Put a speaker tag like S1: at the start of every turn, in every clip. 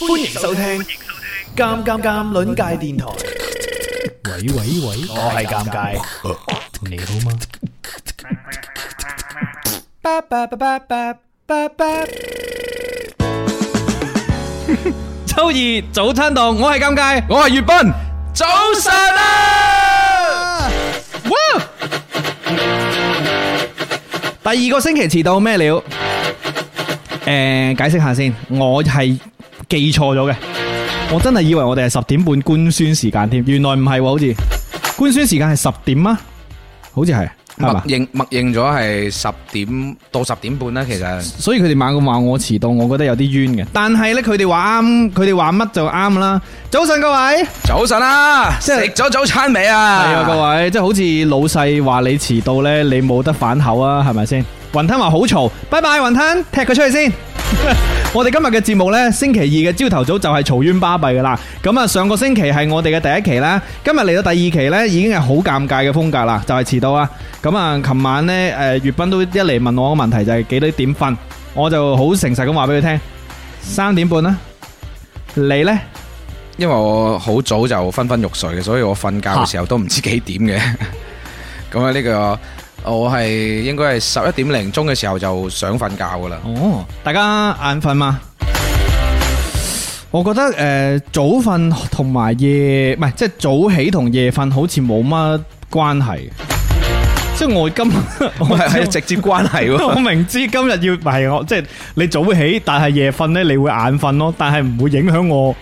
S1: 欢迎收听《尴尴尴》邻界电台。
S2: 喂喂喂，
S1: 我系尴尬，
S2: 你好嗎？
S1: 巴巴巴巴巴巴巴。
S3: 周二早餐档，我系尴尬，我系粤斌，早晨啊！哇！第二个星期迟到咩料？诶、解释下先，我系记错咗嘅，我真系以为我哋系十點半官宣時間添，原來唔係喎，好似官宣時間係十點啊，好似係係嘛
S4: 默？認默認咗係十點到十點半啦，其實
S3: 所以佢哋猛咁話我遲到，我覺得有啲冤嘅。但係呢，佢哋話啱，佢哋話乜就啱啦。早晨各位。
S4: 早晨啦，
S3: 即
S4: 啊食
S3: 係
S4: 咗早餐未
S3: 系啊，各
S4: 啊？
S3: 位，即系好似老细话你迟到呢，你冇得反口啊，系咪先？云吞话好嘈，拜拜，云吞，踢佢出去先。 我哋今日嘅節目呢，星期二嘅朝頭早就係嘈冤巴閉噶啦。咁啊，上個星期係我哋嘅第一期啦，今日嚟到第二期呢，已經係好尷尬嘅風格啦，就係、遲到啊。咁啊，琴晚呢，诶，粵斌都一嚟問我個問題就係幾多點瞓，我就好誠實咁話俾佢聽，三點半啦。你呢？
S4: 因為我好早就昏昏欲睡嘅，所以我瞓覺嘅時候都唔知幾點嘅。 咁啊，呢個我係應該係十一點零鐘嘅時候就想瞓覺噶啦。
S3: 哦，大家眼瞓嘛？我覺得诶、呃早瞓同埋夜唔係，即係早起同夜瞓好似冇乜關係。即係我 今我
S4: 係係直接關係
S3: 我
S4: 喎，
S3: 明知今日要系我即係你早起，但係夜瞓呢，你會眼瞓咯，但係唔會影響我。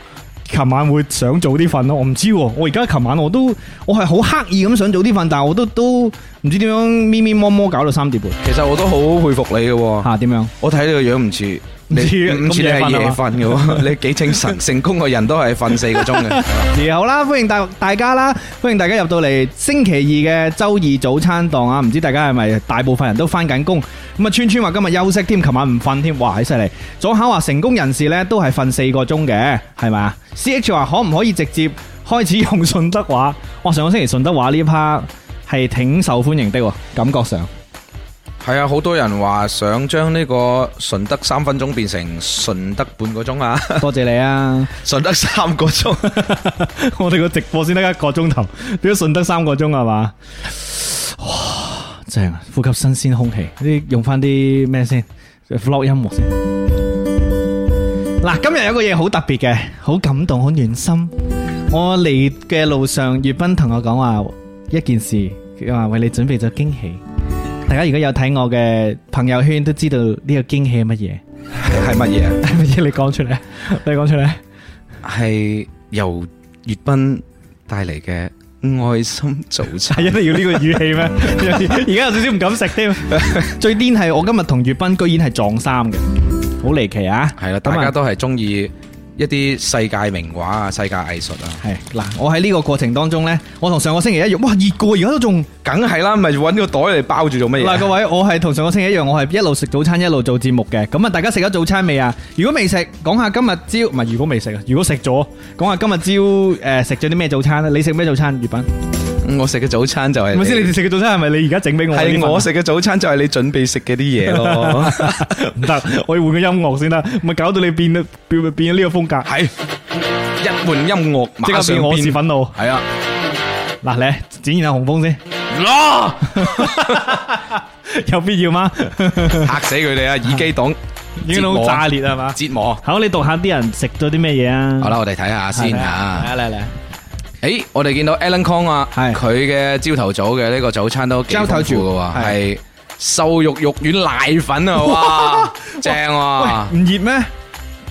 S3: 琴晚會想早啲瞓咯，我唔知喎。我而家琴晚我都我係好刻意咁想早啲瞓，但係我都都唔知點樣咪咪摸摸搞到三點半
S4: 其實我都好佩服你嘅喎。
S3: 嚇點樣？
S4: 我睇你個樣唔似，
S3: 唔
S4: 你
S3: 似
S4: 唔似你係
S3: 咁夜瞓啊
S4: 夜
S3: 嘛
S4: 瞓嘅喎，你幾 精神？成功嘅人都係瞓四個鐘嘅。
S3: 然後啦，歡迎大大家啦，歡迎大家入到嚟星期二嘅周二早餐檔啊！唔知大家係咪大部分人都翻緊工？咁啊，川川話今日休息添，琴晚唔瞓添，哇，喺犀利！左考話成功人士呢都係瞓四個鐘嘅，係咪啊？C H 話可唔可以直接開始用順德話？哇，上個星期順德話呢一 part 係挺受歡迎的喎，感覺上。
S4: 系啊，好多人話想將呢個順德三分鐘變成順德半個鐘啊，
S3: 多謝你啊！
S4: 順德三個鐘，
S3: 我哋個直播先得一個鐘頭，點解順德三個鐘係嘛？哇，正啊！呼吸新鮮空氣，呢用翻啲咩先？flow 音樂先。嗱，今日有個嘢好特別嘅，好感動，好暖心。我嚟嘅路上，粵斌同我講話一件事，佢話為你準備咗驚喜。大家如果有睇我嘅朋友圈，都知道呢個驚喜係乜嘢。
S4: 係乜嘢啊？
S3: 係乜嘢？你講出嚟，你講出嚟。
S4: 係由粵斌帶嚟嘅愛心早餐
S3: 系。一定要呢個語氣咩？而家有少少唔敢食添。最癲係我今日同粵斌居然係撞衫嘅，好離奇啊！
S4: 係啦，
S3: 咁啊
S4: 大家都係中意一啲世界名畫啊、世界藝術啊，
S3: 係嗱，我喺呢個過程當中呢，我同上個星期一樣，哇熱過而家都仲
S4: 梗係啦，咪揾個袋嚟包住做乜
S3: 嗱，
S4: 嘢啊
S3: 各？位，我係同上個星期一樣，我係一路食早餐一路做節目嘅。咁啊，大家食咗早餐未啊？如果未食，講下今日朝唔係如果未食啊，如果食咗，講下今日朝诶食咗啲咩早餐咧？你食咩早餐？粵斌，
S4: 我食嘅早餐就係
S3: 係咪先？你
S4: 你
S3: 哋食嘅早餐係咪你而家整俾我嘅呢份啊？
S4: 係我食嘅早餐就係你準備食嘅啲嘢 咯。
S3: 唔得，我要換個音樂先得，咪搞到你變咗變變咗呢個風格。
S4: 係一換音樂，
S3: 即刻
S4: 馬上
S3: 變我是憤怒。
S4: 係啊，
S3: 嗱，你展現下雄風先，
S4: 攞
S3: 有必要嗎？
S4: 嚇死佢哋啊！耳機黨。
S3: 已經好炸裂係嘛？
S4: 折磨。
S3: 好，你讀下啲人食咗啲咩嘢啊？
S4: 好啦，我哋睇下
S3: 係，
S4: 先啊
S3: 嚟
S4: 吓。
S3: 嚟嚟嚟，
S4: 诶，我哋見到 Alan Kong 啊，
S3: 係
S4: 佢嘅朝頭早嘅呢個早餐都幾
S3: 朝頭
S4: 豐
S3: 早
S4: 富嘅喎，
S3: 係
S4: 係瘦肉肉丸奶粉 啊，哇，正喎。
S3: 喂，唔熱咩？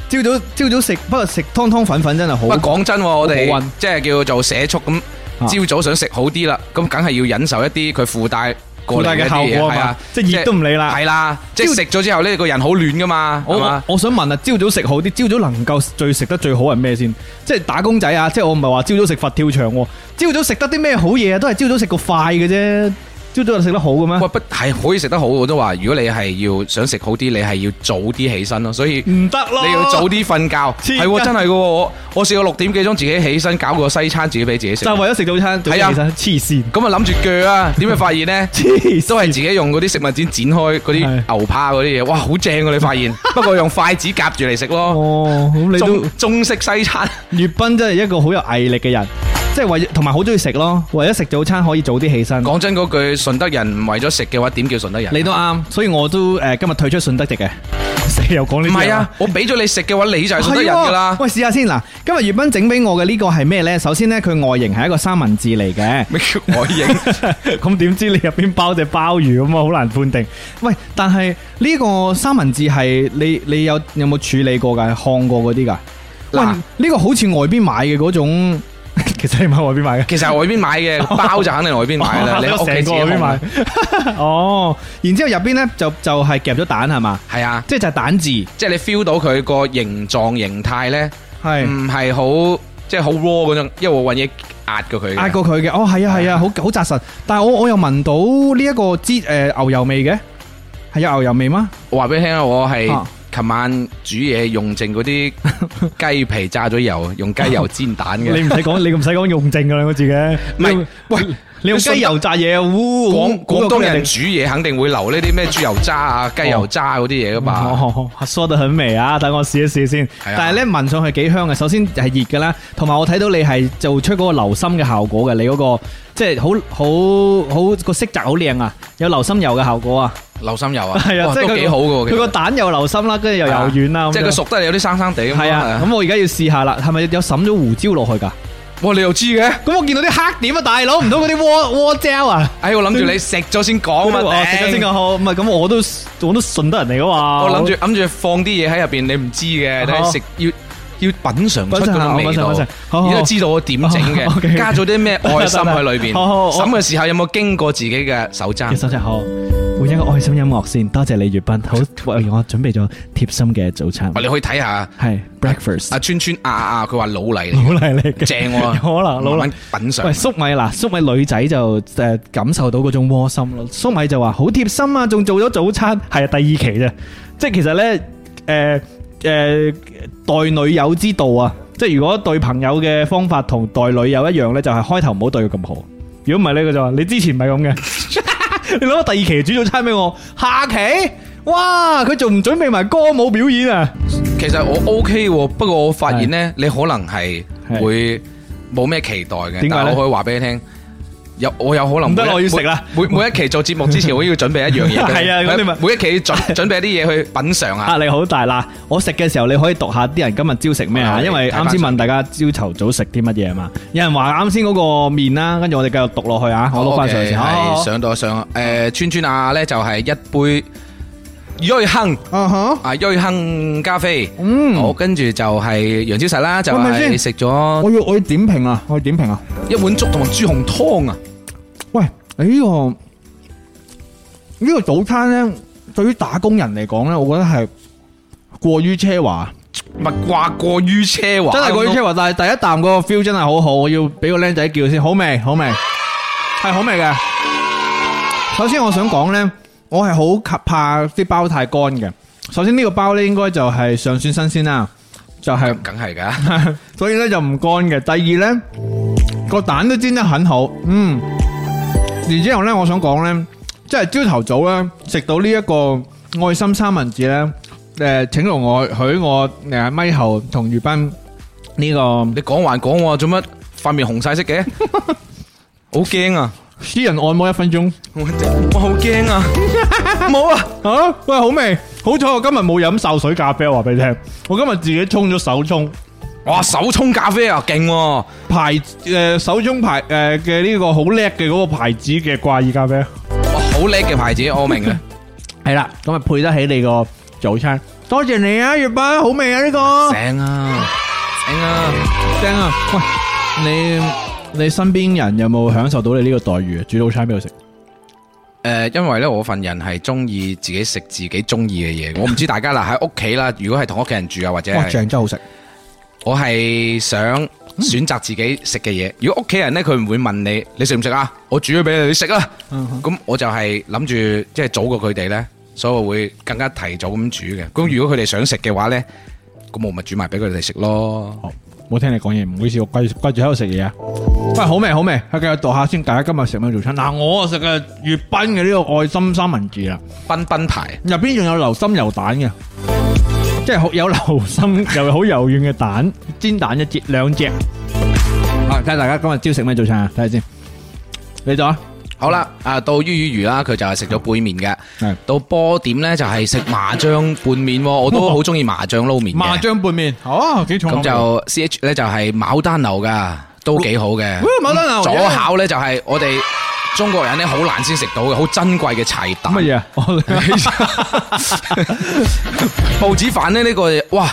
S3: 朝早朝早食，不過食湯湯粉粉真係
S4: 喂，
S3: 好。
S4: 講真喎，我
S3: 好
S4: 哋
S3: 運
S4: 即係叫做社畜咁，
S3: 啊
S4: 朝早想食好啲啦，咁梗係要忍受一啲佢附帶
S3: 附
S4: 過嚟
S3: 帶嘅
S4: 嘅
S3: 效
S4: 啲嘢，
S3: 果啊
S4: 係
S3: 嘛
S4: 啊，
S3: 即係熱都唔理啦
S4: 係啦，即
S3: 朝
S4: 係食咗之後呢，個人好亂噶嘛，
S3: 我
S4: 係嘛？
S3: 我我想問啊，朝早食好啲，朝早能夠最食得最好係咩先？即係打工仔啊！即係我唔係話朝早食佛跳牆喎，朝早食得啲咩好嘢啊？都係朝早食個快嘅啫。朝早就食得好嘅咩？
S4: 喂，不係可以食得好，我都話，如果你係要想食好啲，你係要早啲起身咯，所以
S3: 唔得咯，
S4: 你要早啲瞓覺，
S3: 黐
S4: 係喎，
S3: 筋
S4: 真係嘅喎，我我試過六點幾鐘自己起身搞個西餐自己俾自己食，
S3: 就
S4: 咁
S3: 係
S4: 啊
S3: 為咗食早餐，早
S4: 係啊
S3: 啲起身，
S4: 諗住鋸啊，點解發現呢？
S3: 黐線，
S4: 都係自己用嗰啲食物剪剪開嗰
S3: 係
S4: 啲牛扒嗰啲嘢，哇，好正㗎！你發 現，不過用筷子夾住嚟食 咯，
S3: 哦，咁你都
S4: 中中式西餐，
S3: 粵斌真係一個好有毅力嘅人，即係為同埋好中意食咯，為咗食早餐可以早啲起身。
S4: 講真嗰句，順德人唔為咗食嘅話，點叫順德人？
S3: 你都啱，所以我都诶、呃今日退出順德籍 嘅，死又講呢
S4: 唔
S3: 啲
S4: 係啊，我俾咗你食嘅話，你就係順德人㗎
S3: 係啊
S4: 啦，
S3: 喎。喂，試下先嗱，今日月斌整俾我嘅呢個係咩呢？首先呢，佢外形係一個三文治嚟嘅
S4: 咩叫我影？
S3: 咁點知你入邊包隻鮑魚咁啊，好難判定。喂，但係呢個三文治係你你有有冇處理過㗎？烘過嗰啲㗎？喂，
S4: 嗱
S3: 呢、個好似外邊買嘅嗰種， 其實你唔係外邊買嘅。
S4: 其實係外邊買嘅，包就肯定係外邊買 啦。你喺屋企自己
S3: 成個外邊
S4: 烘
S3: 買。 哦，然之後入邊呢，就就係夾咗蛋係嘛，
S4: 係啊，
S3: 即係就係蛋字，係
S4: 即係你 feel 到佢個形狀形態咧，唔係好即係好 raw 嗰種，因為我揾嘢壓過佢嘅。
S3: 嗌過佢嘅。哦，係啊係
S4: 係
S3: 啊，
S4: 啊
S3: 好好扎實。但係我我又聞到呢一個芝誒牛油味嘅，係有牛油味嗎？
S4: 我話俾你聽啊，我係
S3: 啊
S4: 琴晚煮嘢用剩 嗰啲雞皮炸咗油，用雞油煎蛋嘅。
S3: 唔使 講，你唔使講用正嘅兩個字嘅。
S4: 嗯唔係，喂，
S3: 你用雞油炸嘢，呜，
S4: 廣廣東人煮嘢肯定會留呢啲咩豬油渣啊、雞油渣嗰啲嘢噶嘛。
S3: 哦，梳得很微啊！等我試一試先。
S4: 係啊
S3: 但係咧聞上去幾香嘅，首先係熱嘅啦，同埋我睇到你係做出嗰個流心嘅效果嘅，你嗰、個即係好好好個色澤好靚啊，有流心油嘅效果啊，
S4: 流心油啊，
S3: 係啊，
S4: 哇
S3: 即係佢
S4: 都
S3: 個
S4: 幾好嘅喎。
S3: 佢
S4: 其
S3: 個
S4: 實
S3: 蛋又流心啦，跟住又柔
S4: 係啊
S3: 軟啦，咁
S4: 即係
S3: 樣
S4: 佢熟得嚟有啲生生地咁。
S3: 係啊，咁我而家要試下啦，係咪有滲咗胡椒落去㗎？
S4: 哇，你又知嘅？
S3: 咁我見到啲黑點啊，大佬，唔通嗰啲鍋鍋椒啊？
S4: 哎，我諗住你食咗先講啊嘛，
S3: 哦食咗先
S4: 頂
S3: 咁好，唔係咁我都我都順得人嚟噶嘛。
S4: 我諗住諗住放啲嘢喺入邊，你唔知嘅，
S3: 好
S4: 你食要要品嚐出嗰種
S3: 哦品
S4: 味
S3: 嚐下
S4: 道
S3: 品嚐品嚐，好好
S4: 然之後知道我點整
S3: 好，OK，OK
S4: 嘅，加咗啲咩愛心喺裏邊。
S3: 好好好
S4: 審嘅時候有冇經過自己嘅手
S3: 一
S4: 踭？
S3: 首真好，換一個愛心音樂先，多謝你月斌，好為我準備咗貼心嘅早餐
S4: 我，哋可以睇下
S3: 係 breakfast，
S4: 阿川川啊啊啊，佢話老嚟
S3: 好
S4: 嚟
S3: 嚟力
S4: 嘅，
S3: 嘅，
S4: 正
S3: 有
S4: 喎，
S3: 可能老
S4: 慢
S3: 嚟
S4: 慢。品
S3: 喂，
S4: 嚐。
S3: 粟米嗱，粟米女仔就誒感受到嗰種窩心咯。粟米就話好貼心啊，仲做咗早餐，係啊第二期啫。即係其實咧，誒誒呃待女友之道啊，即係如果對朋友嘅方法同待女友一樣咧，就係開頭唔好對佢咁好。如果唔係咧，佢就話你之前唔係咁嘅， 你攞第二期煮早餐俾我，下期哇佢仲唔準備埋歌舞表演啊？
S4: 其實我 OK 喎，不過我發現呢，你可能係
S3: 係
S4: 會冇咩期待
S3: 點解
S4: 嘅，
S3: 呢
S4: 但係我可以話俾你聽。有我有可能
S3: 唔得
S4: 每一
S3: 我要食啦
S4: 每每每一期做節目之前，我要準備一樣嘢。
S3: 係 啊咁你咪
S4: 每一 期要準準備一啲嘢去品嚐下。
S3: 壓力啊好大啦！我食嘅時候，你可以讀下啲人今日朝食咩啊？
S4: 係
S3: 因為啱先問大家朝頭早食啲乜嘢啊嘛。有人話啱先嗰個麵啦，跟住我哋繼續讀落去啊。我
S4: 好
S3: 攞翻上去
S4: 嘅
S3: 先。
S4: 係上到上誒川川啊咧就係一杯瑞亨
S3: 啊
S4: 啊瑞亨咖啡，
S3: 嗯
S4: 好跟住就係楊超實啦，就
S3: 喂咪先
S4: 係食咗
S3: 要我要點評啊！我要點評啊！
S4: 一碗粥同埋豬紅湯啊，
S3: 喂，你呢個呢個早餐咧，對於打工人嚟講咧，我覺得係過於奢華，
S4: 咪掛過於奢華，
S3: 真係過於奢華。但係第一啖個 feel 真係好好，我要俾個僆仔叫先，好味，好味，係好味嘅。首先我想講呢，我係好怕啲包太乾嘅。首先呢個包呢，應該就係尚算新鮮啦，就係、
S4: 梗係 㗎，
S3: 所以呢就唔乾嘅。第二呢，個蛋都煎得很好，嗯。然之後呢，我想講呢，即係朝頭早呢，食到呢一個愛心三文治呢，誒、請容我許我誒咪後同月斌呢個
S4: 你講還講喎，做乜塊面紅晒 色嘅？好驚啊！
S3: 私人按摩一分鐘。
S4: 我我好 驚啊！冇啊！
S3: 啊，喂，好味！好彩我今日冇飲潲水咖啡，我話俾你聽，我今日自己沖咗手沖
S4: 哇，手沖咖啡啊，勁喎！
S3: 牌诶、手沖牌诶嘅呢個好叻嘅嗰個牌子嘅掛耳咖啡，
S4: 哇，好叻嘅牌子，我明嘅。
S3: 係啦，咁啊配得起你個早餐。多謝你啊，月巴，好味啊呢、個
S4: 正啊，正啊！
S3: 正啊！喂，你你身邊人有冇享受到你呢個待遇啊？煮早餐俾佢食，
S4: 诶、因為咧，我份人係中意自己食自己中意嘅嘢。我唔知大家啦，喺屋企啦，如果係同屋企人住啊，或者
S3: 哇
S4: 係
S3: 正真好食，
S4: 我係想選擇自己食嘅嘢。如果屋企人呢，佢唔會問你你食唔食啊，我煮咗俾你，你食啦。
S3: 嗯
S4: 咁我就係諗住即係早過佢哋呢，所以我會更加提早咁煮嘅。咁如果佢哋想食嘅話呢，咁我咪煮埋俾佢哋食咯。
S3: 哦冇聽你講嘢，唔好意思，我掛住掛住喺度食嘢啊！喂，好味好啊味，喺繼續讀下先，大家今日食咩早餐？嗱，我啊食嘅粵賓嘅呢個愛心三文治啦，
S4: 賓賓牌。
S3: 入邊仲有流心油蛋嘅，即係好有流心 又好柔軟嘅蛋，煎蛋一隻兩隻。啊，睇下大家今日朝食咩早餐啊？睇下先，你做啊？
S4: 好啦，啊到於魚魚啦，佢就係食咗杯麵
S3: 係
S4: 嘅。到波點呢，就係食麻醬拌麵喎，我都好中意麻醬撈麵
S3: 麻
S4: 嘅。
S3: 醬拌麵，哦，幾重口
S4: 咁
S3: 味？
S4: 就 C H 呢，就係牡丹樓噶，都幾好嘅。
S3: 哇，冇得牛
S4: 左考呢，就係我哋中國人呢，好難先食到嘅，好珍貴嘅柴蛋。
S3: 乜嘢啊？ 我
S4: 報紙飯呢，呢個哇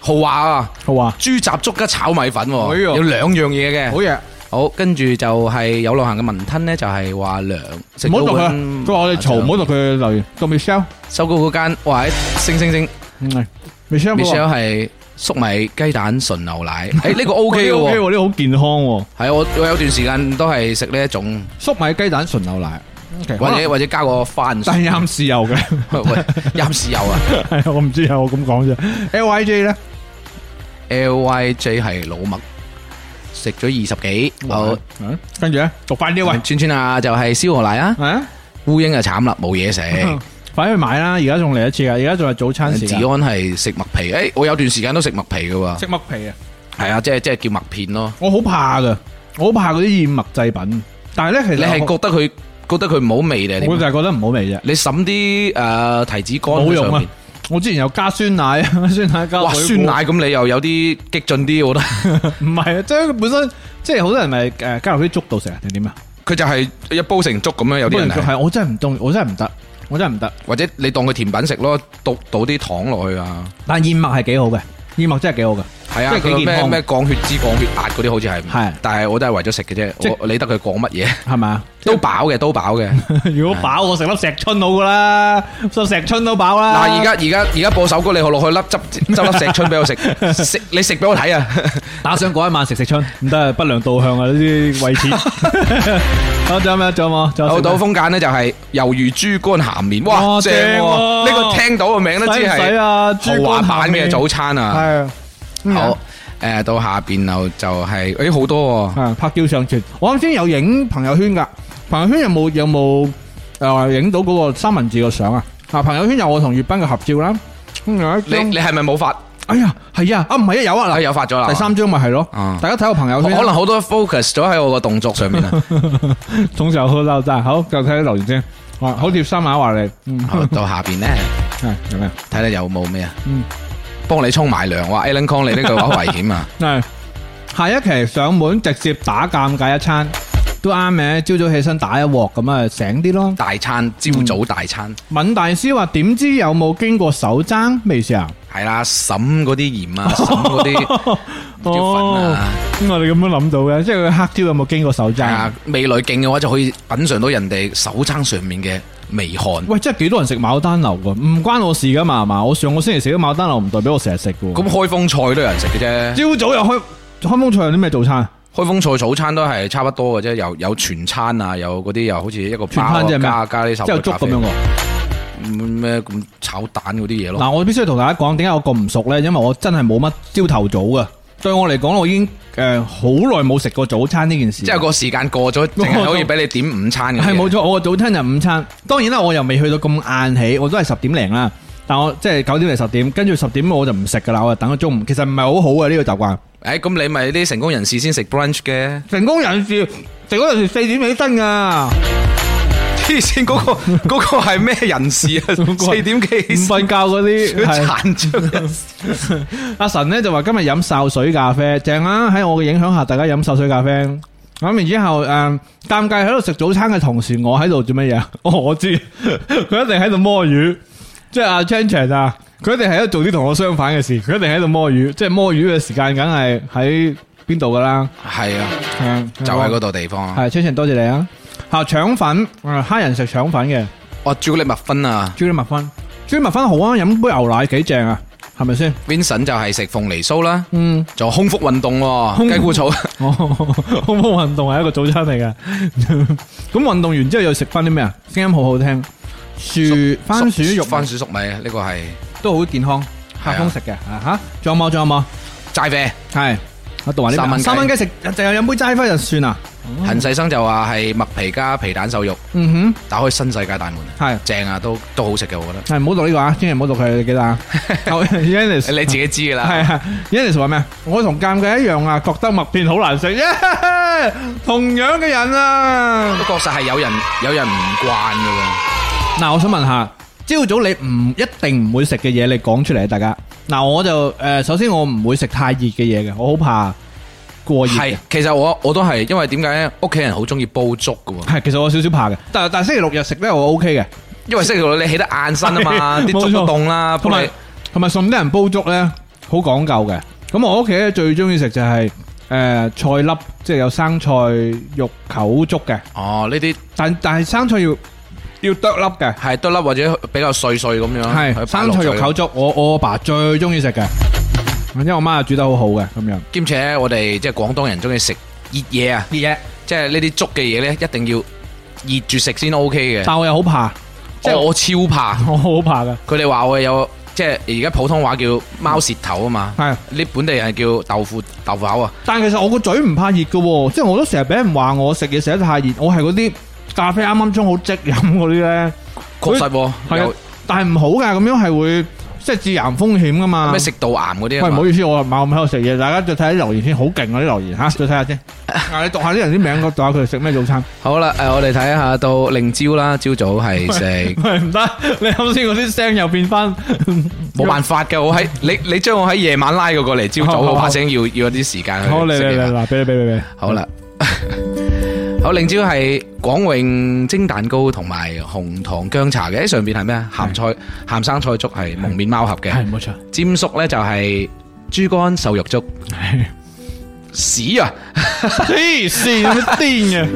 S4: 豪華啊！
S3: 好話
S4: 豬雜粥加炒米粉喎，
S3: 哎呦
S4: 有兩樣嘢嘅。
S3: 好嘢。
S4: 好，跟住就係有路行嘅雲吞呢，就係話涼。食
S3: 唔好
S4: 到
S3: 讀佢，
S4: 碗
S3: 佢話我哋嘈，
S4: 麻醬
S3: 唔好讀佢留言。讀 Michelle，
S4: 收高嗰間，哇！星星星
S3: 唔係 Michelle 嗰個
S4: Michelle 係粟米雞蛋純 牛奶，誒呢個
S3: 哇
S4: OK 嘅
S3: 呢個 OK
S4: 喎，
S3: 喎，呢個好健康喎。
S4: 係我我有段時間都係食呢一種，
S3: 粟米雞蛋純牛奶，
S4: 或者或者加個番薯，
S3: 但係啱豉油嘅，
S4: 喂飲豉油啊
S3: 係我唔知啊，我咁講啫。L Y J 咧，
S4: ，L Y J 係老麥，食咗二十幾，好
S3: 嗯跟住咧讀快啲喂，
S4: 串串啊就係燒鵝奶 啊，
S3: 係啊，
S4: 烏蠅啊慘啦冇嘢食，
S3: Ừ. 快啲去買啦！而家仲嚟一次噶，而家仲係早餐時
S4: 治
S3: 間
S4: 安，係食麥皮，誒我有段時間都食麥皮嘅喎，
S3: 食麥皮啊！
S4: 係啊，即係即係叫麥片咯，
S3: 我好怕噶，我好怕嗰啲燕麥製品。但係咧，
S4: 你
S3: 其實
S4: 係
S3: 我
S4: 覺得佢覺得佢唔好味定係點
S3: 我就係覺得唔好味啫。
S4: 你抌啲誒提子乾
S3: 冇
S4: 喺
S3: 用啊
S4: 上面。
S3: 我之前有加酸奶，啊 酸奶加
S4: 哇！
S3: 水果
S4: 酸奶咁你又有啲激進啲，我覺得
S3: 唔係啊，即係佢本身即係好多人咪誒加入啲粥度食啊，定點啊？
S4: 佢就係一煲成粥咁樣，有啲人係
S3: 係我真係唔中，我真係唔得，我真係唔得。
S4: 或者你當佢甜品食咯，倒倒啲糖落去啊，
S3: 但燕麥係幾好嘅，燕麥真係幾好嘅。
S4: 係啊，
S3: 即係幾
S4: 佢
S3: 健
S4: 咩
S3: 康
S4: 咩降血脂、降血壓嗰啲好似係，
S3: 係
S4: 但係我都係為咗食嘅
S3: 即係
S4: 啫，我理得佢講乜嘢，
S3: 系咪啊？
S4: 都飽嘅，都飽嘅。
S3: 如果飽，我食粒石春好噶啦，食石春都飽啦。
S4: 嗱，而家而家而家播首歌，你落去粒汁 執粒石春俾我食，食你食俾我睇啊！
S3: 打上嗰一晚食石春，唔得啊，不良導向啊呢啲位 置。好，仲有咩？仲有冇？仲有
S4: 有
S3: 食
S4: 到
S3: 咩
S4: 風間呢，就係魷魚豬肝鹹麵，
S3: 哇
S4: 哇正
S3: 正
S4: 喎！
S3: 喎
S4: 呢個聽到個名都知
S3: 使唔使
S4: 係
S3: 啊？
S4: 豪華版嘅早餐啊！
S3: 系嗯
S4: 好，诶、到下边又就係誒好多、喎，
S3: 系啊拍照上傳。我啱先有影朋友圈噶，朋友圈有冇有冇诶影到嗰個三文治個相啊？啊，朋友圈有我同月斌嘅合照啦。咁有一
S4: 你
S3: 張
S4: 你係咪冇發？
S3: 哎呀，係啊，啊唔係啊，有啊
S4: 啊
S3: 嗱，
S4: 有發咗啦，
S3: 第三張咪係咯
S4: 啊。
S3: 大家睇我朋友
S4: 可
S3: 圈啊。
S4: 可能好多 focus 咗喺我個動作上 面啊。
S3: 从小喝到大，好就睇留言先。哇，好貼心啊，話你，嗯，
S4: 好到下边咧，
S3: 係有咩？
S4: 睇睇有冇咩啊
S3: 嗯？
S4: 幫你沖埋涼，哇！Alan Kong 你呢句 話好危險啊！
S3: 係下一期上門直接打尷尬一餐，都啱嘅。朝早起身打一鑊咁啊，醒啲 咯。
S4: 大餐，朝
S3: 嗯
S4: 早大餐，
S3: 敏大師話點知有冇經過手踭？咩意思啊？
S4: 係啦，審嗰啲 鹽啊，審嗰啲啲粉
S3: 哦
S4: 啊，
S3: 我哋咁樣諗到嘅，即係佢黑椒有冇經過手
S4: 係
S3: 踭
S4: 啊？，味蕾勁嘅話就可以品嚐到人哋手踭上面嘅微汗。
S3: 喂，真係幾多人食牡丹樓噶？唔關我事噶嘛，係嘛？我上個星期食咗牡丹樓，唔代表我成日食噶。
S4: 咁開封菜都有人食嘅啫。
S3: 朝早又開開封菜有啲咩早餐？
S4: 開封菜早餐都係差不多嘅啫，有有全餐啊，有嗰啲又好似一個包
S3: 全餐
S4: 啊
S3: 即係咩
S4: 加加啲手
S3: 即係粥咁樣喎。
S4: 樣嗯咩咁炒蛋嗰啲嘢咯。
S3: 嗱，我必須同大家講，點解我咁唔熟呢？因為我真係冇乜朝頭早嘅。對我嚟講，我已經誒好耐冇食過早餐呢件事。
S4: 即係個時間過 咗，淨係可以俾你點午餐嘅。
S3: 係冇錯，我個早餐就午餐。當然啦，我又未去到咁晏起，我都係十點零啦。但我即係九點零十點，跟住十點我就唔食噶啦，我就等到中午。其實唔係好好嘅呢個習慣。
S4: 誒，咁你咪啲成功人士先食 brunch 嘅。
S3: 成功人士，成功人士四點起身噶，
S4: 黐線嗰 個嗰個係咩人士 啊？
S3: 個係
S4: 四點幾
S3: 唔
S4: 起身？
S3: 瞓覺嗰啲。係
S4: 殘障人士
S3: 阿神咧就話今日飲潲水咖啡，正啦！喺我嘅影響下，大家飲潲水咖啡。咁然之後，誒、尷尬喺度食早餐嘅同時，我喺度做乜嘢？ 哦，我知，佢一定喺度摸魚，即係阿 Chan Chan 啊，佢一定喺度做啲同我相反嘅事，佢一定喺度摸魚，即係摸魚嘅時間，梗係喺邊度噶啦？
S4: 係啊，
S3: 嗯
S4: 就喺嗰度地方啊。
S3: 係 Chan Chan，多謝你啊！嚇腸粉，啊黑人食腸粉嘅，
S4: 哦，朱古力麥芬啊，
S3: 朱古力麥芬，朱古力麥芬好啊，飲杯牛奶幾正啊！系咪 先？
S4: Vincent 就係食鳳梨酥啦，
S3: 嗯，
S4: 仲有空腹運動喎，雞菇草。
S3: 哦，空腹运动系一个早餐嚟嘅。 咁运动完之后又食翻啲咩啊？声音好好听，薯番薯肉
S4: 番薯粟米呢個係
S3: 都好健康，客工食嘅啊吓。仲有冇？仲有冇？
S4: 齋啡。
S3: 系我讀埋呢
S4: 三蚊
S3: 三
S4: 雞
S3: 蚊雞食就有飲杯齋啡就算啦。
S4: 陳世生就話係麥皮加皮蛋瘦肉，
S3: 嗯
S4: 打開新世界大門，
S3: 哼，係
S4: 正啊，都都好食嘅，我覺
S3: 系唔好讀呢個啊，千祈唔好讀佢，記得 啊。好 Yannis
S4: 得。你自己知㗎啦。
S3: 係啊，Yannis 話咩啊？我同尷尬一樣啊，覺得麥片好難食，耶同樣嘅人啊。
S4: 不過確實係有人有人唔慣嘅喎。
S3: 嗱，我想問下，朝早你唔一定唔會食嘅嘢，你講出嚟啊，大家。嗱，我就诶，首先我唔會食太熱嘅嘢嘅，我好怕過熱嘅
S4: 係，。其實我我都係，因為點解屋企人好中意煲粥嘅喎？
S3: 係，其實我有少少怕嘅，但但星期六日食咧，我 OK 嘅。
S4: 因為星期六你起得晏身啊嘛，
S3: 係
S4: 啲 粥
S3: 冇錯
S4: 都凍啦，
S3: 同
S4: 幫
S3: 埋
S4: 你
S3: 同埋順德人煲粥咧，好講究嘅。咁我屋企咧最中意食就係、呃菜粒，即係有生菜肉球粥嘅。
S4: 哦呢啲
S3: 但但係生菜要要剁粒嘅，
S4: 係得粒或者比較碎碎咁樣，去擺
S3: 係生
S4: 落
S3: 菜
S4: 嘴
S3: 肉球粥，我我阿爸最中意食嘅，因為我媽煮得好好嘅咁樣。
S4: 兼且我哋即係廣東人中意食熱嘢啊，
S3: 啲嘢，
S4: 即係呢啲粥嘅嘢咧，一定要熱住食先 O K 嘅。
S3: 但我又好怕，即係
S4: 我我超怕，
S3: 我好怕嘅，
S4: 佢哋話我有即係而家普通話叫貓舌頭啊嘛，
S3: 係。
S4: 呢本地人係叫豆腐豆腐口啊，
S3: 但其實我個嘴唔怕熱嘅喎，即係我都成日俾人話我食嘢食得太熱，我係嗰啲咖啡啱啱沖好即飲嗰啲咧。
S4: 確實喎，
S3: 係啊
S4: 有，
S3: 但係唔好噶，咁樣係會即係致癌風險噶嘛
S4: 咩。食道癌嗰啲
S3: 喂，
S4: 啊
S3: 唔好
S4: 嘛，
S3: 意思，我猛咁喺度食嘢，大家再睇下啲留言先，好勁啊啲留言吓，再睇 下先。嗱，你讀下啲人啲名，我讀下佢哋食咩早餐。
S4: 好啦，誒我哋睇下到令朝啦，朝早 係食。
S3: 喂，唔得，你啱先嗰啲聲又變翻。
S4: 冇辦法嘅，我喺 你你將我喺夜晚拉佢過嚟，朝早
S3: 好
S4: 我
S3: 好
S4: 把聲要要有啲時間去
S3: 好，嚟
S4: 適
S3: 嚟
S4: 應
S3: 嚟
S4: 下
S3: 嗱，俾你俾你俾你。
S4: 好啦， 好令朝係廣榮蒸蛋糕同埋紅糖薑茶嘅，喺上邊係咩啊？鹹菜鹹生菜粥係蒙面貓盒嘅，
S3: 係冇錯。
S4: 尖叔咧就係豬肝瘦肉粥。屎啊！
S3: 黐線，有乜癲嘅？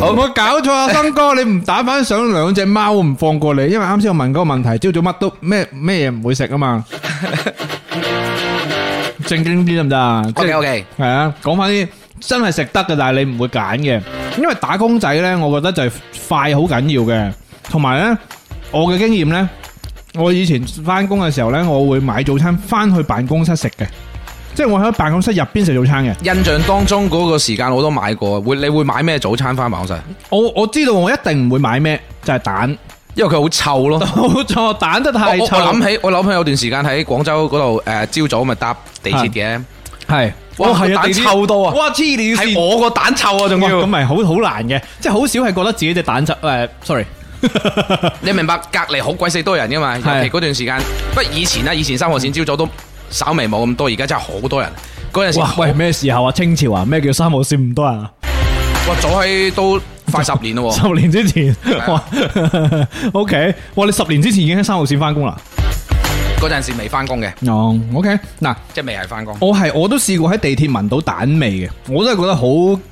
S3: 我冇搞錯啊，生哥，你唔打翻上兩隻貓，我唔放過你，因為啱先我問嗰個問題，朝早乜都咩咩嘢唔會食啊嘛。正經啲得唔得啊？ 即
S4: OK
S3: 係
S4: OK，
S3: 系啊，講翻啲真係食得嘅，但係你唔會揀嘅，因為打工仔呢，我覺得就係快好緊要嘅，同埋呢，我嘅經驗呢，我以前翻工嘅時候呢，我會買早餐翻去辦公室食嘅，即係我喺辦公室入邊食早餐嘅。
S4: 印象當中嗰個時間我都買過，會你會買咩早餐翻辦公室？
S3: 我我知道我一定唔會買咩，就係、蛋，
S4: 因為佢好臭咯。
S3: 冇錯，蛋得太
S4: 我我
S3: 臭。
S4: 諗起我諗起有段時間喺廣州嗰度誒，朝早咪搭地鐵嘅。
S3: 係，
S4: 哇
S3: 哦係
S4: 個
S3: 啊，地
S4: 蛋臭到啊
S3: 哇黐你線
S4: 系我個蛋臭啊，仲
S3: 哇
S4: 要
S3: 咁。咪好好難嘅，即係好少係覺得自己隻蛋臭誒、s o r r y
S4: 你明白隔離好鬼死多人噶嘛？尤
S3: 係
S4: 其嗰段時間，不過以前啦，以前三河線朝早都稍微冇咁多，而家真係好多人。嗰陣時，
S3: 哇！喂，咩時候啊？清朝啊？咩叫三號線唔多人啊？
S4: 哇，早喺都快十 年咯喎。
S3: 十年之前，
S4: 啊
S3: 哇 ，OK，哇！你十年之前已經喺三號線翻工啦。
S4: 嗰陣時未翻工嘅，
S3: 哦，OK，嗱，
S4: 即係未係翻工。
S3: 我係我都試過喺地鐵聞到蛋味嘅，我都係覺得好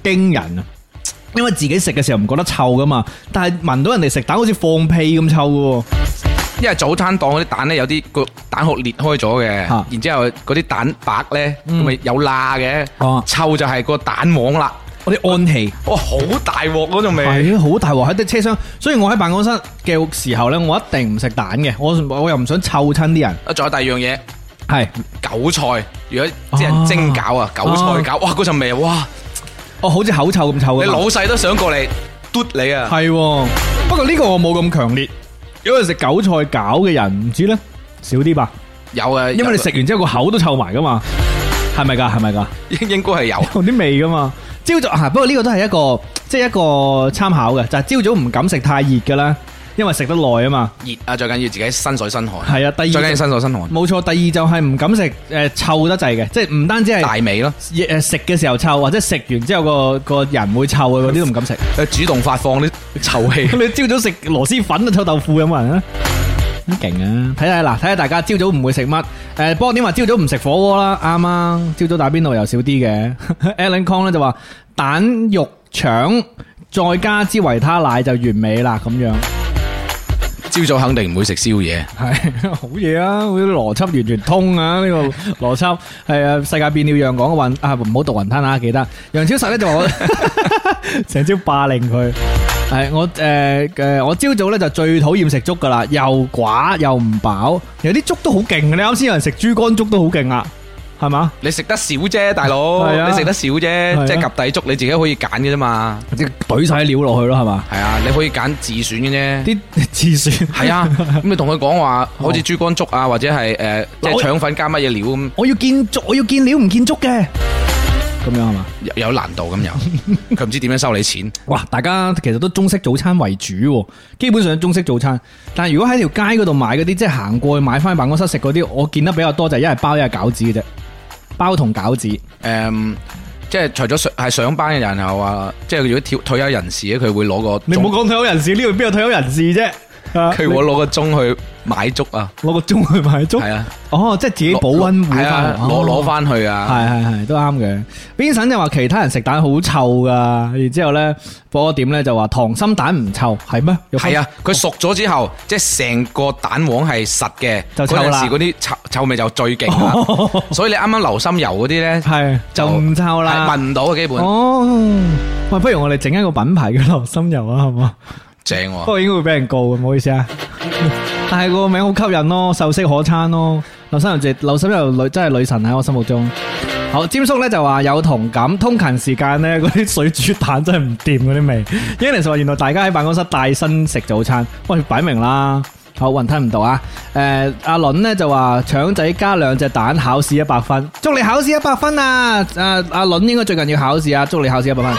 S3: 驚人啊！因為自己食嘅時候唔覺得臭噶嘛，但係聞到人哋食蛋好似放屁咁臭嘅喎。
S4: 因為早餐檔嗰啲蛋咧，有啲個蛋殼裂開咗嘅，
S3: 嚇
S4: 然之後嗰啲蛋白咧，咁
S3: 嗯
S4: 咪有罅嘅
S3: 哦，
S4: 臭就係個蛋黃啦。
S3: 我啲氨氣
S4: 哇，好大鑊嗰種味。
S3: 係啊，好大鑊喺啲車廂，所以我喺辦公室嘅時候呢，我一定唔食蛋嘅，我我又唔想臭親啲人。
S4: 啊，仲有第二樣嘢，
S3: 係，
S4: 韭菜。如果即係蒸餃啊，韭菜
S3: 啊
S4: 餃，哇，嗰陣味，哇，
S3: 哦，好似口臭咁臭嘅。
S4: 你老細都想過嚟嘟你啊！
S3: 系，不過呢個我冇咁強烈，因為食韭菜餃嘅人唔知呢，少啲吧，
S4: 有啊，
S3: 因為你
S4: 有
S3: 食完之後個口都臭埋噶嘛，係咪㗎？係咪㗎？
S4: 應應該係有。
S3: 有啲味噶嘛。朝早啊，不過呢個都係一個即係一個參考嘅，就係朝早唔敢食太熱嘅啦，因為食得耐啊嘛。
S4: 熱啊，最緊要自己身水身汗。
S3: 係啊，第
S4: 最緊
S3: 二
S4: 要
S3: 就
S4: 身水身汗，
S3: 冇錯，第二就係唔敢食誒臭得滯嘅，即係唔單止
S4: 大
S3: 係
S4: 味咯，
S3: 誒食嘅時候臭，或者食完之後個個人會臭嘅嗰啲都唔敢食。
S4: 主動發放啲 臭氣。
S3: 咁你朝早食螺蛳粉啊，臭豆腐有冇人啊？咁勁啊！睇下嗱，睇下大家朝早唔會食乜？誒、不過點啊話朝早唔食火鍋啦，啱啊！朝早打邊爐又少啲嘅。Alan Kong 咧就話蛋肉腸再加支維他奶就完美啦，咁樣。
S4: 朝早肯定唔會食宵夜。
S3: 系好嘢啊！嗰啲邏輯完全通啊！呢、個邏輯係啊，世界變了樣講嘅云啊，唔好讀雲吞啊，記得楊超實咧就話我 成朝霸凌佢。係我诶诶、呃我朝早咧就最討厭食粥噶啦，又寡又唔飽，有啲粥都好勁嘅。你啱先有人食豬肝粥都好勁啊，係嘛？
S4: 你食得少啫，大佬，
S3: 係啊
S4: 你食得少
S3: 啊
S4: 啫，即係及第粥你自己可以揀嘅啫嘛。
S3: 即係懟晒啲料落去咯，係嘛？
S4: 係啊，你可以揀自選嘅啫。
S3: 啲自選
S4: 係啊，咁你同佢講話，好似豬肝粥啊，或者係诶，誒即
S3: 嗱我
S4: 係腸粉加乜嘢料 咁，
S3: 我要見粥，我要見料唔見粥嘅，咁樣係嘛？
S4: 有有難度咁又，佢唔知點樣收你錢。
S3: 哇！大家其實都中式早餐為主喎，基本上中式早餐。但如果喺條街嗰度買嗰啲，即係行過去買翻辦公室食嗰啲，我見得比較多就係一係包一係餃子嘅啫，包同餃子。
S4: 诶、即係除咗上係上班嘅人又話，即係如果跳退休人士咧，佢會攞個鐘，
S3: 講退休人士，呢度邊有退休人士啫？
S4: 佢會攞個鐘去買粥啊，
S3: 攞個鐘去買粥
S4: 係，啊，
S3: 哦，即係自己保温哦會
S4: 係啊
S3: 翻，
S4: 攞攞翻去啊。
S3: 係係係都啱嘅。Vincent 就話其他人食蛋好臭噶，然之後咧波點咧就話溏心蛋唔臭，係咩？有分
S4: 系啊，佢熟咗之後，即係成個蛋黃係實嘅，
S3: 就
S4: 嗰
S3: 臭
S4: 陣
S3: 啦
S4: 時嗰啲臭臭味就最勁啦。所以你啱啱流心油嗰啲咧，
S3: 係就唔臭啦，
S4: 係聞唔到嘅基本
S3: 哦，喂，不如我哋整一個品牌嘅流心油啊，好唔好？
S4: 正
S3: 不
S4: 喎。
S3: 過應該會俾人告嘅，唔好意思啊。 但係個名好吸引咯，秀色可餐咯。流心油姐，流心油女真係女神喺我心目中。好，詹叔咧就話有同感，通勤時間咧嗰啲水煮蛋真係唔掂嗰啲味。Yannis 話原來大家喺辦公室帶薪食早餐，喂，擺明啦。好，雲吞唔到啊！誒、阿倫咧就話腸仔加兩隻蛋，考試一百分。祝你考試一百分啊！啊，阿倫應該最近要考試啊，祝你考試一百分。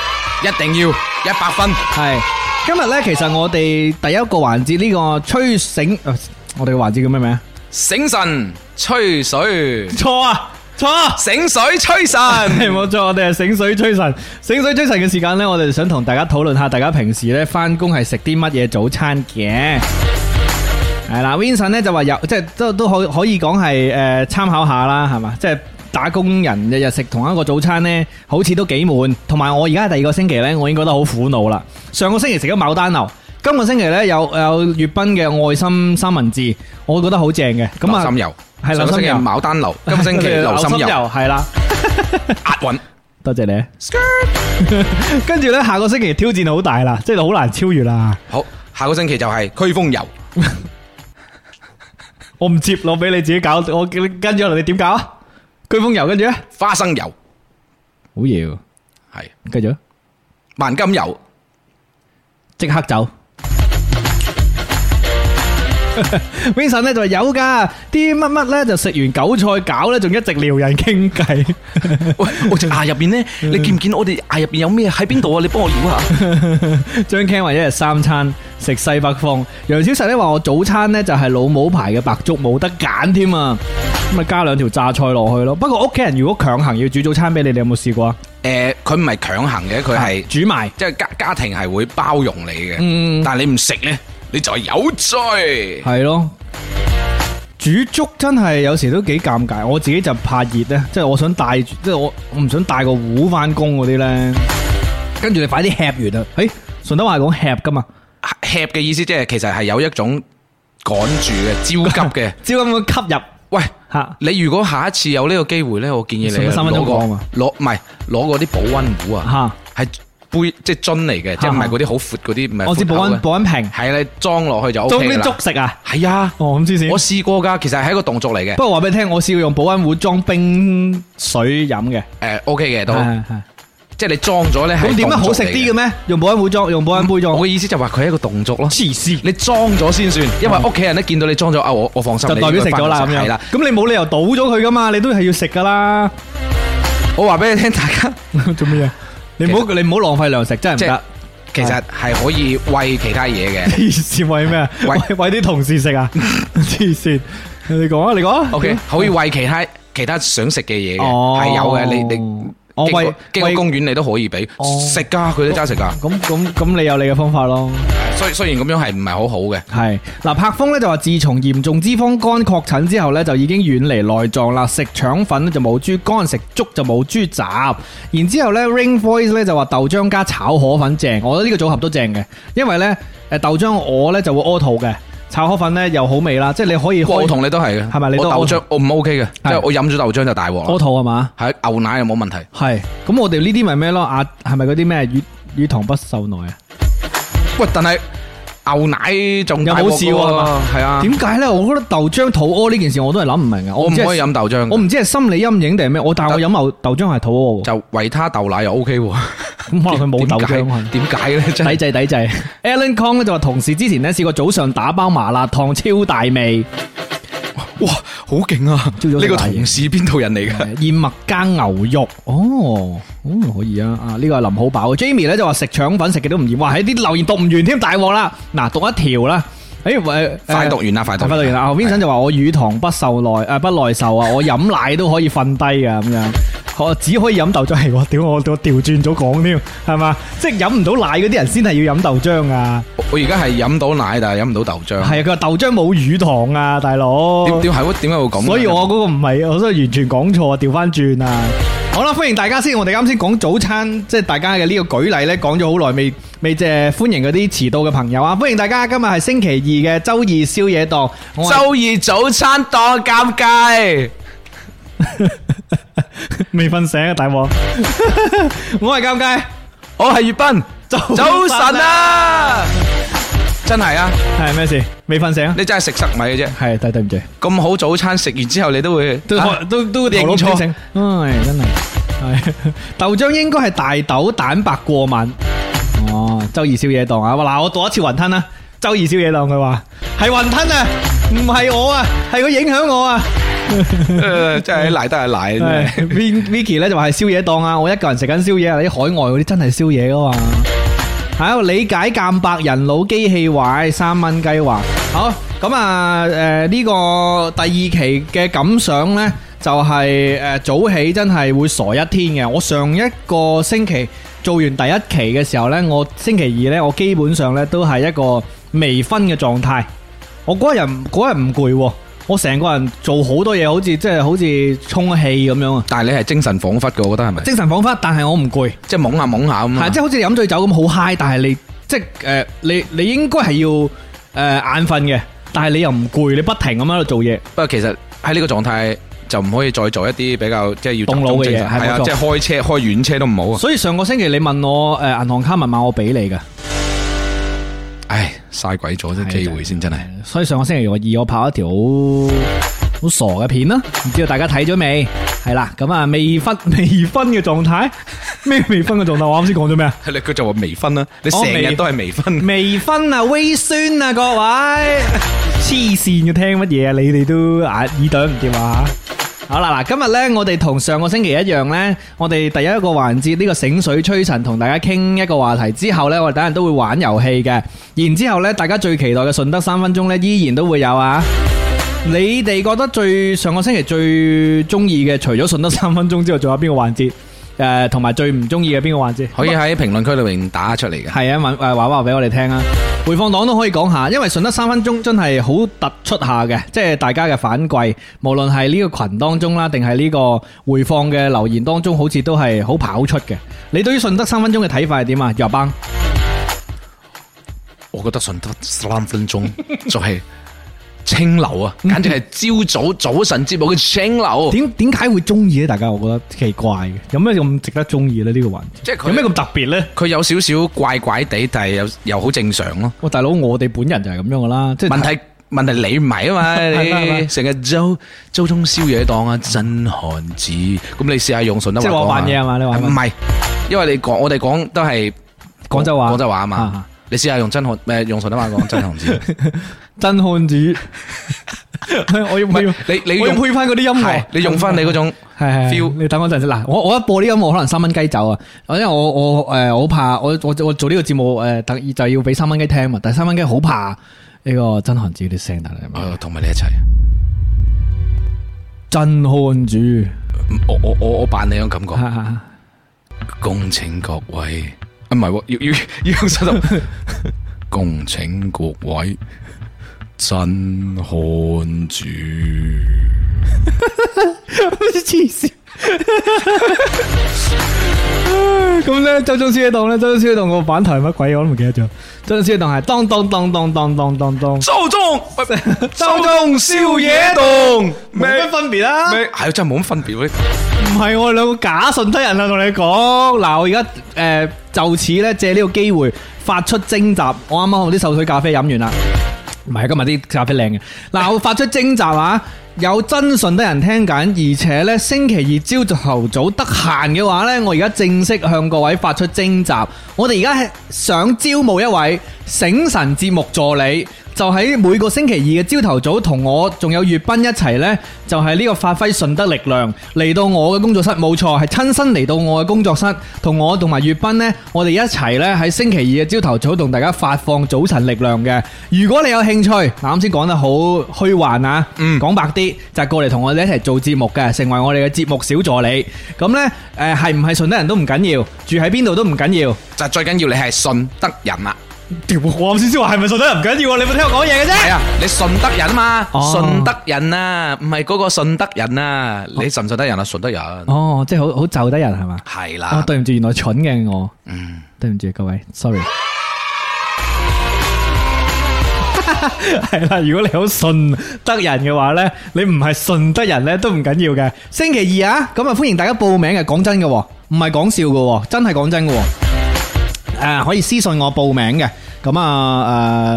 S4: 一定要一百分，
S3: 系今日咧，其實我哋第一個環節呢個吹醒，呃我哋嘅環節叫咩名？啊
S4: 醒神吹水，
S3: 錯啊，錯！
S4: 醒水吹神。
S3: 系冇錯，我哋係醒水吹神，醒水吹神嘅時間呢，我哋想同大家討論下，大家平時咧翻工係食啲乜嘢早餐嘅？係啦，Vincent 咧就話有，即係都都可可以講係诶參考下啦，係嘛？即係打工人日日食同一個早餐呢，好似都幾悶。同埋我而家第二個星期呢，我已經覺得好苦惱啦。上個星期食咗牡丹樓，今個星期呢，有有粵賓嘅愛心三文治，我覺得好正嘅。咁
S4: 流
S3: 啊
S4: 心，油
S3: 係流
S4: 上個
S3: 心
S4: 星期
S3: 油
S4: 牡丹樓，今個哦 星期流心油壓
S3: 係啦，
S4: 韻。
S3: 多謝你。 跟住呢，下個星期挑戰好大啦，即係好難超越啦。
S4: 好，下個星期就係驅風油，
S3: 我唔接，我俾你自己搞，我跟住落嚟你點搞啊？飓風油跟住咧，
S4: 花生油
S3: 好嘢，
S4: 係
S3: 繼續，
S4: 萬金油，
S3: 即刻走。Vincent 咧就話有噶，啲乜乜咧就食完韭菜餃咧，仲一直撩人傾偈。
S4: 喂，我隻牙入邊咧，你見唔見我哋牙入邊有咩喺邊度啊？你幫 我撩下。
S3: 張 Ken 話一日三餐食西北風，楊小實咧話我早餐咧就係老母牌嘅白粥，冇得揀添啊，咁咪加兩條榨菜落去咯。不過屋企人如果強行要煮早餐俾你，你有冇試過啊？啊
S4: 诶，佢唔係強行嘅，佢係
S3: 煮埋，
S4: 即係家家庭係會包容你嘅，
S3: 嗯
S4: 但系你唔食咧，你就係有 罪。
S3: 係咯。煮粥真係有時都幾尷尬，我自己就怕熱咧，即係我想帶住，即係我我唔想帶個壺翻工嗰啲咧。跟住你快啲吃完啊！誒、順德話係講吃噶嘛，
S4: 吃嘅意思即係其實係有一種趕住嘅、焦
S3: 。
S4: 急嘅
S3: 只要咁樣吸入
S4: 喂，
S3: 嚇，
S4: 你如果下一次有呢個機會咧，我建議你
S3: 十分鐘
S4: 攞個
S3: 講啊
S4: 攞唔係攞嗰啲保温壺啊，係杯即係樽嚟嘅，即係唔係嗰啲好闊嗰啲，唔係
S3: 我知保温保温瓶，
S4: 系你裝落去就 O
S3: 裝
S4: K
S3: 啲
S4: 啦。
S3: 粥食啊！
S4: 係啊，
S3: 哦，咁黐線
S4: 我。試過㗎，其實係一個動作嚟嘅
S3: 不。過話俾你聽，我試過用保温壺裝冰水飲嘅，
S4: 诶，O K 嘅都，
S3: 係係
S4: 即係你裝咗咧係
S3: 咁點
S4: 動
S3: 啊？
S4: 作
S3: 好食
S4: 嚟嘅
S3: 啲嘅咩？用保温壺裝，用保温杯裝，
S4: 我嘅意思就話佢係一個動作咯，
S3: 黐線，
S4: 你裝咗先算，因為屋企人咧見到你裝咗啊，我我放心，
S3: 就代表食咗啦咁
S4: 係
S3: 樣
S4: 啦。，
S3: 咁你冇理由倒咗佢噶嘛？你都係要食噶啦，
S4: 我話俾你聽，大家
S3: 做咩啊？你唔好你唔好浪費糧食，真係唔
S4: 即係
S3: 得。
S4: 其實係可以喂其他嘢嘅。
S3: 黐線喂咩啊？ 喂
S4: 喂
S3: 喂啲同事食 啊？黐線，你講啊，你講啊。
S4: OK，可以喂其他其他想食嘅嘢嘅，
S3: 哦
S4: 係有嘅。你你
S3: 我
S4: 經過
S3: 喂
S4: 經過
S3: 喂
S4: 公園你都可以俾
S3: 哦
S4: 食㗎，佢都揸食㗎。
S3: 咁咁咁，你有你嘅方法咯。
S4: 雖雖然咁樣係唔係好好嘅，
S3: 系嗱，柏峰咧就話，自從嚴重脂肪肝確診之後咧，就已經遠離內臟啦，食腸粉咧就冇豬肝，食粥就冇豬雜。然之後咧，Ring Voice 咧就話豆漿加炒河粉正，我覺得呢個組合都正嘅，因為咧誒豆漿我咧就會屙肚嘅。炒河粉咧又好味啦，即係你可以
S4: 我
S3: 開
S4: 同你都係嘅，
S3: 係咪你都
S4: 我豆漿
S3: O-
S4: 我唔 OK 嘅，即係我飲咗豆漿就大鑊
S3: 屙
S4: 啦。
S3: 肚係嘛？
S4: 係牛奶又冇問題，
S3: 係，咁我哋呢啲咪咩咯？啊，係咪嗰啲咩乳乳糖不受耐啊？
S4: 喂，但係牛奶仲大鑊
S3: 又冇事喎係嘛
S4: 係啊，
S3: 點解咧？我覺得豆漿肚屙呢件事我都係諗唔明啊！
S4: 我
S3: 唔
S4: 唔
S3: 知係
S4: 可以飲豆漿
S3: 我
S4: 嘅，
S3: 唔知係心理陰影定係咩，我但係我飲牛豆漿係肚屙喎，
S4: 就維他豆奶又 OK 喎。
S3: 咁可能佢冇豆漿可能
S4: 點解咧？真
S3: 抵
S4: 係
S3: 制抵制。Alan Kong 咧就話同事之前咧試過早上打包麻辣燙超大味，
S4: 哇，好勁啊！
S3: 朝早食
S4: 呢個
S3: 大嘢
S4: 同事邊度人嚟嘅？
S3: 呃誒燕麥加牛肉，哦，嗯可以啊，啊呢個係林好飽。Jamie 咧就話食腸粉食嘅都唔厭，哇喺啲留言讀唔完添，大鑊啦！嗱，讀一條啦，誒誒，
S4: 快讀
S3: 誒
S4: 完啦，快讀
S3: 快讀完啦！啊 Vincent 就話我乳糖不受 耐，誒不耐受啊，我飲奶都可以瞓低㗎咁樣，我只可以飲豆漿。係我屌我我調轉咗講添，係嘛？即係飲唔到奶嗰啲人先係要飲豆漿啊！
S4: 我我而家係飲到奶，但係飲唔到豆漿。
S3: 係啊，佢話豆漿冇乳糖啊，大佬。
S4: 點啊點係喎？點解會咁嘅？
S3: 所以我嗰個唔係，我所以完全講錯啊，調翻轉啊！好啦，歡迎大家先，我哋啱先講早餐，即係大家嘅呢個舉例呢，講咗好耐未未，即係歡迎嗰啲遲到嘅朋友啊！歡迎大家，今日係星期二嘅周二宵夜檔，我係
S4: 周二早餐當尷尬。
S3: 未瞓醒啊，大 鑊！我係尷尬，
S4: 我係月斌，
S3: 早
S4: 早晨啊！真係啊，
S3: 係咩事？未瞓醒啊？
S4: 你真係食塞米嘅啫。
S3: 係，對對唔住，
S4: 咁好早餐食完之後，你都會
S3: 都
S4: 啊
S3: 都都
S4: 認
S3: 頭腦唔
S4: 錯
S3: 清醒，唉，真係係 豆漿應該係大豆蛋白過敏。哦，周二宵夜檔啊！哇嗱，我讀一次雲吞啦，周二宵夜檔佢話係雲吞啊，唔係我啊，係佢影響我啊。
S4: 誒真係賴得係賴。真係
S3: Vin- Vicky 咧就話係宵夜檔啊，我一個人食緊宵夜啊，啲海外嗰啲真係宵夜噶嘛。喺度理解鑑白人老機器壞三蚊雞話好咁啊！誒、呢、個第二期嘅感想呢，就係、誒、早起真係會傻一天嘅。我上一個星期做完第一期嘅時候呢，我星期二呢，我基本上呢都係一個微醺嘅狀態。我嗰日唔嗰日唔攰喎，我成個人做好多嘢，好似即係好似充氣咁樣啊，
S4: 但係你係精神恍惚嘅，我覺得係咪？
S3: 精神恍惚，但係我唔攰。
S4: 即係懵下懵下咁
S3: 係
S4: 啊
S3: 即。係好似飲醉酒咁好 high，但係你即係诶、呃你你應該係要诶、呃眼瞓嘅，但係你又唔攰，你不停咁喺度做嘢，
S4: 不過其實喺呢個狀態就唔可以再做一啲比較即係要
S3: 動腦嘅嘢
S4: 集中精神
S3: 係冇
S4: 係啊，
S3: 錯
S4: 即係開車開遠車都唔好啊。
S3: 所以上個星期你問我诶银行卡密碼，我俾你嘅，
S4: 唉，嘥鬼咗啲機會先真係。
S3: 所以上個星期我二我拍一條好好傻嘅片啦，唔知道大家睇咗未？係啦，咁啊未婚 未婚嘅狀態，咩未婚嘅狀態？我啱先講咗咩啊？
S4: 你佢就話微醺啦，你
S3: 哦
S4: 成日
S3: 微
S4: 都係微 醺。
S3: 微醺啊，微酸啊，各位，黐線嘅聽乜嘢啊？你哋都啊耳朵唔掂啊！好啦，嗱，今日呢，我哋同上個星期一樣呢，我哋第一個環節呢、個醒水吹塵，同大家傾一個話題之後呢，我哋等人都會玩遊戲嘅，然之後呢，大家最期待嘅順德三分鐘呢，依然都會有啊！你哋覺得最上個星期最中意嘅，除咗順德三分鐘之外，仲有邊個環節？誒、同埋最唔中意嘅邊個環節？
S4: 可以喺評論區裏面打出嚟嘅。
S3: 系啊，問誒話話俾我哋聽啊，回放黨都可以講下，因為順德三分鐘真係好突出下嘅，即係大家嘅反饋，無論係呢個群當中啦，定係呢個回放嘅留言當中，好似都係好跑出嘅。你對於順德三分鐘嘅睇法係點啊？入班
S4: 我覺得順德三分鐘就係清流啊，簡直係朝早早晨節目嘅清流。
S3: 點點解會中意呢？大家我覺得奇怪嘅，有咩咁值得中意呢？呢、個環節
S4: 即係佢
S3: 有咩咁特別呢？
S4: 佢有少少怪怪地，但係又又好正常咯。
S3: 喂，大佬，我哋本人就係咁樣噶啦，即係
S4: 問題問題你唔係啊
S3: 係啦係
S4: 嘛，
S3: 啦
S4: 你成日周周中宵夜檔啊，真漢子。咁你試下用順德
S3: 即
S4: 話
S3: 係我
S4: 講下
S3: 扮嘢係嘛你話
S4: 唔係，因為你講我哋講都係
S3: 廣州話
S4: 廣州話啊
S3: 啊
S4: 嘛
S3: 啊。
S4: 你試下用真漢誒用順德話講真漢子。
S3: 真漢 子，我要唔
S4: 唔
S3: 要
S4: 係？你你
S3: 我要
S4: 用
S3: 配翻嗰啲音樂
S4: 係，你用翻你嗰種
S3: 系係
S4: feel
S3: 你等我陣先。嗱，我我一播呢音樂，可能三蚊雞走啊，因為我我诶，我好怕我我我做呢個節目诶，特意就要俾三蚊雞聽嘛，但係三蚊雞好怕呢個真漢子啲聲，但係
S4: 誒同埋你一齊。
S3: 真漢 子，
S4: 我我我我扮你嗰種感覺。
S3: 哈哈哈
S4: 恭請各位，啊唔係喎，要要 要用手讀。恭請各位，真漢主。
S3: 黐線。咁咧，周中超呢檔咧，周中超呢檔個反台係乜鬼嘢我都唔記得咗。周中超呢檔係當當當當當當當當，
S4: 周中，
S3: 周中宵夜
S4: 檔
S3: 冇乜分啊別啦。
S4: 咩？系真系冇乜分別喎。
S3: 唔係我哋兩個假信得人啊，同你講嗱，我而家诶就此咧借呢個機會發出征集，我啱啱我啲手水咖啡飲完啦，唔係今日啲咖啡靚嘅。嗱，我發出征集啊，有真信得人聽緊，而且咧星期二朝頭早得閒嘅話咧，我而家正式向各位發出征集，我哋而家係想招募一位醒神節目助理。就喺每個星期二嘅朝頭早，同我仲有粵斌一齊呢，就係、呢個發揮順德力量嚟到我嘅工作室，冇錯，係親身嚟到我嘅工作室，同我同埋粵斌呢，我哋一齊呢喺星期二嘅朝頭早同大家發放早晨力量嘅。如果你有興趣，嗱啱先講得好虛幻啊，
S4: 嗯
S3: 講白啲就係、過嚟同我哋一齊做節目嘅，成為我哋嘅節目小助理。咁呢，誒係唔係順德人都唔緊要，住喺邊度都唔緊要。
S4: 就最緊要你係信得人啦，
S3: 屌，我啱先先話係咪順德人唔緊要，你冇聽我講嘢嘅啫
S4: 係啊，你信得人啊嘛，
S3: 哦
S4: 信得人啊，唔係嗰個信得人啊，你信唔信得人啊？信得人
S3: 哦，即係好好就得人係嘛？
S4: 係
S3: 啊，
S4: 啦，
S3: 對唔住，原來蠢嘅我，
S4: 嗯，
S3: 對唔住各位，sorry。係啦，如果你好信得人嘅話呢，你唔係信得人呢都唔緊要嘅。星期二啊，咁啊歡迎大家報名嘅，講真嘅喎，唔係講笑嘅喎，真係講真嘅喎。诶、可以私信我報名嘅。咁啊，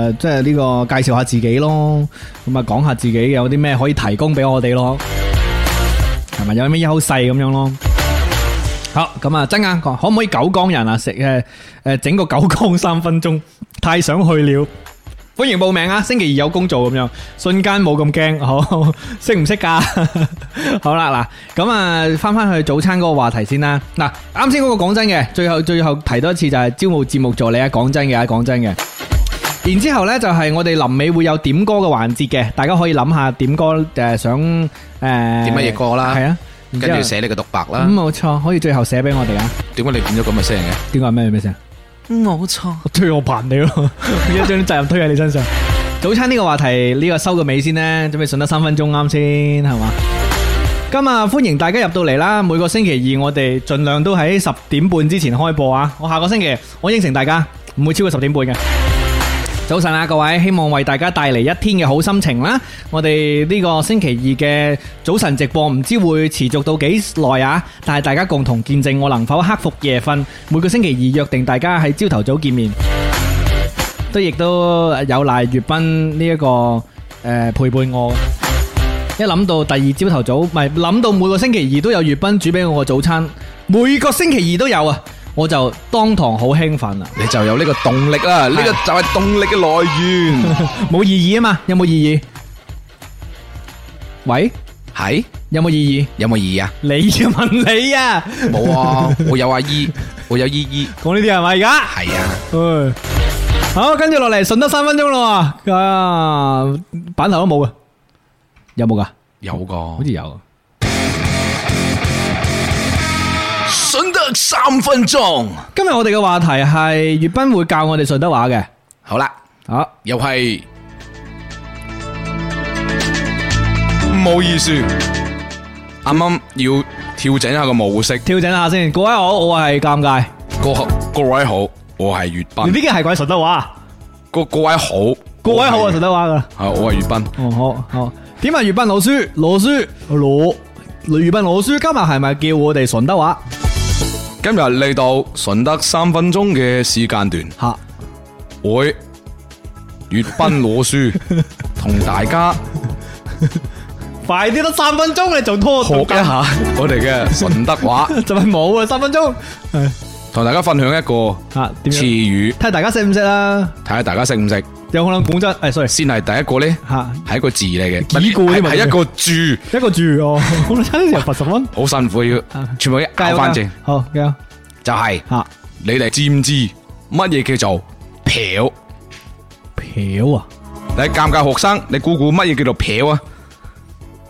S3: 诶、即係呢個介紹下自己咯，咁啊講下自己有啲咩可以提供俾我哋咯，係咪有啲咩優勢咁樣咯？ 好，咁啊，真眼講可唔可以九江人啊？食诶诶，誒整個九江三分鐘，太想去了。歡迎報名啊！星期二有工做咁樣，瞬間冇咁驚。好，識唔識噶？好啦，嗱，咁啊，翻翻去早餐嗰個話題先啦。嗱，啱先嗰個講真嘅，最後最後提多一次就係招募節目助理啊，講真嘅啊，講真嘅。然之後呢，就係我哋臨尾會有點歌嘅環節嘅，大家可以諗下點歌誒、想誒點
S4: 點乜嘢歌啦
S3: 係啊，然之
S4: 跟
S3: 後
S4: 住寫你個獨白啦
S3: 咁。嗯冇錯，可以最後寫俾我哋啊。
S4: 點解你變咗咁嘅聲嘅？
S3: 點解咩咩聲？
S4: 冇錯，
S3: 我推我扮你咯， 而家將責任推喺你身上。早餐呢個話題呢、個收個尾先呢，準備順得三分鐘啱先，係嘛？咁啊，歡迎大家入到嚟啦！每個星期二我哋盡量都喺十點半之前開播啊！我下個星期我應承大家唔會超過十點半嘅。早晨啊，各位，希望為大家帶嚟一天嘅好心情啦。我哋呢個星期二嘅早晨直播唔知會持續到幾耐啊？但係大家共同見證我能否克服夜瞓。每個星期二約定大家喺朝頭早見面，都亦都有賴粵斌呢一個呃陪伴我。一諗到第二朝頭早，唔係諗到每個星期二都有粵斌煮俾我嘅早餐，每個星期二都有啊，我就當堂好興奮啊！
S4: 你就有呢個動力啦，呢個就係動力嘅來源。
S3: 冇意義啊嘛，有冇意義？喂，
S4: 係
S3: 有冇意義？
S4: 有冇意義啊？
S3: 你要問你啊，
S4: 冇啊，我有阿姨，我有姨姨，
S3: 講呢啲係咪而家？
S4: 係啊，
S3: 唉好，跟住落嚟，順德三分鐘啦喎，啊，板頭都冇啊，有冇噶？
S4: 有個
S3: 好似有。
S4: 順德三分鐘。
S3: 今日我哋嘅話題係粵斌會教我哋順德話嘅，
S4: 好啦。
S3: 啊，
S4: 又系唔好意思，啱啱要調整下個模式。
S3: 調整下先。各位好，我係尷尬，
S4: 各各位好，我係粵
S3: 你
S4: 斌。
S3: 呢個係鬼順德話啊，
S4: 各各位好，
S3: 各位好啊，
S4: 我係
S3: 順德話噶啦。
S4: 係我係粵斌。
S3: 哦，好好。點啊？粵斌老師，老師，老粵斌老師，今日係咪叫我哋順德話？
S4: 今日嚟到順德三分鐘嘅時間段，
S3: 吓。
S4: 我粵斌攞書同大家
S3: 快啲得三分鐘，你仲拖
S4: 學一下我哋嘅順德話，
S3: 就係冇啊，三分鐘
S4: 同大家分享一個
S3: 啊，點
S4: 詞
S3: 樣？
S4: 語，
S3: 睇下大家識唔識啦，
S4: 睇下大家識唔識。
S3: 有可能講真，誒，sorry，
S4: 先係第一個呢。
S3: 嚇
S4: 系一個字嚟 嘅，
S3: 已故添啊
S4: 係一個住，
S3: 一個住哦， 我哋差啲時候罰十 蚊，
S4: 好辛苦要
S3: 啊，
S4: 全部一
S3: 加
S4: 搞
S3: 油
S4: 翻正，，
S3: 好加油
S4: 就係
S3: 嚇
S4: 你哋知唔知乜嘢叫做漂？
S3: 票啊，
S4: 你尷尬學生，你估估乜嘢叫做漂啊？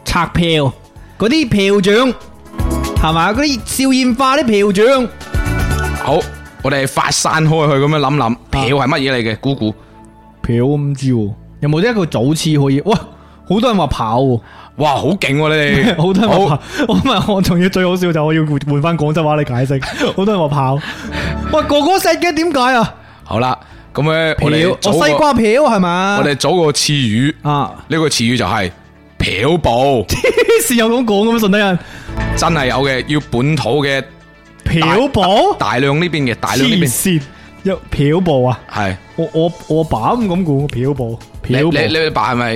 S3: 拆票嗰啲票獎係啊嘛？嗰啲笑煙花啲票獎
S4: 好，我哋發散開去咁樣諗諗，
S3: 啊
S4: 漂係乜嘢嚟嘅？估估
S3: 票唔知喎，有冇一個早次可以？哇，好多人話跑喎，
S4: 哇，好勁喎你 哋，
S3: 好多人
S4: 好
S3: 話跑，我咪我仲要最好笑就我要換換翻廣州話嚟解釋， 好多人話 跑，喂哥哥食嘅點解啊？
S4: 好啦，咁咧我哋
S3: 漂，
S4: 早
S3: 我西
S4: 個
S3: 瓜漂係嘛？
S4: 我哋早個詞語，
S3: 啊，
S4: 呢個詞語就係漂 步，
S3: 是有咁講咁順德人
S4: 真係有嘅，要本土嘅
S3: 漂步，
S4: 大量呢邊嘅大量呢
S3: 黐
S4: 邊
S3: 線，有漂步啊！
S4: 係。
S3: 我我我爸咁咁估漂步，
S4: 你
S3: 漂步，
S4: 你你爸係咪？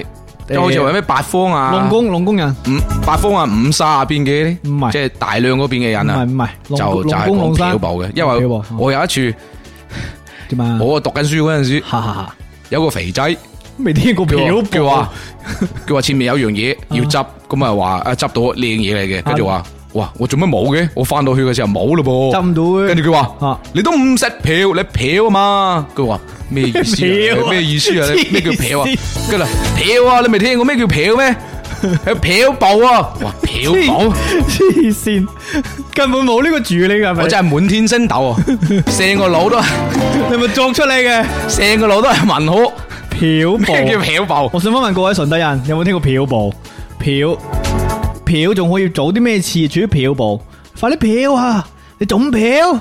S4: 即係好似話咩八方啊？
S3: 龍工龍工人，
S4: 五八方啊，五沙啊，邊嘅
S3: 唔係
S4: 即係大量嗰邊嘅
S3: 唔
S4: 人
S3: 係
S4: 啊，
S3: 唔係，
S4: 就
S3: 龍
S4: 就
S3: 龍
S4: 係
S3: 工
S4: 講
S3: 龍山
S4: 漂步嘅。因
S3: 漂
S4: 為
S3: 步哦
S4: 我有一次，
S3: 點啊？
S4: 我讀緊書嗰陣時，
S3: 哈哈哈，
S4: 有個肥仔
S3: 未聽過
S4: 叫
S3: 漂
S4: 我叫
S3: 步
S4: 話，佢話前面有樣嘢要執，咁啊話啊執到靚嘢嚟嘅，跟住話哇我做乜冇嘅？我翻到去嘅時候冇咯
S3: 執
S4: 噃。
S3: 唔到嘅
S4: 跟住佢話
S3: 啊：
S4: 你都唔識漂，你漂啊嘛？佢話咩意 思
S3: 漂
S4: 啊？
S3: 啊
S4: 咩意思 啊？你咩叫漂啊
S3: 黐？
S4: 跟住話漂啊！你未聽過咩叫 漂咩？ 係漂步啊！哇，漂步！
S3: 黐線，根本冇呢個住你噶，係咪
S4: 我真係滿天星斗 啊！成個腦都
S3: 你係咪作出嚟嘅
S4: 成個腦都係文 好，
S3: 漂步。
S4: 咩叫漂步？
S3: 我想問問各位順德人，有冇聽過漂步？漂漂仲可以做啲咩事？除咗漂步，快啲漂啊！你仲唔漂？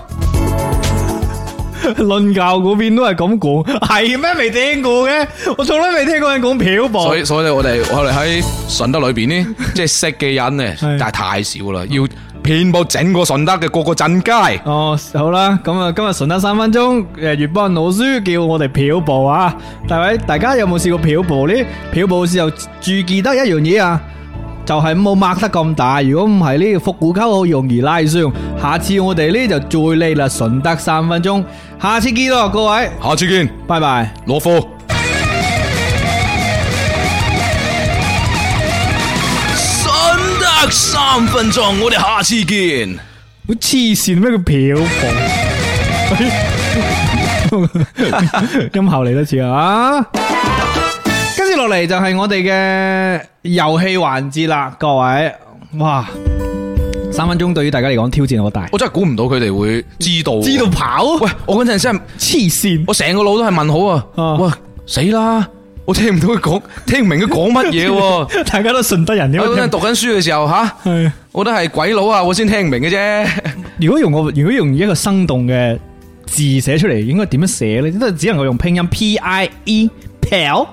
S3: 論教嗰邊都係咁講，係咩？未聽過嘅，我從來未聽過人講漂步。
S4: 所以所以我哋我哋喺順德裏邊呢，即係識嘅人呢，
S3: 係
S4: 但係太少啦，要遍佈整個順德嘅各個鎮街。
S3: 哦，好啦，咁啊，今日順德三分鐘，誒，粵班老師叫我哋漂步啊，大位大家有冇試過漂步呢？漂步嘅時候注記得一樣嘢啊，就係冇擘得咁大，如果唔係呢，腹股溝好容易拉傷。下次我哋呢就再嚟啦，順德三分鐘，下次見咯，各位，
S4: 下次見，
S3: 拜拜。
S4: 攞貨。順德三分鐘，我哋下次見。
S3: 好黐線咩叫漂步？ 音效嚟多次啊！跟住落嚟就係我哋嘅遊戲環節啦，各位，哇，三分鐘對於大家嚟講挑戰好大，
S4: 我真係估唔到佢哋會知道。
S3: 知道跑，
S4: 喂，我嗰陣真係。
S3: 黐線，
S4: 我成個腦都係問號啊！
S3: 啊
S4: 哇，死啦！我聽唔到佢講，聽唔明佢講乜 嘢喎。
S3: 大家都順德人，點
S4: 我嗰
S3: 解
S4: 陣讀緊書嘅時候吓，
S3: 係？
S4: 我都係鬼佬啊，我先聽唔明嘅啫。
S3: 如果用我，如果用一個生動嘅字寫出嚟，應該點樣寫咧？都係只能夠用拼音 P I E P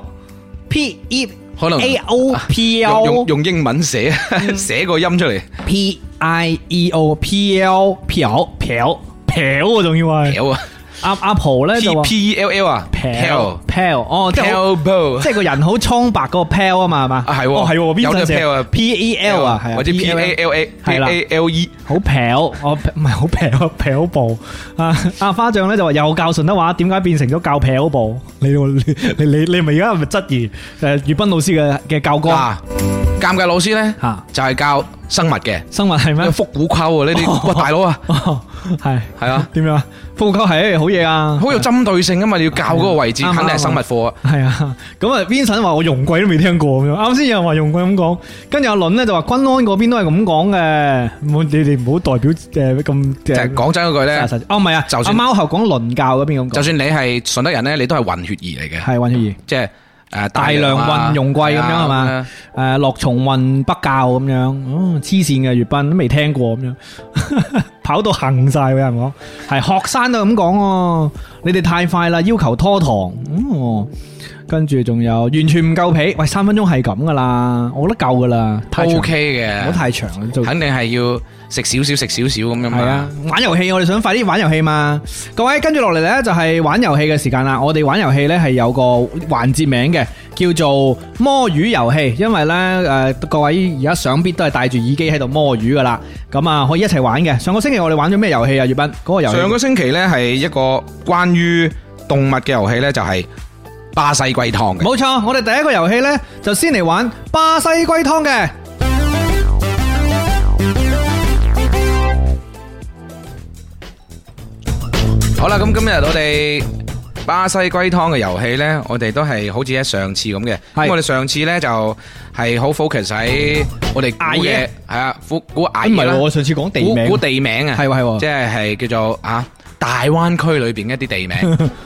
S3: P E
S4: 可能
S3: A O P
S4: 用
S3: L
S4: 用用英文寫， 寫個音出嚟，
S3: P I E O P E L 漂漂漂啊，仲要係
S4: 屌啊
S3: 阿阿婆咧就
S4: ！P
S3: 話
S4: P E L L 啊
S3: 漂
S4: ，pal
S3: 漂哦，即係好
S4: pal bo
S3: 即係個人好蒼白嗰個漂啊嘛，係嘛？
S4: 啊係喎
S3: 哦係喎，邊
S4: 有隻
S3: 陣
S4: pal 啊
S3: P E L 啊，係啊
S4: 或者 P A
S3: PAL
S4: L A P
S3: 係啦
S4: A L E，
S3: 好漂，我唔係好漂漂步啊！阿花醬咧就話又教順德話，點解變成咗教漂步？你你你你你咪而家係咪質疑誒粵斌老師嘅嘅教
S4: 嗱
S3: 綱，
S4: 尷尬老師咧
S3: 嚇
S4: 就係教生物嘅，
S3: 生物係咩？
S4: 腹股溝啊呢啲，哇大佬啊，
S3: 哦，係
S4: 係啊，
S3: 點樣啊？副溝係好嘢啊！
S4: 好有針對性啊嘛，你要教嗰個位置，
S3: 啱啊
S4: 肯定係生物課啊。
S3: 系啊，咁啊，Vincent 話我容桂都未聽過咁樣，啱先有人話容桂咁講，跟住阿倫咧就話君安嗰邊都係咁講嘅，唔好你哋唔好代表诶咁
S4: 就
S3: 诶
S4: 係講真嗰句咧。
S3: 哦唔係啊
S4: 就，算
S3: 阿貓後講倫教嗰邊咁
S4: 就
S3: 講，
S4: 算你係順德人咧，你都係混血兒嚟嘅，
S3: 係混血兒，
S4: 即係誒
S3: 大量運用貴咁樣係嘛？？诶呃落松運北教咁樣，哦黐線嘅粵賓都未聽過咁樣， 跑到行晒有人講，係學生都咁講喎，你哋太快啦，要求拖堂，哦。跟住仲有完全唔夠皮，喂三分鐘係咁噶啦，我覺得夠噶啦，太長
S4: O K
S3: 唔好
S4: 嘅，
S3: 太長啦，做
S4: 肯定係要食少少食少少咁樣嘛
S3: 係啊！玩遊戲我哋想快啲玩遊戲嘛，各位跟住落嚟呢，就係玩遊戲嘅時間啦。我哋玩遊戲呢係有個環節名嘅，叫做摸魚遊戲。因為呢，诶、各位而家上必都係戴住耳機喺度摸魚噶啦，咁啊可以一齊玩嘅。上個星期我哋玩咗咩遊戲啊？月斌嗰、個遊戲
S4: 上個星期咧係一個關於動物嘅遊戲咧，就係巴西龜湯嘅。
S3: 冇錯，我哋第一個遊戲呢，就先嚟玩巴西龜湯嘅。
S4: 好啦，咁今日我哋。巴西龜湯嘅遊戲呢，我哋都係好似喺上次咁嘅。
S3: 係
S4: 咁我哋上次呢，就係好 focus 喺我哋
S3: 嗌
S4: 估嘅
S3: 嘢，
S4: 係啊，估估
S3: 啊
S4: 嗌
S3: 唔
S4: 嘢啦
S3: 係，我上次講地
S4: 估
S3: 名
S4: 估，地名啊，
S3: 係喎係喎
S4: 即係係叫做啊大灣區裏邊一 啲地名。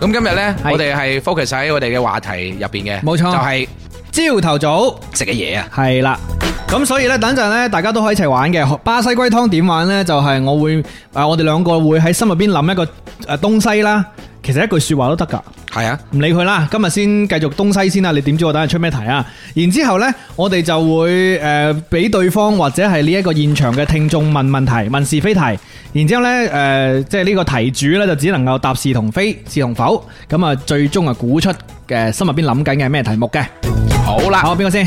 S4: 咁今日咧，
S3: 係
S4: 我哋係 focus 喺我哋嘅話題入邊嘅，
S3: 冇錯
S4: 就係
S3: 朝頭早
S4: 食嘅嘢啊。
S3: 係啦。咁所以呢，等陣呢，大家都可以一齊玩嘅。巴西龜湯點玩呢？就係我會诶，我哋兩個會喺心入邊諗一個诶東西啦。其實一句说話都得㗎。
S4: 系啊，
S3: 唔理佢啦，今日先繼續東西先啦。你點知我等陣出咩題啊？然之後呢，我哋就會誒俾、對方或者係呢一個現場嘅聽眾問問題，問是非題。然之後呢，誒、即係呢個題主呢，就只能夠答是同非、是同否。咁啊，最終啊估出誒心入邊諗緊嘅係咩題目嘅。
S4: 好啦，
S3: 好，邊個先？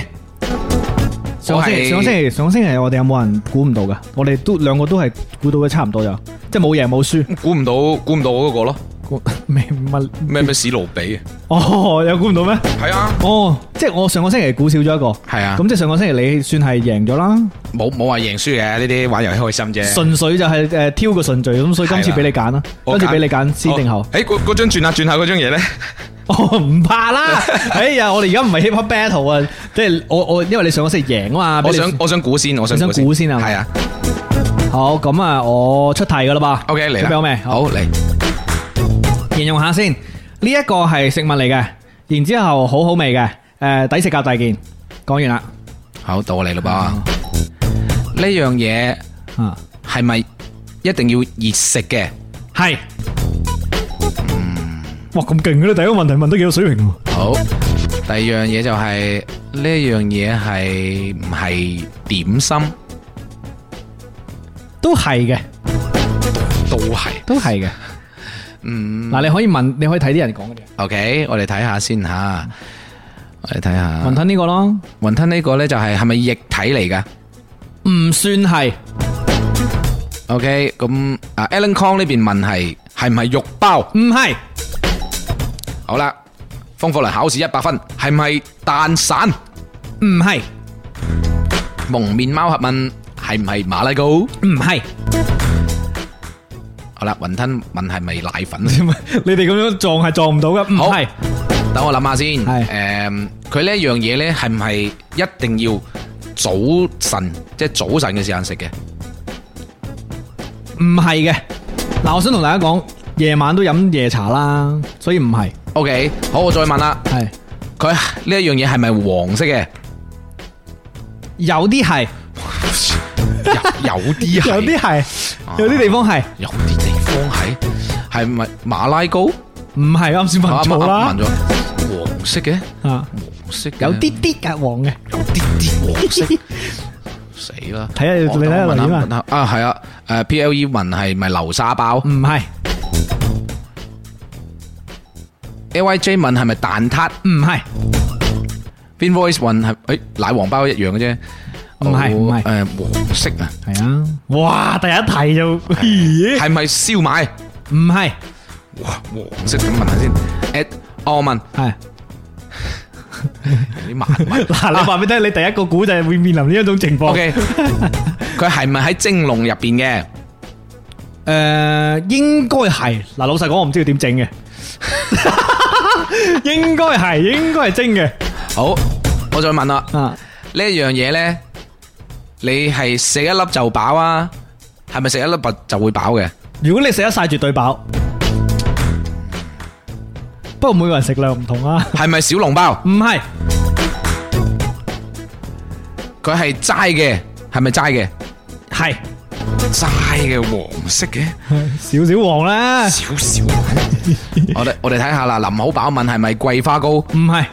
S3: 上個星期，上個星期，上個星期我哋有冇人估唔到噶？我哋都兩個都係估到嘅差唔多就，即係冇贏冇 輸。
S4: 估唔到，估唔到嗰個咯，
S3: 估咩乜？
S4: 咩咩史奴比，
S3: 哦，有估唔到咩？
S4: 系啊，
S3: 哦，即系我上个星期估少咗一个，咁
S4: 係啊，
S3: 即系上个星期你算系赢咗啦，
S4: 冇冇話贏輸嘅呢啲玩遊戲開心啫。
S3: 纯粹就系诶挑个顺序，咁所以今次
S4: 係啦
S3: 俾你拣啦，
S4: 我
S3: 跟住
S4: 揀
S3: 俾你拣先定后
S4: 哦，诶，嗰嗰張轉下轉下嗰張嘢咧，
S3: 哦唔怕 啦，哎呀，我哋而家唔系 hip hop battle 啊，即系我我因为你上个星期赢啊嘛，俾
S4: 我
S3: 你
S4: 想我想估先，我想
S3: 你想估先啊
S4: 係啊
S3: 好咁啊，我出题噶啦噃
S4: ，OK
S3: 準
S4: 嚟啦，
S3: 備好未？
S4: 好嚟，
S3: 形容下先，呢一个系食物嚟嘅，然之后好好味嘅，诶抵食夾大件，讲完啦，
S4: 好到我嚟
S3: 哦
S4: 啦噃。呢樣嘢
S3: 啊
S4: 係咪一定要熱食嘅？
S3: 系，哇咁劲嘅你第一个问题问得几有水平喎。
S4: 好，第二樣嘢就係呢樣嘢係唔係點心？
S3: 都系嘅，
S4: 都係。
S3: 都系嘅。嗯，嗱，你可以問，你可以睇啲人講嘅啫。
S4: OK，我哋睇下先吓，我哋睇下
S3: 雲吞呢個咯，
S4: 雲吞呢個呢，就係係咪液體嚟噶
S3: 唔算係，
S4: ？OK，咁啊 Alan Kong 呢邊問係係唔係肉包？
S3: 唔係，
S4: 好啦，方法嚟考試一百分，係唔係蛋散？
S3: 唔係，
S4: 蒙面貓俠問係唔係馬拉糕？
S3: 唔係。
S4: 好啦，雲吞問係咪奶粉？
S3: 你哋咁樣撞係撞唔到嘅，唔
S4: 好
S3: 係，
S4: 等我諗下先。
S3: 係
S4: 诶，佢呢一樣嘢呢，係唔係一定要早晨，即係早晨嘅時間食嘅？
S3: 唔係嘅。嗱，我想同大家講，夜晚都飲夜茶啦，所以唔係，
S4: OK，好，我再問啦，
S3: 係
S4: 佢呢一樣嘢係咪黃色嘅？
S3: 有啲係，
S4: 有有啲係，
S3: 有啲
S4: 啊
S3: 係，有啲地方係，
S4: 有啲地方係係咪馬拉糕？
S3: 唔係啱先
S4: Ờ,
S3: 問咗啦
S4: 問，咗黃色嘅，
S3: 啊，
S4: 黃色嘅
S3: 有啲啲嘅黃嘅，
S4: 有啲 啲黃色，死啦！
S3: 睇下
S4: 我
S3: 你睇下
S4: 我問下
S3: 留言啊
S4: 問下啊，係啊，誒 PLE 問係咪流沙包
S3: 唔係，
S4: ？LYJ 問係咪蛋撻
S3: 唔係，
S4: ？Vinvoice 問係誒奶黃包一樣嘅啫，
S3: 唔係唔係
S4: 誒黃色啊，
S3: 係啊，哇，第一題就，咦
S4: 係咪燒賣？
S3: 唔係，
S4: 哇，黃色咁問下先。誒，哦 我問
S3: 係。
S4: 有啲慢問。
S3: 嗱，你話俾聽，你第一個估就係會面臨呢一種情況。
S4: OK，佢係咪喺蒸籠入邊嘅？
S3: 诶，应该系嗱，老實講，我唔知佢點 整嘅，應該係，應該係蒸嘅。
S4: 好，我再問啦，
S3: 啊，
S4: 呢一樣嘢呢，你係食一粒就飽啊？係咪食一粒就就會飽嘅？
S3: 如果你食得晒，絕對飽。不過每個人食量唔同啊，
S4: 係咪小籠包？
S3: 唔係
S4: 佢係齋嘅，係咪齋嘅？
S3: 係
S4: 齋嘅黃色嘅，
S3: 少少黃啦，
S4: 少少。我哋我哋睇下啦，林好飽問係咪桂花糕
S3: 唔係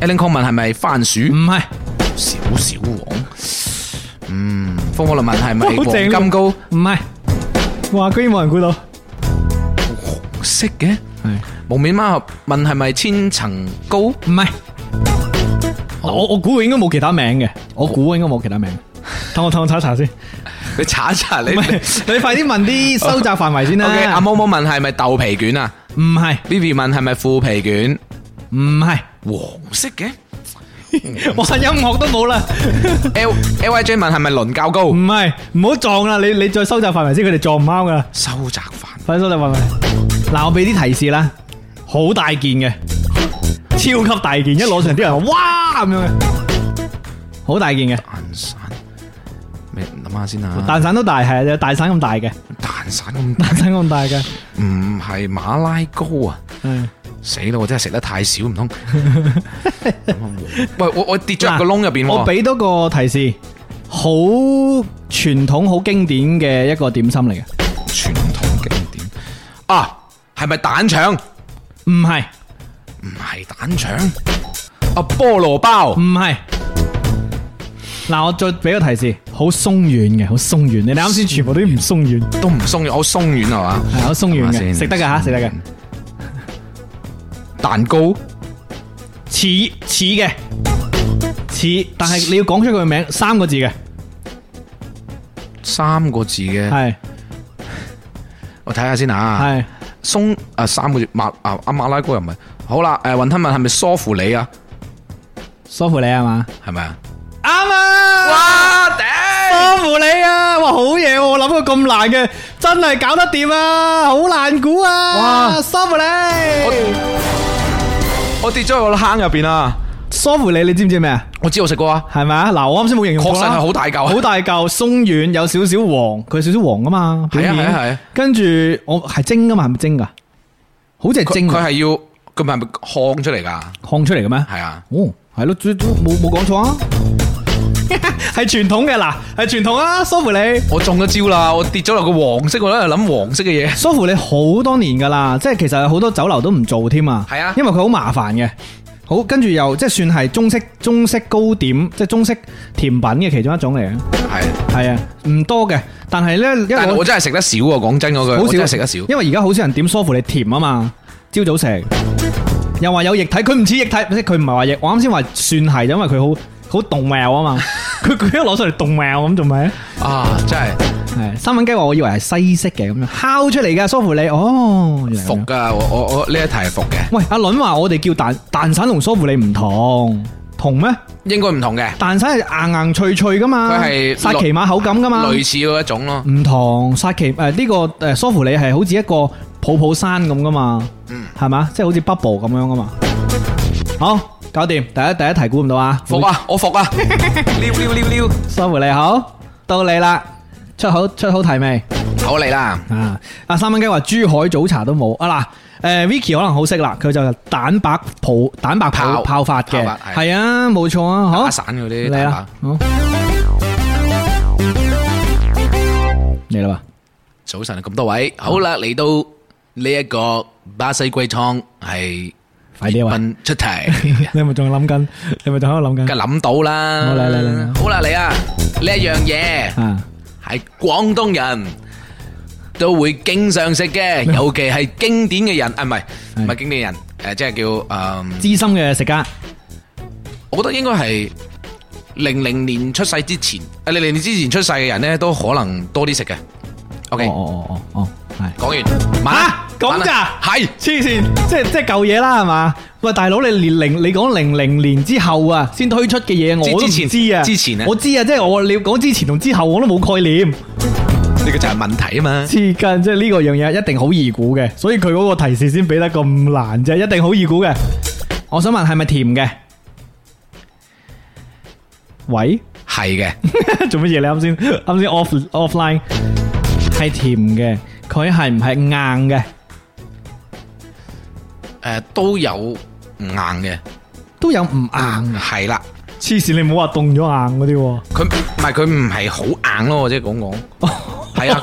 S4: ，Alan Kong 問係咪番薯
S3: 唔，係
S4: 少少黃。嗯，風火輪問係咪
S3: 好正啊
S4: 黃金糕？
S3: 唔係，哇，居然冇人估到，
S4: 紅色嘅，
S3: 係
S4: 蒙面貓俠問係咪千層糕？
S3: 唔係？嗱我我估佢應該冇其他名嘅，我估應該冇其他名。等我等我查一查先。
S4: 你查一查你。
S3: 唔係你快啲問啲收窄範圍先
S4: O K，阿
S3: 啦。
S4: 毛毛問係咪豆皮卷啊
S3: 唔係
S4: ？Vivi 問係咪腐皮卷？
S3: 唔係，
S4: 黃色嘅。
S3: 哇音樂都冇啦。
S4: L L Y J 問係咪輪教高
S3: 唔？係，唔好撞啦，你你再收窄範圍先，佢哋撞唔啱噶啦。
S4: 收窄飯
S3: 快啲收窄範圍。嗱，我俾啲提示啦，好大件嘅，超級大件，一攞上啲人話哇咁樣嘅，好大件嘅，
S4: 蛋散，咩諗下先啊？蛋
S3: 蛋散都大，係有大散咁大嘅，
S4: 蛋散咁大，Ừ,
S3: 蛋散咁大嘅，
S4: 唔係馬拉糕啊？
S3: 嗯，
S4: 死啦！我真係食得太少，唔通？喂，我我跌咗入個窿入邊
S3: 我
S4: 喎。
S3: 俾多個提示，好傳統、好經典嘅一個點心嚟嘅，
S4: 傳統經典啊，係咪蛋腸？唔
S3: 唔係
S4: 係蛋腸，啊菠蘿包
S3: 唔。係。嗱，我再俾個提示，好鬆軟嘅，好鬆軟。你哋啱先全部都唔鬆軟，
S4: 都唔鬆軟，我鬆軟係嘛？
S3: 係好鬆軟
S4: 係咪先
S3: 嘅，食得㗎吓，食得㗎。。
S4: 蛋糕
S3: 似似嘅似，但係你要講出佢嘅名，三個字嘅，
S4: 三個字嘅，
S3: 係
S4: 我睇下先啊。
S3: 係
S4: 松啊三個字馬啊啊馬拉糕又唔係。好啦，誒雲吞麵係咪梳乎你啊？
S3: 梳乎你係嘛？
S4: 係咪啊？
S3: 啱啊！
S4: 哇頂！
S3: 梳乎你啊！哇，好嘢喎！我諗過咁難嘅，真係搞得掂啊！好難估啊！
S4: 哇
S3: 梳乎你，
S4: 我跌咗入個坑入邊啊！
S3: 梳乎你，你知唔知咩啊？
S4: 我知我食過啊，
S3: 係咪啊？嗱，我啱先冇形容過
S4: 確
S3: 啦
S4: 實係好大嚿啊。
S3: 好大嚿，鬆軟，有少少黃，佢有少少黃啊嘛，表
S4: 係啊係啊係
S3: 面
S4: 啊。
S3: 跟住我係蒸噶嘛，係咪蒸噶？好似係
S4: 佢
S3: 蒸㗎，啊
S4: 佢係要佢咪係咪烘出嚟㗎？
S3: 烘出嚟嘅咩？
S4: 係啊，
S3: 哦，系咯，最都冇冇讲错 啊，系传统嘅嗱，系传統啊，梳乎你，
S4: 我中咗招啦！我跌咗落個黃色，我喺度諗黃色嘅嘢。
S3: 梳乎你好多年噶啦，即係其實有好多酒樓都唔做添啊，
S4: 係啊
S3: 因為佢好麻煩嘅。好，跟住又即係算係中式中式糕點，即係中式甜品嘅其中一種嚟嘅，
S4: 係，
S3: 係啊，唔多嘅，但係呢，因
S4: 但
S3: 為
S4: 係我真係食得少喎。講真嗰句，呃我真係食得少。
S3: 因為而家好少人點梳乎你甜啊嘛，朝早食，又話有液體，佢唔似液體，即係佢唔係話液，我啱先話算係，因為佢好好動妙啊嘛， 佢佢一攞出嚟動妙咁，仲咪
S4: 啊，真係
S3: 係三文雞話我以為係西式嘅咁樣烤出嚟嘅梳乎你，哦，原來咁樣
S4: 服㗎！我我我呢一題係服嘅，
S3: 喂，阿倫話我哋叫蛋蛋散同梳乎你唔同，同咩？
S4: 應該唔同嘅，
S3: 蛋散係硬硬脆脆噶嘛，
S4: 佢係
S3: 薩琪瑪口感噶嘛，
S4: 類似嗰一種咯。
S3: 唔同薩琪誒呢個誒梳芙里係好似一個泡泡山咁噶嘛，
S4: 嗯
S3: 係嘛？即係好似 bubble 咁樣噶嘛。好，搞掂，第一第一題估唔到啊！
S4: 服啊！我服啊！溜溜溜溜，
S3: 梳芙里好，到你啦，出好出好題未？
S4: 好嚟啦！
S3: 啊！阿三蚊雞話珠海早茶都冇啊嗱，誒 Vicky 可能好識啦，佢就蛋白泡蛋白泡
S4: 泡
S3: 泡發嘅
S4: 泡，發係
S3: 係啊，冇錯啊，好
S4: 打。散嗰啲
S3: 嚟
S4: 蛋
S3: 啦
S4: 白，，
S3: 好嚟啦吧，
S4: 早晨啊咁多位，好啦，嚟到呢一個巴西龜湯係
S3: 快啲啊！
S4: 問出題，
S3: 你係咪仲諗緊？你係咪仲喺度諗緊
S4: 梗係諗到啦。
S3: 好嚟嚟嚟嚟
S4: 好啦，嚟啊！呢一樣嘢
S3: 啊？
S4: 係廣東人都會經常食嘅，尤其係經典嘅人，啊唔係
S3: 係
S4: 唔係經典人，誒即係叫誒，
S3: 資深嘅食家，
S4: 我覺得應該係零零年出世之前，啊零零年之前出世嘅人咧，都可能多啲食嘅。
S3: 哦
S4: OK，
S3: 哦哦哦哦，係
S4: 講完，晚安
S3: 啊咁
S4: 晚安
S3: 咋
S4: 係。
S3: 黐線，即係即係舊嘢啦，係嘛？喂，大佬，你年零你講零零年之後啊，先推出嘅嘢，我都唔
S4: 之前
S3: 知啊，
S4: 之前啊
S3: 我知啊，即係我你講之前同之後我都冇概念，
S4: 呢個就係問題啊嘛
S3: 黐。筋，即係呢個樣嘢一定好易估嘅，所以佢嗰個提示先俾得咁難啫，一定好易估嘅。我想問係咪甜嘅？喂，
S4: 係嘅，
S3: 做乜嘢？你啱先啱先 off offline 係甜嘅，佢係唔係硬嘅？
S4: 誒呃都有唔硬啊嘅，
S3: 都有唔硬。
S4: 係啦。
S3: 黐線，你唔好話凍咗硬嗰啲喎。
S4: 佢唔係佢唔係好硬咯，我即係講講。係啊，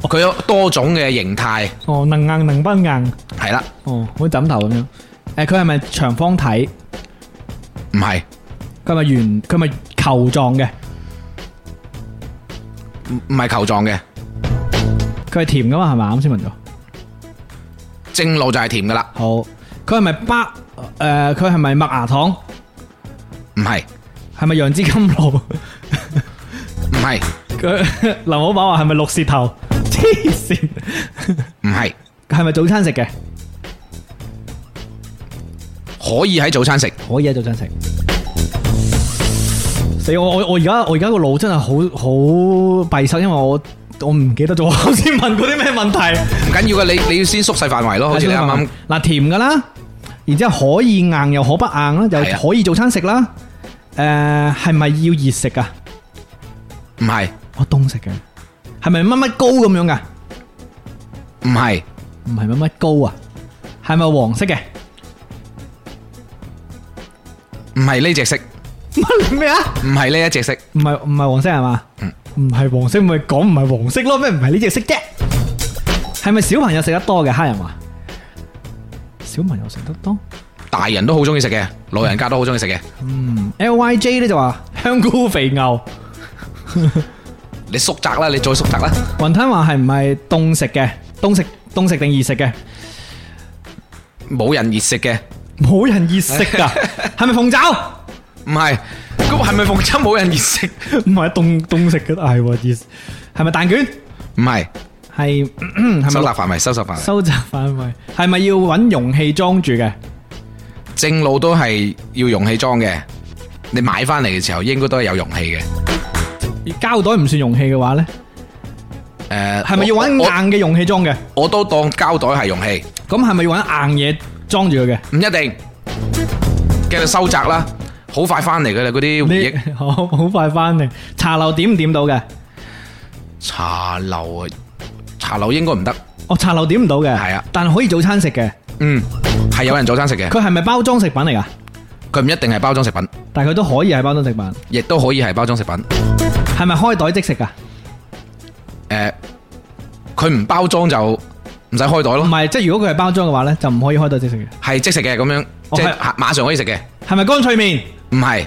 S4: 佢有多種嘅形態，
S3: 哦，能硬能不硬。
S4: 係啦，
S3: 哦，好似枕頭咁樣。誒，佢係咪長方體？佢
S4: 唔係
S3: 係咪圓？佢係咪球狀嘅？
S4: 唔唔係球狀嘅，
S3: 佢係甜噶嘛？係咪？啱先問咗。
S4: 正路就係甜噶啦，
S3: 好，佢係咪巴？誒、佢係咪麥芽糖？
S4: 唔係
S3: 係咪楊枝甘露？
S4: 唔係
S3: 佢 林老闆話係咪綠舌頭？黐線，
S4: 唔係，
S3: 係咪早餐食嘅？
S4: 可以喺早餐食，
S3: 可以啊，早餐食。死我我我而家我而家個腦真係好好閉塞，因為我我唔記得咗我啱先問嗰啲咩問題。
S4: 唔緊要嘅，你你要先縮細範圍咯，好似你啱啱
S3: 嗱甜噶啦，然之後可以硬又可不硬啦，
S4: 係啊
S3: 又可以早餐食啦。誒係咪要熱食啊？
S4: 唔係
S3: 我凍食嘅，係咪乜乜糕咁樣噶？
S4: 唔係
S3: 唔係乜乜糕啊，系咪黄色嘅？
S4: 唔係呢只色，
S3: 乜咩啊？
S4: 唔係呢一隻色，
S3: 唔係唔系黃色係嘛？唔係黃色咪講唔係黃色咯，咩唔係呢隻色啫？係咪小朋友食得多嘅黑人話？小朋友食得多
S4: 大人都好中意食嘅，老人家都好中意食嘅。
S3: ，L Y J 咧就話香菇肥牛，
S4: 你縮窄啦，你再縮窄啦。
S3: 雲吞話係唔係凍食嘅？凍食凍食定熱食嘅？
S4: 冇人熱食嘅，
S3: 冇人熱食噶，係咪鳳爪？
S4: 唔係，咁係咪逢親冇人熱食？
S3: 唔係凍凍食嘅，係喎熱，係咪蛋卷？
S4: 唔係，
S3: 係
S4: 收
S3: 係
S4: 窄
S3: 咪
S4: 範圍，收窄範圍。
S3: 收集範圍？係咪要揾容器裝住嘅？
S4: 正路都係要容器裝嘅，你買翻嚟嘅時候應該都係有容器嘅。
S3: 膠袋唔算容器嘅話呢？
S4: 诶，
S3: 系咪要揾
S4: 我
S3: 硬嘅容器裝嘅？
S4: 我？我都當膠袋係容器，
S3: 咁係咪要揾硬嘢裝住佢嘅？
S4: 唔一定。繼續收窄啦，好快翻嚟噶啦，嗰啲回憶。
S3: 你 好好快翻嚟，茶樓點唔點到嘅？
S4: 茶樓啊，茶樓應該唔得。
S3: 哦，茶樓點唔到嘅，
S4: 係啊
S3: 但可以早餐食嘅。
S4: 嗯，係有人早餐食嘅，
S3: 佢係咪包裝食品嚟噶？
S4: 佢唔一定係包裝食品，
S3: 但係佢都可以係包裝食品，
S4: 亦都可以係包裝食品。
S3: 係咪開袋即食噶？
S4: 诶、佢唔包裝就唔使開袋
S3: 唔
S4: 咯，
S3: 係，即係如果佢係包裝嘅話呢，就唔可以開袋即食嘅。
S4: 係即食嘅咁樣，
S3: 哦
S4: 即係
S3: 係
S4: 馬上可以食嘅，
S3: 係咪乾脆面？
S4: 唔係。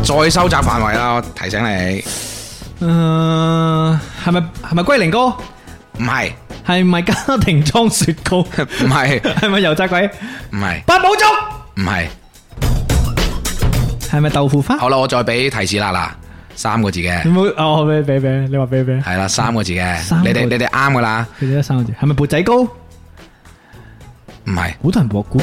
S4: 再收窄範圍啦，我提醒你，
S3: 嗯，係咪係咪龜苓膏？
S4: 唔係，
S3: 係咪家庭裝雪糕？
S4: 唔係，
S3: 係咪油炸鬼？
S4: 唔係，
S3: 八寶粥？
S4: 唔係。
S3: 係咪豆腐花？
S4: 好啦，我再俾提示啦，嗱，三個字嘅
S3: 你，冇哦，俾俾俾，你話俾俾。
S4: 係啦，三個字嘅
S3: 三，個
S4: 你
S3: 字
S4: 哋你哋啱噶啦，
S3: 佢哋得三個字，係咪缽仔糕？好
S4: 唔係。
S3: 多人博估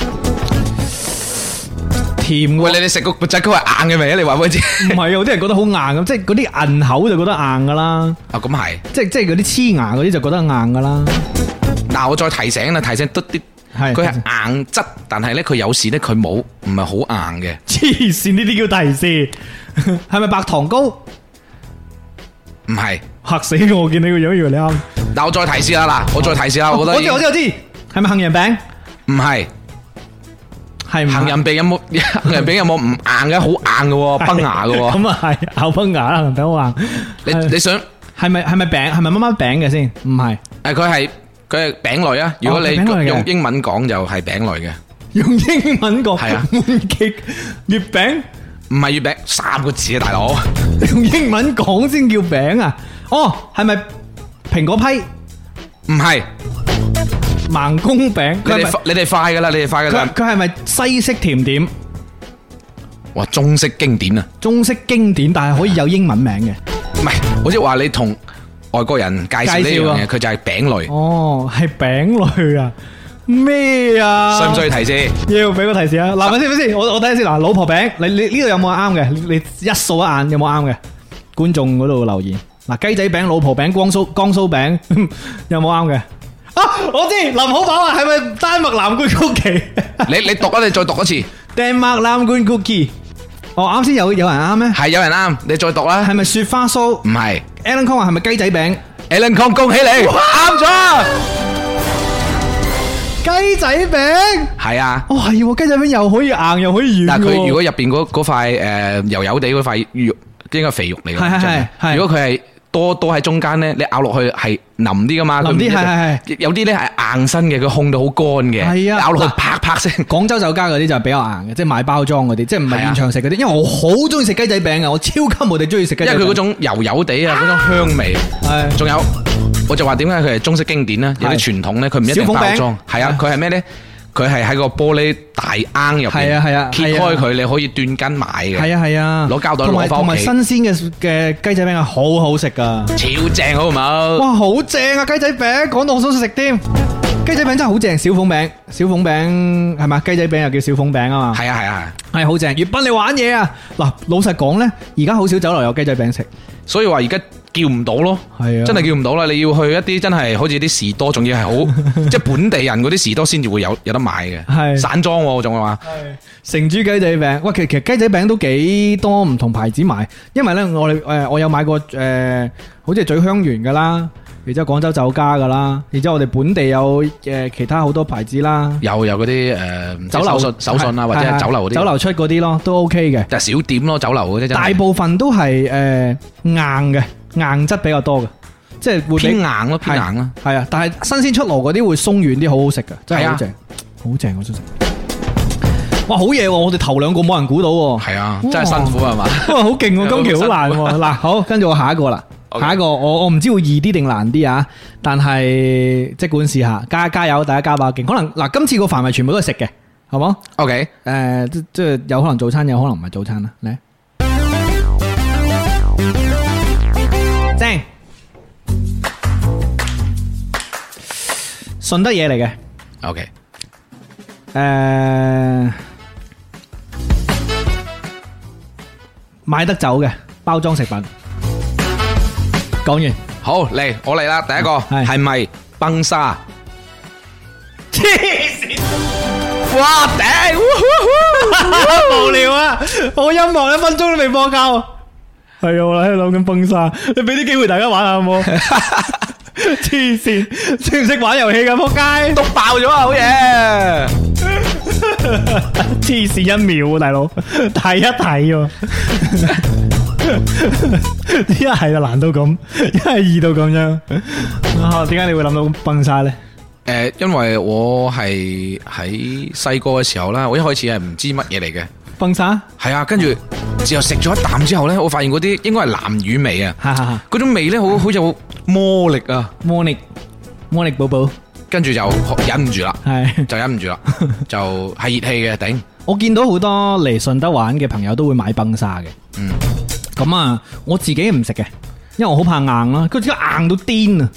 S3: 甜
S4: 喂，
S3: 嘅，
S4: 你哋食個缽仔糕係硬嘅未啊？你話俾我知。
S3: 唔係啊有啲人覺得好硬咁，即係嗰啲銀口就覺得硬噶啦，
S4: 啊，咁係。
S3: 即係即係嗰啲黐牙嗰啲就覺得硬噶啦，
S4: 嗱，我再提醒啦，提醒多啲。
S3: 係
S4: 佢係硬質，但係咧佢有時咧佢冇，唔係好硬嘅。
S3: 黐線呢啲叫提示， 係咪白糖糕？
S4: 唔係。
S3: 嚇死我！我見你個樣以為你啱，
S4: 嗱，我再提示啦，嗱，我再提示啦，我覺得
S3: 我知我知我知，係咪杏仁餅？
S4: 唔係
S3: 係唔
S4: 杏仁餅有冇 杏仁餅有冇唔硬嘅？好硬嘅喎，崩牙嘅喎。
S3: 咁啊係咬崩牙啦，杏仁餅好硬。
S4: 你
S3: 係
S4: 你想誒
S3: 係咪係咪餅？係咪乜乜餅嘅先？唔係
S4: 佢係佢係餅類啊？如果
S3: 哦
S4: 你
S3: 餅類嘅
S4: 用英文講就係餅類嘅，
S3: 用英文講，
S4: 係啊
S3: ，mooncake 月餅。
S4: 唔係月餅三個字啊，大佬。
S3: 用英文講先叫餅啊？哦，係咪蘋果批
S4: 唔係，
S3: 盲公餅？佢
S4: 你
S3: 係咪
S4: 哋你哋快噶啦，你哋快噶
S3: 佢
S4: 啦。
S3: 佢係咪西式甜點、
S4: 哇，中式經典啊！
S3: 中式經典，但係可以有英文名嘅？
S4: 唔係，我即係話你同外國人介紹呢
S3: 介紹啊
S4: 樣嘢，佢就係餅類。
S3: 哦，係餅類啊？咩啊？
S4: 需唔需要提示？
S3: 要俾個提示啊？嗱，咪先咪先，我我睇下先嗱，老婆餅，你你呢度有冇啱嘅？你你一掃一眼有冇啱嘅？觀眾嗰度留言嗱，雞仔餅、老婆餅、光酥江蘇餅 有冇啱嘅？啊，我知林好飽啊，係咪丹麥藍罐曲奇？
S4: 你你讀啊，你再讀一次，
S3: Denmark 藍罐 cookie。哦，啱先有有人啱咩？
S4: 係有人啱，你再讀啦
S3: 係。咪雪花酥
S4: 唔係
S3: ？Alan Kong 話係咪雞仔餅？
S4: ，Alan Kong 恭喜你，啱咗。
S3: 雞仔餅？
S4: 係啊。
S3: 哦，係喎，雞仔餅又可以硬又可以軟
S4: 但係
S3: 係
S4: 佢如果入邊嗰嗰塊誒油油地嗰塊肉，應該肥肉嚟㗎
S3: 係係
S4: 真係
S3: 係
S4: 如果佢係多多喺中間咧，你咬落去係腍啲噶嘛。佢
S3: 腍
S4: 唔
S3: 啲
S4: 一定
S3: 係係
S4: 有啲咧係硬身嘅，佢控到好乾嘅。
S3: 係啊
S4: 咬落去
S3: 嗱
S4: 啪啪聲。
S3: 廣州酒家嗰啲就比較硬嘅，即係買包裝嗰啲，即係唔係
S4: 係啊
S3: 現場食嗰啲。因為我好中意食雞仔餅啊，我超級無敵中意食雞
S4: 因
S3: 仔
S4: 為
S3: 餅。
S4: 佢嗰種油油地啊，嗰種香味，
S3: 係
S4: 仲有我就話點解佢係中式經典咧？有
S3: 係
S4: 啲傳統咧，佢唔一
S3: 小
S4: 定
S3: 鳳餅
S4: 包裝，係啊，佢係咩咧？佢係喺個玻璃大罌入邊，
S3: 係啊係啊
S4: 揭
S3: 係啊
S4: 開佢你可以斷根買嘅，
S3: 係啊係啊，
S4: 攞膠袋
S3: 同埋
S4: 攞返屋
S3: 同埋
S4: 企
S3: 新鮮嘅嘅雞仔餅係好好食㗎。
S4: 超正好唔好？
S3: 哇，好正啊！雞仔餅講到我想食添，雞仔餅真係好正，小鳳餅，小鳳餅係咪？雞仔餅又叫小鳳餅啊嘛，
S4: 係啊係啊係啊。
S3: 係好正。粵斌你玩嘢啊！嗱，老實講呢，而家好少酒樓有雞仔餅食，
S4: 所以話而家叫唔到咯，
S3: 係啊
S4: 真係叫唔到啦！你要去一啲真係好似啲士多，仲要係 好即係本地人嗰啲士多先至會有有得買嘅，
S3: 係
S4: 散裝喎，仲話
S3: 成珠雞仔餅。喂，其其實雞仔餅都幾多呃唔同牌子買，因為呢，我哋誒我有買過誒、呃好似係咀香園噶啦，然之後廣州酒家噶啦，然之後我哋本地有誒其他好多牌子啦，
S4: 有有嗰啲誒
S3: 酒樓
S4: 手信手信啊，或者係酒樓嗰
S3: 酒
S4: 啲，
S3: 樓出嗰啲咯，都 OK 嘅。
S4: 但係小點咯，酒樓嗰啲真係
S3: 大部分都係誒、呃硬嘅，硬質比較多嘅，即係會
S4: 偏
S3: 比
S4: 硬咯，偏硬咯。
S3: 係啊。但係新鮮出爐嗰啲會鬆軟啲，好好食嘅，真係
S4: 係啊
S3: 好正，好正我想食。哇，好嘢喎！我哋頭兩個冇人估到喎，
S4: 係啊，真係辛苦係嘛？
S3: 哇，好勁喎！今期好難喎。嗱，好，跟住我下一個啦。
S4: OK
S3: 下一個我我唔知會易啲定難啲啊，但係即管試下，加加油，大家加把勁。可能嗱，今次個範圍全部都係食嘅，好冇？
S4: OK，
S3: 诶、即即係有可能早餐，有可能唔係早餐啦。嚟，正，順德嘢嚟嘅。
S4: OK，
S3: 诶、呃買得走嘅包裝食品。講完，
S4: 好嚟，我嚟啦，第一個
S3: 係
S4: 係咪崩沙？
S3: 哇頂，無聊啊！我音樂一分鐘都未播夠。係啊，我喺度諗緊崩沙，你俾啲機會大家玩下好冇？黐線，識唔識玩遊戲㗎？仆街，
S4: 篤爆咗啊！好嘢，
S3: 黐線一秒喎，大佬睇一睇喎。一係就難到咁，一係易到咁樣。啊，點解你會諗到崩沙咧？
S4: 誒，呃因為我係喺細個嘅時候啦，我一開始係唔知乜嘢嚟嘅，
S3: 崩沙，
S4: 係啊，跟住之後食咗一啖之後咧，我發現嗰啲應該係南乳味啊，
S3: 哈哈哈！
S4: 嗰種味咧好好有魔力啊，
S3: 魔力，魔力寶寶
S4: 跟住就忍唔住啦，
S3: 係。
S4: 就忍唔住 啦，就係熱氣嘅頂，
S3: 我見到好多嚟順德玩嘅朋友都會買崩沙嘅。
S4: 嗯，
S3: 咁啊，我自己唔食嘅，因為我好怕硬啦。佢真係硬到癲啊！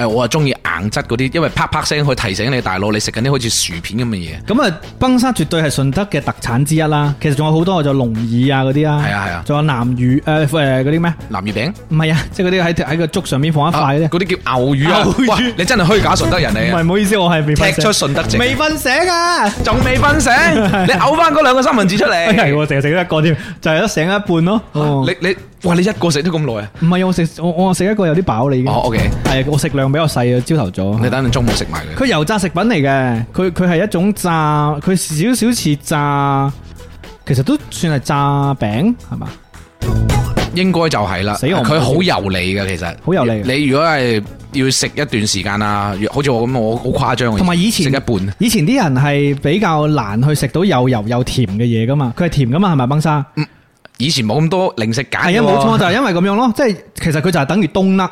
S4: 誒，呃我係啊中意硬質嗰啲，因為啪啪聲可以提醒你大佬，你食緊啲好似薯片咁嘅嘢，
S3: 咁啊，崩沙絕對係順德嘅特產之一啦。其實仲有好多，就龍耳啊嗰啲啦，
S4: 係啊係啊
S3: 仲有南乳誒誒嗰啲咩？
S4: 南乳餅。
S3: 唔係啊，即係嗰啲喺喺個竹上面放一塊嘅啫。
S4: 嗰啲叫牛乳啊！
S3: 啊牛乳
S4: 喂，你真係虛假順德人嚟
S3: 唔係，
S4: 啊！
S3: 唔好意思，我係未
S4: 踢
S3: 瞓
S4: 出
S3: 醒，
S4: 順德籍，
S3: 未瞓醒啊！
S4: 仲未瞓 醒，你嘔翻嗰兩個三文治出
S3: 哎係
S4: 嚟。
S3: 喎，成日食咗一個添，就係得醒一半咯。哦
S4: 你你，哇！你一個食咗咁耐啊？
S3: 唔係我食我我食一個有啲飽啦已經。
S4: 哦，OK，
S3: 係啊，我食量比較細啊，朝頭早。
S4: 你等陣中午食埋佢。
S3: 佢油炸食品嚟嘅，佢佢係一種炸，佢少少似炸，其實都算係炸餅係嘛？
S4: 應該就係啦。
S3: 死我唔
S4: 佢好油膩嘅，其實
S3: 好油膩
S4: 你如果係要食一段時間啊，好似我咁，我好誇張嘅。
S3: 同埋以前
S4: 食一半，
S3: 以前啲人係比較難去食到又油又甜嘅嘢噶嘛，佢係甜噶嘛係咪崩沙？
S4: 以前冇咁多零食揀。
S3: 係啊，冇錯，就。係因為咁樣咯，即係其實佢就係等於冬甩。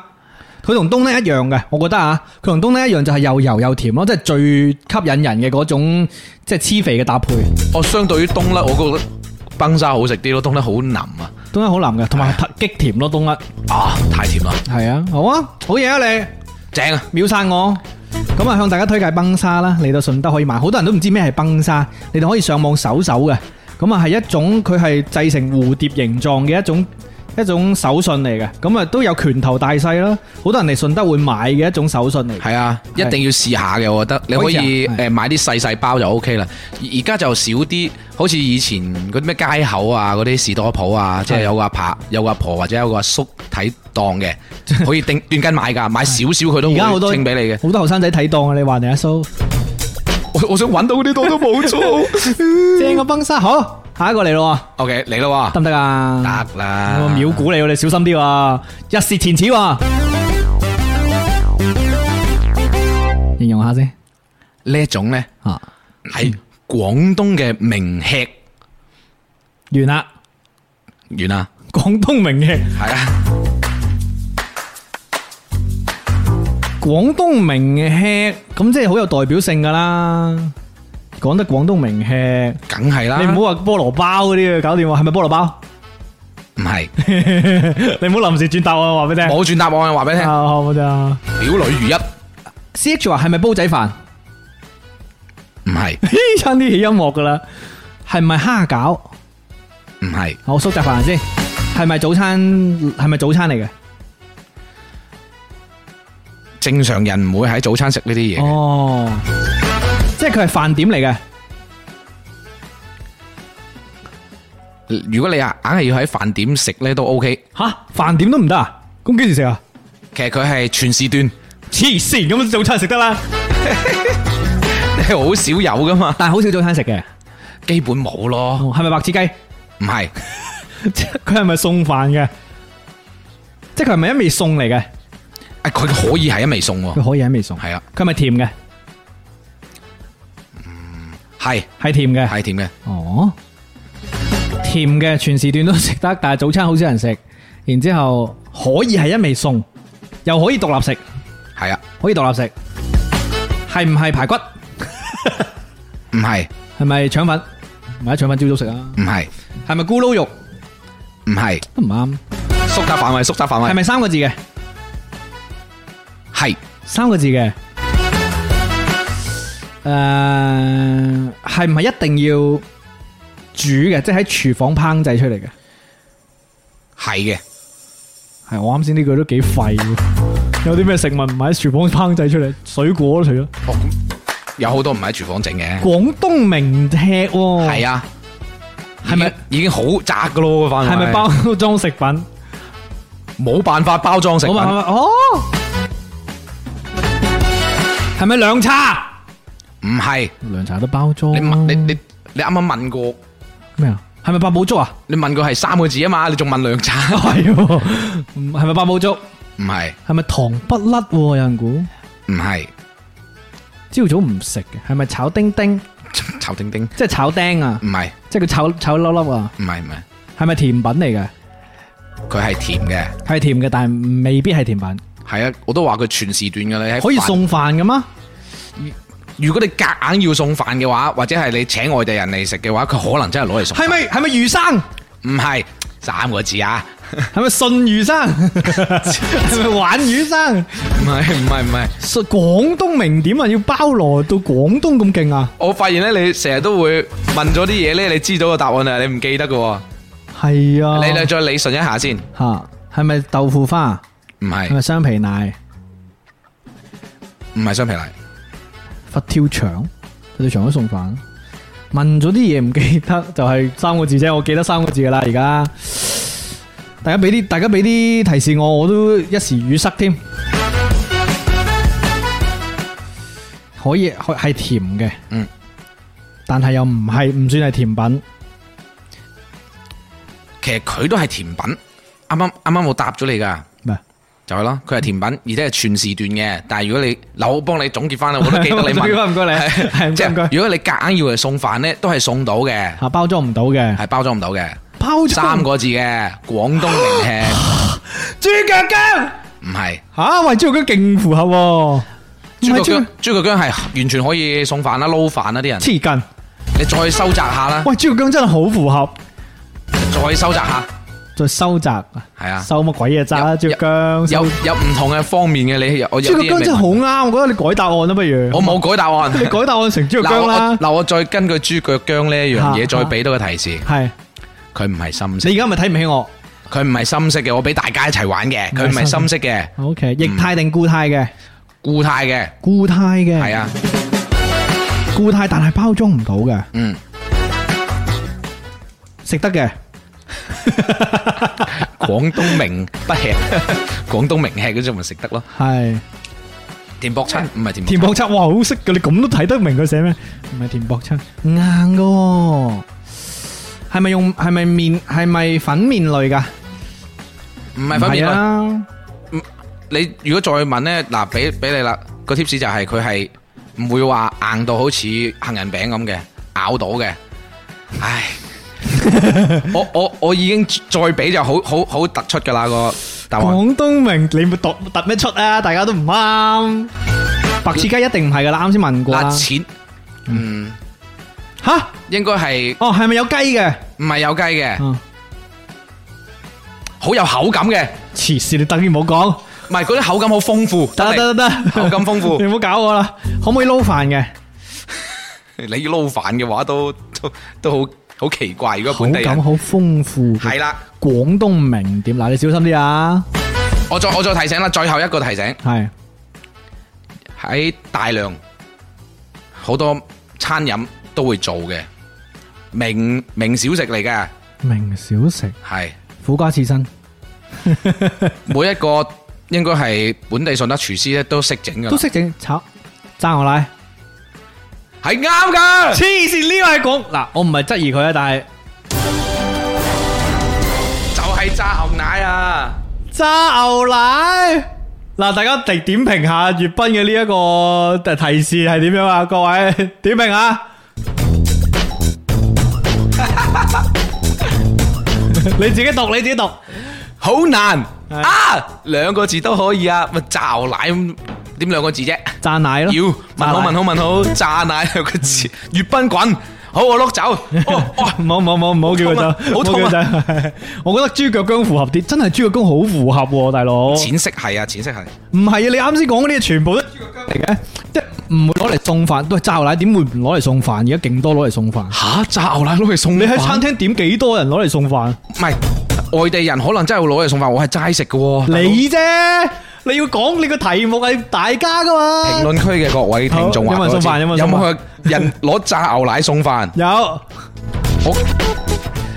S3: 佢同冬甩一樣嘅，我覺得啊，佢同冬甩一樣就係又油又甜咯，即係最吸引人嘅嗰種即係黐肥嘅搭配。
S4: 我相對於冬甩，我覺得崩沙好食啲咯，冬甩好腍啊！
S3: 冬甩好腍嘅，同埋極甜咯，冬甩
S4: 啊，太甜啦，
S3: 係啊，好啊，好嘢啊你！
S4: 正啊！
S3: 秒殺我。咁啊，向大家推介崩沙啦，嚟到順德可以買，好多人都唔知咩係崩沙，你哋可以上網搜搜嘅。咁啊，係一種佢係製成蝴蝶形狀嘅一種一種手信嚟嘅，咁啊都有拳頭大細啦，好多人嚟順德會買嘅一種手信嚟嘅。
S4: 系啊，一定要試下嘅，我覺得你可
S3: 可以
S4: 以
S3: 試下
S4: 诶買啲細細包就 O K 啦。而而家就少啲，好似以前嗰啲咩街口啊，嗰啲士多鋪啊，即係有個阿婆、有個阿婆或者有個阿叔睇 檔嘅，可以定斷斤買㗎，買少少佢都
S3: 而家好多
S4: 會清俾你嘅。
S3: 好多後生仔睇檔啊！你話你阿蘇，
S4: 我我想揾到嗰啲檔都 冇做。
S3: 正個崩沙好，下一個嚟咯
S4: O K，嚟啦
S3: 喎，得唔得
S4: 喎，
S3: 啊？
S4: 得啦。
S3: 我秒估你喎，你小心啲喎，一蝕前恥喎。形容下先
S4: 呢一種咧
S3: 啊！
S4: 係廣東嘅名吃，
S3: 完啦，
S4: 完啦，
S3: 廣東名嘅
S4: 係啊，
S3: 廣東名吃，咁即係好有代表性噶啦。講得廣東名吃，
S4: 梗係啦。
S3: 你唔好話菠蘿包嗰啲啊，搞掂喎，係咪菠蘿 包？
S4: 唔係，
S3: 你唔好臨時轉答案，話俾你聽。
S4: 我轉答案話俾你聽，
S3: 啊，好冇咋
S4: 表裏如一，
S3: ？C H 話係咪煲仔 飯？
S4: 唔係，
S3: 咦差啲起音樂噶啦，係咪蝦餃？
S4: 唔係。
S3: 我縮窄飯先，係咪早餐？係咪早餐嚟嘅？
S4: 正常人唔會喺早餐食呢啲嘢嘅，
S3: 哦，即係佢係飯點嚟嘅。
S4: 如果你啊硬係要喺飯點食呢，都 OK。
S3: 吓，飯點都唔得啊？咁幾時食啊？
S4: 其實佢係全時段，
S3: 黐線咁早餐食得啦，
S4: 你係好少有噶嘛，
S3: 但係好少早餐食嘅，
S4: 基本冇咯，
S3: 係咪白切雞？
S4: 唔係
S3: 即係佢係咪送飯嘅？即係佢係咪一味餸嚟嘅？
S4: 啊佢可以係一味餸喎，
S3: 佢可以係一味餸，
S4: 係啊，
S3: 佢係咪甜嘅？
S4: 係
S3: 係甜嘅。
S4: 係甜嘅，
S3: 哦，甜嘅全時段都食得，但係早餐好少人食。然之后可以係一味餸，又可以獨立食，
S4: 係啊，
S3: 可以獨立食。係唔係排骨？
S4: 唔係
S3: 係咪腸粉？唔係腸粉朝早食啊？
S4: 唔係
S3: 係咪咕嚕肉？
S4: 唔係，
S3: 都唔啱。
S4: 縮窄範圍縮窄範
S3: 係
S4: 圍，
S3: 咪三個字嘅？
S4: 係
S3: 三個字嘅。诶、係唔係呃一定要煮嘅？即係喺廚房烹製出嚟嘅？
S4: 係嘅，
S3: 係我啱先呢句都幾廢嘅。 有啲咩食物唔係喺廚房烹製出嚟？水果咯，除咗
S4: 哦咁有好多唔喺廚房整嘅，
S3: 廣東名吃喎，
S4: 係啊，
S3: 係咪
S4: 已經已經好窄噶咯個範圍，
S3: 係咪包裝食品？冇
S4: 冇辦法包裝食品
S3: 辦？法哦，係咪涼茶？
S4: 唔係
S3: 涼茶都包啊裝
S4: 你問你你你啱啱問過。
S3: 咩啊？係咪八寶粥啊？ 哎
S4: 你問佢係三個字啊嘛，你仲問兩餐？
S3: 係喎，唔嗯係咪八寶粥？
S4: 唔係
S3: 係咪糖不甩喎？有人估
S4: 唔係，
S3: 朝早唔食嘅，係咪炒丁丁？
S4: 臭丁丁，
S3: 即係炒丁啊
S4: 唔，係
S3: 即係佢炒炒粒粒啊，
S4: 唔係唔係，
S3: 係咪甜品嚟嘅？
S4: 佢係甜嘅，
S3: 係甜嘅，但係未必係甜品，
S4: 係啊，我都話佢全時段嘅，你喺
S3: 可以
S4: 飯。
S3: 送飯嘅嗎？
S4: 如果你夾硬要送飯嘅話，或者係你請外地人嚟食嘅話，佢可能真係攞嚟送飯。
S3: 係咪係咪魚生？
S4: 唔係三個字啊？
S3: 係咪信魚生？係咪玩魚生？
S4: 唔係唔係唔係，
S3: 信廣東名點啊，要包羅到廣東咁勁啊？
S4: 我發現咧，你成日都會問咗啲嘢咧，你知道個答案啊，你唔記得嘅喎。
S3: 係啊，
S4: 你你再理順一下先，唔
S3: 嚇係咪豆腐花？係咪
S4: 係
S3: 雙皮奶？
S4: 唔係雙皮奶，
S3: 佛跳牆，佛跳牆都送飯。問咗啲嘢唔記得，就係、三個字啫。我記得三個字噶啦，而家大家俾啲大家俾啲提示我，我都一時語塞添。可以可係甜嘅，
S4: 嗯，
S3: 但係又唔係唔算係甜品，
S4: 其實佢都係甜品。啱啱啱啱我答咗你㗎。
S3: 唔係
S4: 就係咯，佢係甜品，而且係全時段嘅。但係如果你嗱，我幫你總結翻啦，我都記得你問，
S3: 唔該你， 係唔
S4: 即
S3: 該唔
S4: 係
S3: 該，
S4: 如果你夾硬要嚟送飯呢，都係送到嘅，
S3: 嚇包裝唔到嘅，
S4: 係包裝唔 到嘅，
S3: 包裝
S4: 三個字嘅廣東名吃，
S3: 豬腳薑
S4: 唔係
S3: 嚇，喂豬腳薑勁符合喎，唔
S4: 豬
S3: 係
S4: 腳
S3: 豬
S4: 姜，豬腳薑係完全可以送飯啦，撈飯啦啲人，
S3: 黐筋，
S4: 你再收窄下啦，
S3: 喂豬腳薑真係好符合。
S4: 再收窄下，
S3: 再收窄啊，
S4: 係啊，
S3: 收乜鬼嘢窄啊？
S4: 有
S3: 豬腳薑，
S4: 有有唔同嘅方面嘅你，我
S3: 豬
S4: 有
S3: 腳
S4: 啲
S3: 薑
S4: 嘢
S3: 真係好
S4: 未
S3: 啱，我覺得你改答案啦，不如
S4: 我冇改答案。
S3: 你改答案成豬腳
S4: 嗱
S3: 薑
S4: 我 我
S3: 啦，
S4: 嗱我再根據豬腳薑呢一樣嘢
S3: 嚇
S4: 再俾多個提示，
S3: 係
S4: 佢唔係深色。
S3: 你而家咪睇唔起我
S4: 佢唔係深色嘅，我俾大家一齊玩嘅。佢唔係深色嘅，
S3: ？OK，液態定固態嘅？
S4: 固態嘅，
S3: 固態嘅，
S4: 係啊，
S3: 固態，但係包裝唔到嘅，
S4: 嗯，
S3: 食 得嘅，
S4: 廣東名不吃， 廣東名吃嗰種咪食得咯。
S3: 係
S4: 甜薄親唔係甜薄
S3: 田
S4: 親，
S3: 薄測，哇，好識嘅，你咁都睇得明佢寫咩？唔係田薄測，硬嘅喎，係咪用係咪面係咪粉面類㗎？
S4: 唔係分別
S3: 係
S4: 咯。
S3: 啊，
S4: 你如果再問咧，嗱，俾俾你啦，個 tips 就係佢係唔會話硬到好似杏仁餅咁嘅，咬到嘅。 唉，我我我已經再俾就好好好突出㗎啦個答案。
S3: 廣東名你咪讀突咩出啊？大家都唔啱。白切雞一定唔係噶啦，啱先問過啦
S4: 嗱，。錢，嗯，
S3: 吓，
S4: 應該係
S3: 哦，係咪有雞嘅？
S4: 唔係有雞嘅？
S3: 嗯，
S4: 好有口感嘅，
S3: 黐線，你等於冇講。
S4: 唔係嗰啲口感好豐富，
S3: 得啦
S4: 真係
S3: 得啦
S4: 口
S3: 得啦，
S4: 感豐
S3: 你
S4: 富。
S3: 唔好搞我啦。可唔可以撈飯嘅？
S4: 你要撈飯嘅話都都都好好奇怪，如果
S3: 口
S4: 本地
S3: 感
S4: 人
S3: 好豐富嘅。
S4: 係啦，
S3: 廣東名點嗱，你小心啲啊。
S4: 我再我再提醒啦，最後一個提醒
S3: 係
S4: 喺大量好多餐飲都會做嘅名名小食嚟嘅，
S3: 名小食
S4: 係
S3: 苦瓜刺身，
S4: 每一個應該係本地順德廚師咧都識整噶，
S3: 都識整炒炸牛奶。
S4: 係啱噶。
S3: 黐線呢位講嗱，我唔係質疑佢啊，但係
S4: 就係炸牛奶啊！
S3: 炸牛奶嗱，大家嚟點評下粵斌嘅呢一個呃提示係點樣啊？各位啊點評下。 你自己讀，你自己讀。
S4: 好難
S3: 係
S4: 啊！兩個字都可以啊，咪炸牛奶咁點兩個字啫？
S3: 炸奶咯，
S4: 要問
S3: 炸
S4: 好
S3: 奶嗯
S4: 問好問好，炸奶兩個字，粵賓滾，好 我碌走，哦哦
S3: 唔好唔好唔好唔好叫佢
S4: 痛啊
S3: 走，
S4: 好痛
S3: 唔好叫
S4: 啊
S3: 佢走！ 我覺得豬腳姜符合啲，真係豬腳姜好符合喎，大佬。唔
S4: 淺色係啊，淺色係，
S3: 係啊，你啱先講嗰啲全部都係豬腳姜嚟嘅，即係唔會攞嚟送飯。喂，炸牛奶點會唔攞嚟送飯？而家勁多攞嚟送飯。
S4: 吓炸牛奶攞嚟送
S3: 你喺餐
S4: 飯
S3: 廳點幾多人攞嚟送飯？
S4: 唔係外地人可能真係會攞嚟送飯，我係齋食嘅喎。大佬
S3: 你啫，你要講你個題目係大家噶
S4: 評
S3: 嘛？
S4: 論區嘅各位聽眾話
S3: 好有冇人送
S4: 俾我知
S3: 飯有冇人
S4: 有
S3: 送飯
S4: 冇人攞炸牛奶送飯？
S3: 有
S4: 我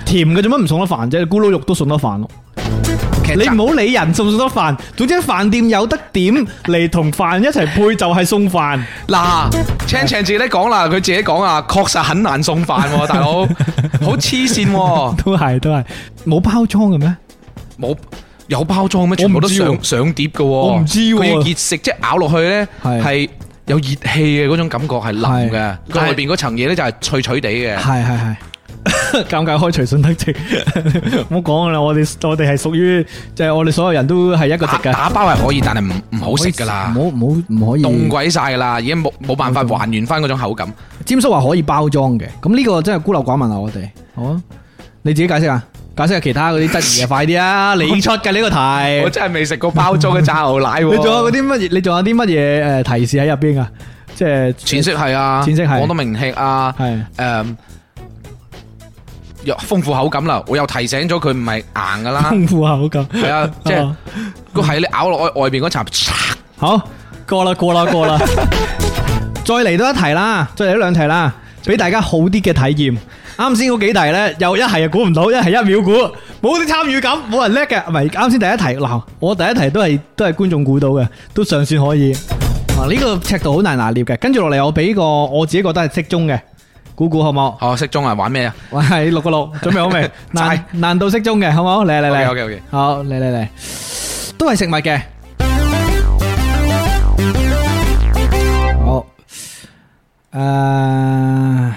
S3: 甜嘅做乜唔送得飯啫？咕嚕肉都送得飯咯。
S4: 其實
S3: 你
S4: 炸
S3: 唔好理人送唔送得飯，總之飯店有得點嚟同飯一齊配就係送 飯。
S4: 嗱，Chan Chan 自己講啦，佢自己講啊，確實很難送飯喎，大佬，好黐線喎，
S3: 都係都係冇包裝嘅咩？
S4: 冇有包裝咩？全部都
S3: 我唔知喎
S4: 上上碟嘅喎，
S3: 我唔知喎
S4: 佢要熱食，即係咬落去咧
S3: 係
S4: 係有熱氣嘅嗰種感覺係腍嘅
S3: 係，
S4: 佢外邊嗰層嘢咧就係脆脆地嘅。
S3: 係係 係。尷尬開除信德值， 唔好講啦！我哋我哋係屬於，就係、我哋所有人都係一個值
S4: 打
S3: 嘅，
S4: 打包係可以，但係啊唔唔好食㗎啦
S3: 唔，好唔好唔可以。
S4: 凍鬼晒㗎啦，已經冇冇辦法還原翻嗰種口感。
S3: 詹叔話可以包裝嘅，咁呢個真係孤陋寡聞啊！我哋好啊，你自己解釋啊，解釋下其他嗰啲質疑啊，快啲 啊！你出嘅呢個
S4: 我
S3: 題，
S4: 真係未食過包裝嘅炸牛奶喎。
S3: 你仲有嗰啲乜嘢？你仲有啲乜嘢誒提示喺入邊啊？即係
S4: 淺色係啊，
S3: 淺色係
S4: 廣東名吃啊，
S3: 係
S4: 诶，有豐富口感啦。我又提醒咗佢唔係硬 噶啦，
S3: 豐富口感，
S4: 係啊， 即
S3: 哦
S4: 係個係你咬落外外边嗰層，嚓
S3: 好，過啦過啦過啦，再嚟多一題啦，再嚟多兩題啦，俾大家好啲嘅體驗。啱先嗰幾題呢，又一係又估唔到，一係一秒估，冇啲參與感，冇人叻嘅。唔係啱先第一題，嗱，我第一題都係都係觀眾估到嘅，都尚算可以。啊，呢、個尺度好難拿捏嘅。跟住落嚟，我俾個我自己覺得係適中嘅，估估好冇？
S4: 哦，適中啊，玩咩啊？
S3: 喂，係六個六，準備好未？ 難難度適中嘅，好冇？嚟嚟嚟
S4: OK，OK，OK
S3: 好嚟嚟嚟，都係食物嘅。好，诶、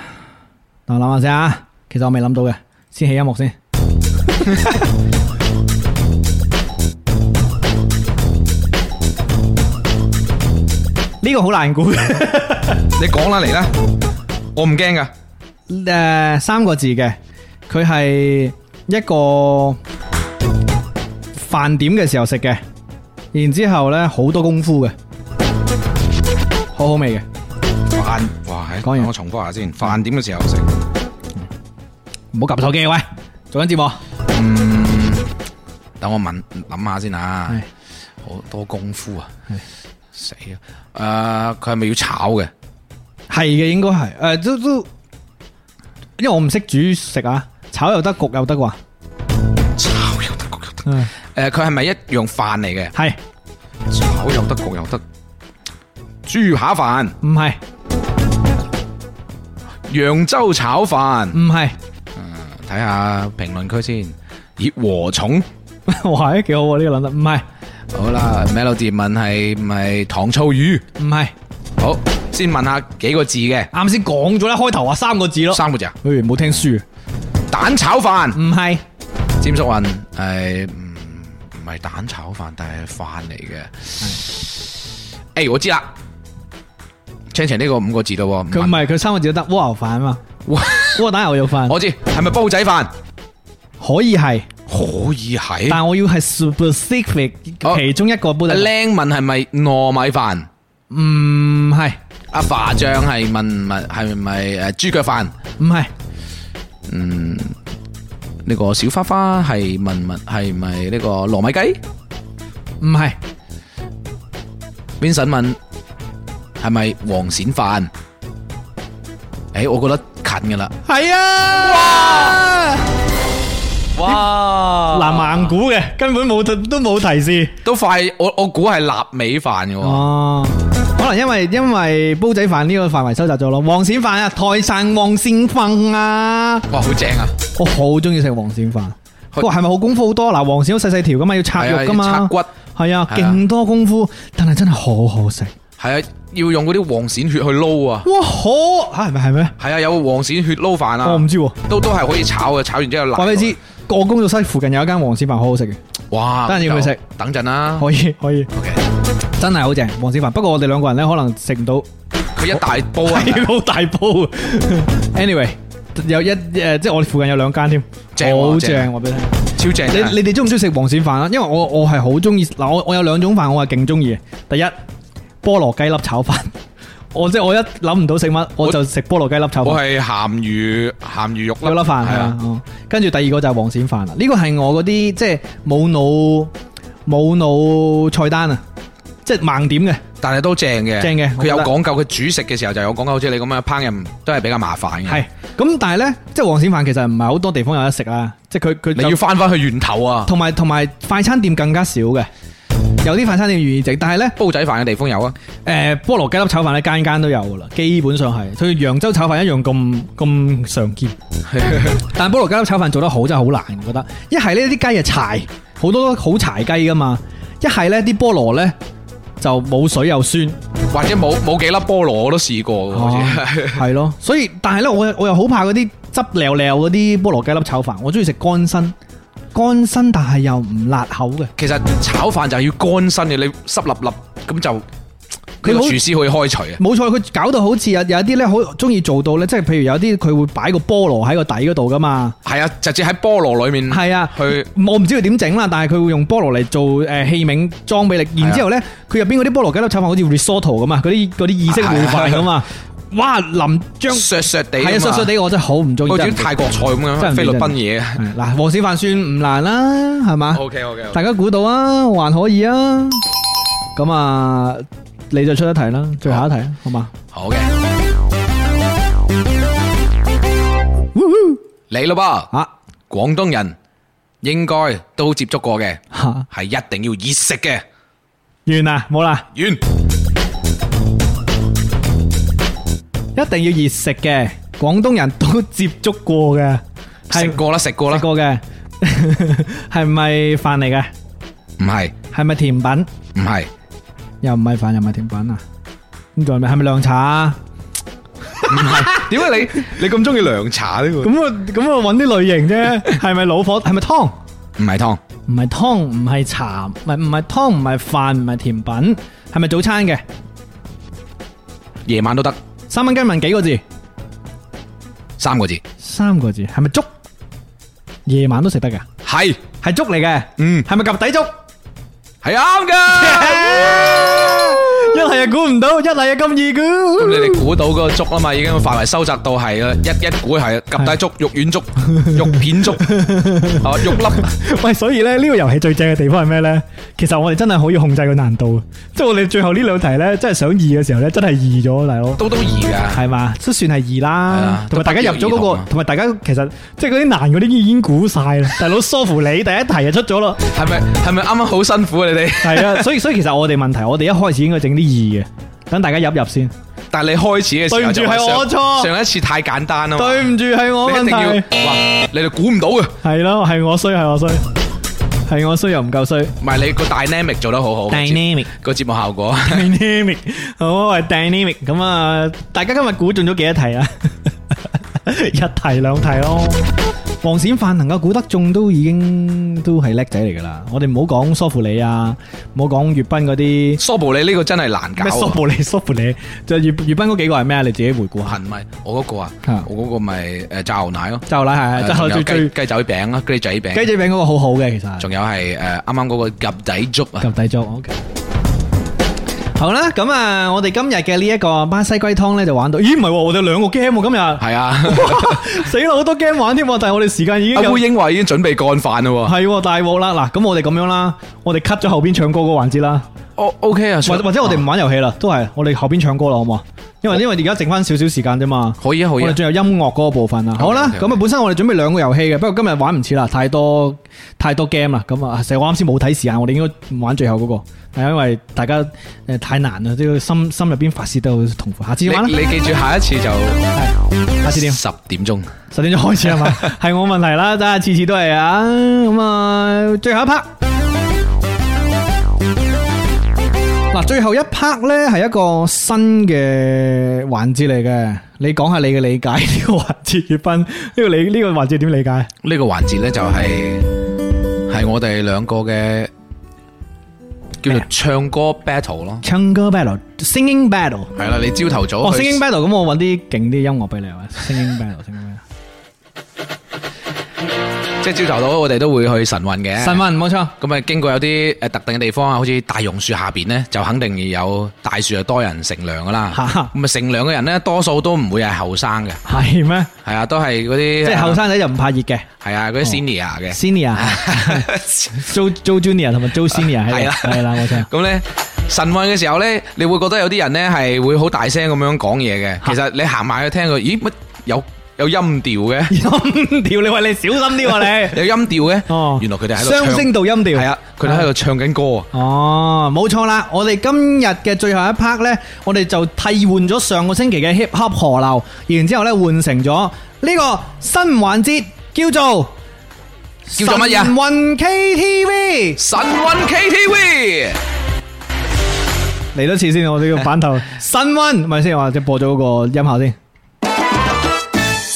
S3: 等我諗下先啊。其實我未諗到嘅，先起音樂先。呢個好難估嘅，
S4: 你講啦嚟啦，我唔驚噶。
S3: 诶、三個字嘅，佢係一個飯點嘅時候食嘅，然之后咧好多功夫嘅，好好味嘅。
S4: 飯哇，係
S3: 講完
S4: 我重複下先。飯點嘅時候食，
S3: 唔好夾手機喂，做緊節目。
S4: 等我問諗下先啊
S3: 係。
S4: 好多功夫啊
S3: 係，
S4: 死啊！诶，佢係咪要炒嘅？
S3: 係嘅，應該係诶，誒都都，因為我唔識煮食啊，炒又得，焗又得啩。
S4: 炒又得，焗又得。
S3: 嗯，
S4: 诶，佢係咪一樣飯嚟嘅？
S3: 係
S4: 炒又得，焗又得。豬扒飯、
S3: 唔係
S4: 揚州炒飯。
S3: 唔係？
S4: 睇下評論區先。咦，禾蟲
S3: 哇，幾好喎呢個諗得，唔係
S4: 好啦，Melody 問係咪糖醋魚？
S3: 唔係，
S4: 好，先問下幾個字嘅，
S3: 啱先講咗啦，開頭話三個字咯。
S4: 三個字啊，
S3: 诶，冇聽書，
S4: 蛋炒飯。
S3: 唔係
S4: 詹叔雲係唔唔係蛋炒飯，但係飯嚟嘅。誒、我知啦 c h a n c h a n 呢個五個字咯喎，
S3: 佢唔
S4: 問
S3: 係佢三個字都得，蝸牛飯啊嘛，
S4: 哇
S3: 蝸蛋牛肉飯
S4: 我知係咪煲仔飯？
S3: 可以係，
S4: 可以係。
S3: 但我要係 specific
S4: 好
S3: 其中一個煲
S4: 阿
S3: 仔飯，
S4: 靚問係咪糯米飯？
S3: 嗯唔係
S4: 阿華醬係問問係咪誒豬腳飯？
S3: 唔係
S4: 呢個小花花係問問係咪呢個糯米雞
S3: 唔係
S4: ？Vincent 問係咪黃鱔飯？誒，我覺得近噶啦。
S3: 係啊！
S4: 哇！
S3: 嗱盲估嘅，根本冇都冇提示。
S4: 都快，我我估係臘味飯嘅喎。
S3: 哦，可能因為因為煲仔飯呢個範圍收窄咗咯，黃鳝飯啊，台汕黃鳝飯啊，
S4: 哇，好正啊！
S3: 我好中意食黃鳝飯。佢話係咪好功夫好多？嗱，黃鳝好細細條噶嘛，要拆肉噶
S4: 係啊要拆
S3: 嘛，
S4: 骨
S3: 係啊，
S4: 係啊
S3: 勁多功夫，但係真係好好食。
S4: 係啊，要用嗰啲黃鳝血去撈啊！
S3: 哇，好吓係咪係咩？
S4: 係啊，有黃鳝血撈飯啊！
S3: 我唔知喎。
S4: 都都係可以炒嘅，炒完之後
S3: 話
S4: 辣。
S3: 俾你知，我工作室附近有一間黃鳝飯好好食嘅，
S4: 哇！
S3: 等陣要去食，
S4: 等陣啦。
S3: 可以可以，
S4: OK，
S3: 真係好正黃鳝飯。不過我哋兩個人咧，可能食唔到。
S4: 佢一大煲 啊，
S3: 係好大煲。anyway，有一诶，即係我哋附近有兩間添，
S4: 正喎
S3: 好
S4: 正
S3: 正，我俾你聽。
S4: 超正啊。
S3: 你你哋中唔中意食黃鳝飯啊？因為我我係好中意嗱，我我有兩種飯我係勁中意嘅。第一，菠蘿雞粒炒飯。 我即係我一諗唔到食乜，我就食菠蘿雞粒炒
S4: 我
S3: 飯。
S4: 係鹹魚鹹魚肉
S3: 有粒飯係
S4: 係
S3: 啊
S4: 啊，，
S3: 哦跟住第二個就係黃鳝飯啦。呢個係我嗰啲即係冇腦冇腦菜單啊，即係盲點嘅。
S4: 但係都正嘅，
S3: 正嘅我
S4: 佢
S3: 覺
S4: 有
S3: 得
S4: 講究，佢煮食嘅時候就有講究，好似你咁樣烹飪都係比較麻煩嘅。
S3: 係咁，但係呢，即係黃鳝飯其實唔係好多地方有得食啊。即係佢佢
S4: 你
S3: 就
S4: 要翻翻去源頭啊！
S3: 同埋同埋快餐店更加少嘅，有啲快餐店願意整，但係呢，
S4: 煲仔飯嘅地方有啊，
S3: 誒、呃菠蘿雞粒炒飯咧間間都有噶啦，基本上係，佢揚州炒飯一樣咁咁常見。 但菠蘿雞粒炒飯做得好真係好難，我覺得。一係呢啲雞係啊柴，好多都好柴雞噶嘛；一係呢啲菠蘿呢，就冇水又酸，
S4: 或者冇冇幾粒菠蘿我都試過嘅，好似
S3: 哦係咯。所以但係呢，我又我又好怕嗰啲汁溜溜嗰啲菠蘿雞粒炒飯，我中意食乾身，乾身但係又唔辣口嘅。
S4: 其實炒飯就係要乾身嘅，你濕立立咁就呢個
S3: 好
S4: 廚師可以開除啊！
S3: 冇錯，佢搞到好似有有一啲咧，好中意做到咧，即係譬如有啲佢會擺個菠蘿喺個底嗰度噶嘛，
S4: 係啊，直接喺菠蘿裏面
S3: 係啊，
S4: 去
S3: 我唔知佢點整啦，但係佢會用菠蘿嚟做誒器皿裝俾你，然之後咧佢入邊嗰啲菠蘿雞粒炒飯好似 risotto 咁啊，嗰啲嗰啲意式烩飯咁啊，哇淋將
S4: 削削地
S3: 係啊，削削地我真係好唔中意，
S4: 好
S3: 真
S4: 似
S3: 係唔
S4: 啲泰國菜咁
S3: 真係
S4: 樣，
S3: 唔
S4: 菲律賓
S3: 真
S4: 嘢。
S3: 係嗱黃小飯算唔難啦，係嘛？
S4: O K O K，
S3: 大家估到啊，還可以啊，咁啊你就出一題啦，最後一題啦，好嘛？
S4: 好嘅。你咯噃，
S3: 啊
S4: 廣東人應該都接觸過嘅，
S3: 嚇
S4: 係一定要熱食嘅。
S3: 完啦，冇啦。
S4: 完，
S3: 一定要熱食嘅，廣東人都接觸過嘅，
S4: 食
S3: 係
S4: 過啦，食過啦
S3: 食，過 嘅，係咪飯嚟嘅？
S4: 唔係
S3: 係咪甜品？
S4: 唔係
S3: 又唔係飯，又唔係甜品啊？咁仲係咪係咪涼茶啊？
S4: 唔 係，點解你你咁中意涼茶呢個？
S3: 咁我咁我揾啲類型啫，係咪老火？係咪湯？
S4: 唔係湯，
S3: 唔係湯，唔係茶，唔係唔係湯，唔係飯，唔係甜品，係咪早餐嘅？
S4: 夜晚都得
S3: 三蚊雞問幾個字？
S4: 三個字，
S3: 三個字，係咪粥？夜晚都食得㗎，
S4: 係
S3: 係粥嚟嘅，
S4: 嗯
S3: 係咪及底粥？
S4: 係啱噶。
S3: 一係又估唔到，一係又咁易
S4: 咁你
S3: 估。
S4: 哋估到嗰個粥啦嘛，已經範圍收窄到係啦，一一股係夾帶粥、肉丸粥、肉片粥，啊肉粒，
S3: 喂，所以咧呢個遊戲最正嘅地方係咩呢？其實我哋真係可以控制個難度，即係我哋最後呢兩題呢，真係想易嘅時候呢，真係易咗，大佬。
S4: 都都易噶。
S3: 係嘛，都算係易
S4: 係
S3: 啦
S4: 啊，
S3: 同埋大家入咗
S4: 都不
S3: 嗰個，
S4: 約而同啊
S3: 同埋大家其實即係嗰啲難嗰啲已經估晒啦。大佬疏乎你第一題就出咗咯，
S4: 係咪係咪啱啱好辛苦啊？你哋，
S3: 係啊，所以所以其實我哋問題，我哋一開始應該整啲易嘅，等大家入入先。
S4: 但係你開始嘅時
S3: 對唔
S4: 候就
S3: 住
S4: 話
S3: 係我
S4: 上
S3: 錯
S4: 上一次太簡單啊嘛，
S3: 對唔住，係我
S4: 你
S3: 問
S4: 一定要
S3: 題，
S4: 哇，你哋估唔到嘅，
S3: 係咯，係我衰，係我衰，係我衰又唔夠衰。
S4: 唔係你個 dynamic 做得好好
S3: Dynamic
S4: 個節目效果
S3: dynamic，好係 dynamic，咁 ờ, 啊，大家今日估中咗幾多題 啊？一題兩題咯。黃鳝飯能夠估得中都已經都係叻仔嚟噶啦，我哋唔好講梳芙里啊，唔好講粵賓嗰啲
S4: 梳布你呢個真係難
S3: 咩梳
S4: 搞啊。
S3: 芙里、梳芙里，就粵粵賓嗰幾個係咩啊？你自己回顧下。
S4: 係咪我嗰個啊
S3: 啊？
S4: 我嗰個咪誒炸牛奶咯，
S3: 就啦，係係，就
S4: 仲有
S3: 最最
S4: 雞雞仔餅啦，雞仔餅，
S3: 雞仔餅嗰個好好嘅，其實。
S4: 仲有係誒啱啱嗰個夾仔粥 啊。
S3: 及第粥，OK。好啦，咁啊，我哋今日嘅呢一個巴西龜湯呢，就玩到，咦唔係喎，我哋有兩個 game 喎今日。
S4: 係啊，
S3: 死啦，好多 game 玩添喎，但係我哋時間已經
S4: 阿
S3: 有
S4: 烏英話已經準備干飯啦。
S3: 係喎大鑊啦！嗱，咁我哋咁樣啦，我哋 cut 咗後邊唱歌嗰個環節啦，
S4: O O K 啊，
S3: 或或者我哋唔玩遊戲啦，都係我哋後邊唱歌啦，好唔好啊？因為因為而家剩翻少少時間啫嘛。
S4: 可以啊，可
S3: 我
S4: 以
S3: 哋
S4: 啊，
S3: 仲有音樂嗰個部分啦。好啦，
S4: OK，OK，OK
S3: 咁啊，本身我哋準備兩個遊戲嘅，不過今日玩唔切啦，太多太多 game 啦。咁啊，成日我啱先冇睇時間，我哋應該唔玩最後嗰個，係因為大家誒太難啦，都要心心入邊發泄到痛苦。下次玩
S4: 你
S3: 啦，
S4: 你记住下一次就
S3: 下次點？
S4: 十點鐘。
S3: 十點鐘開始係 嘛？係我問題啦，大家次次都係啊。咁啊，最後一 part。嗱，最後一 part 呢係一個新嘅環節嚟嘅，你講下你嘅理解呢個環節結婚，呢個你呢個環節點理解？
S4: 呢個環節咧就係係我哋兩個嘅叫
S3: 啊
S4: 做唱歌 battle 咯，
S3: 唱歌 battle，singing battle。
S4: 係啦，你朝頭早
S3: 哦
S4: 去
S3: ，singing battle，咁我揾啲勁啲音樂俾你啊，singing battle，singing battle。
S4: 即係朝頭早我哋都會去晨運 嘅。
S3: 神文冇錯，
S4: 咁啊，經過有啲誒特定嘅地方啊，好似大榕樹下邊咧，就肯定有大樹就多人乘涼噶啦。咁
S3: 哈
S4: 啊
S3: 哈，
S4: 乘涼嘅人咧，多數都唔會係後生嘅，
S3: 係咩？
S4: 係啊，都係嗰啲
S3: 即係後，生仔就唔怕熱嘅
S4: 係啊，嗰啲 senior 嘅。
S3: ，senior 做做 junior 同埋做 senior 喺
S4: 係啦
S3: 度，係啦，冇錯。
S4: 咁咧晨運嘅時候咧，你會覺得有啲人咧係會好大聲咁樣講嘢嘅。其實你行埋去聽佢，咦乜有有音 調嘅，
S3: 音調，你喂你小心啲喎你。
S4: 有音調嘅。
S3: 哦，
S4: 原來佢哋喺度
S3: 雙
S4: 唱
S3: 聲道音調，
S4: 係啊，佢哋喺度唱緊歌啊。
S3: 哦，冇錯啦！我哋今日嘅最後一 part 呢，我哋就替換咗上個星期嘅 hip hop 河流，然之後咧換成咗呢個新環節，叫做
S4: 叫做乜嘢
S3: 神運 KTV
S4: 晨運 KTV
S3: 嚟多次先，我哋個版頭神運，咪先話即係播咗嗰個音效先。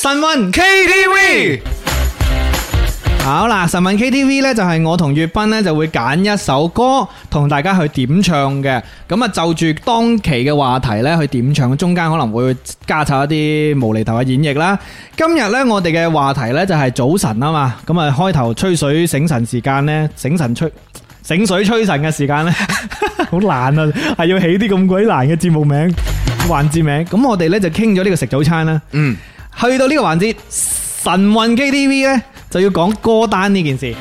S3: 神運
S4: KTV
S3: 好啦，神問 KTV 呢，就係我同粵斌呢就會揀一首歌同大家去點唱嘅，咁啊就住當期嘅話題呢去點唱，中間可能會加插一啲無厘頭嘅演繹啦。今日呢，我哋嘅話題呢就係早晨啊嘛，咁啊開頭吹水醒神時間呢，醒神吹醒水吹神嘅時間呢， 好難啊，係要起啲咁鬼難嘅節目名環節名，咁我哋呢就傾咗呢個食早餐啦。
S4: 嗯，
S3: 去到呢個環節，神運 KTV 呢，就要講歌單呢件事，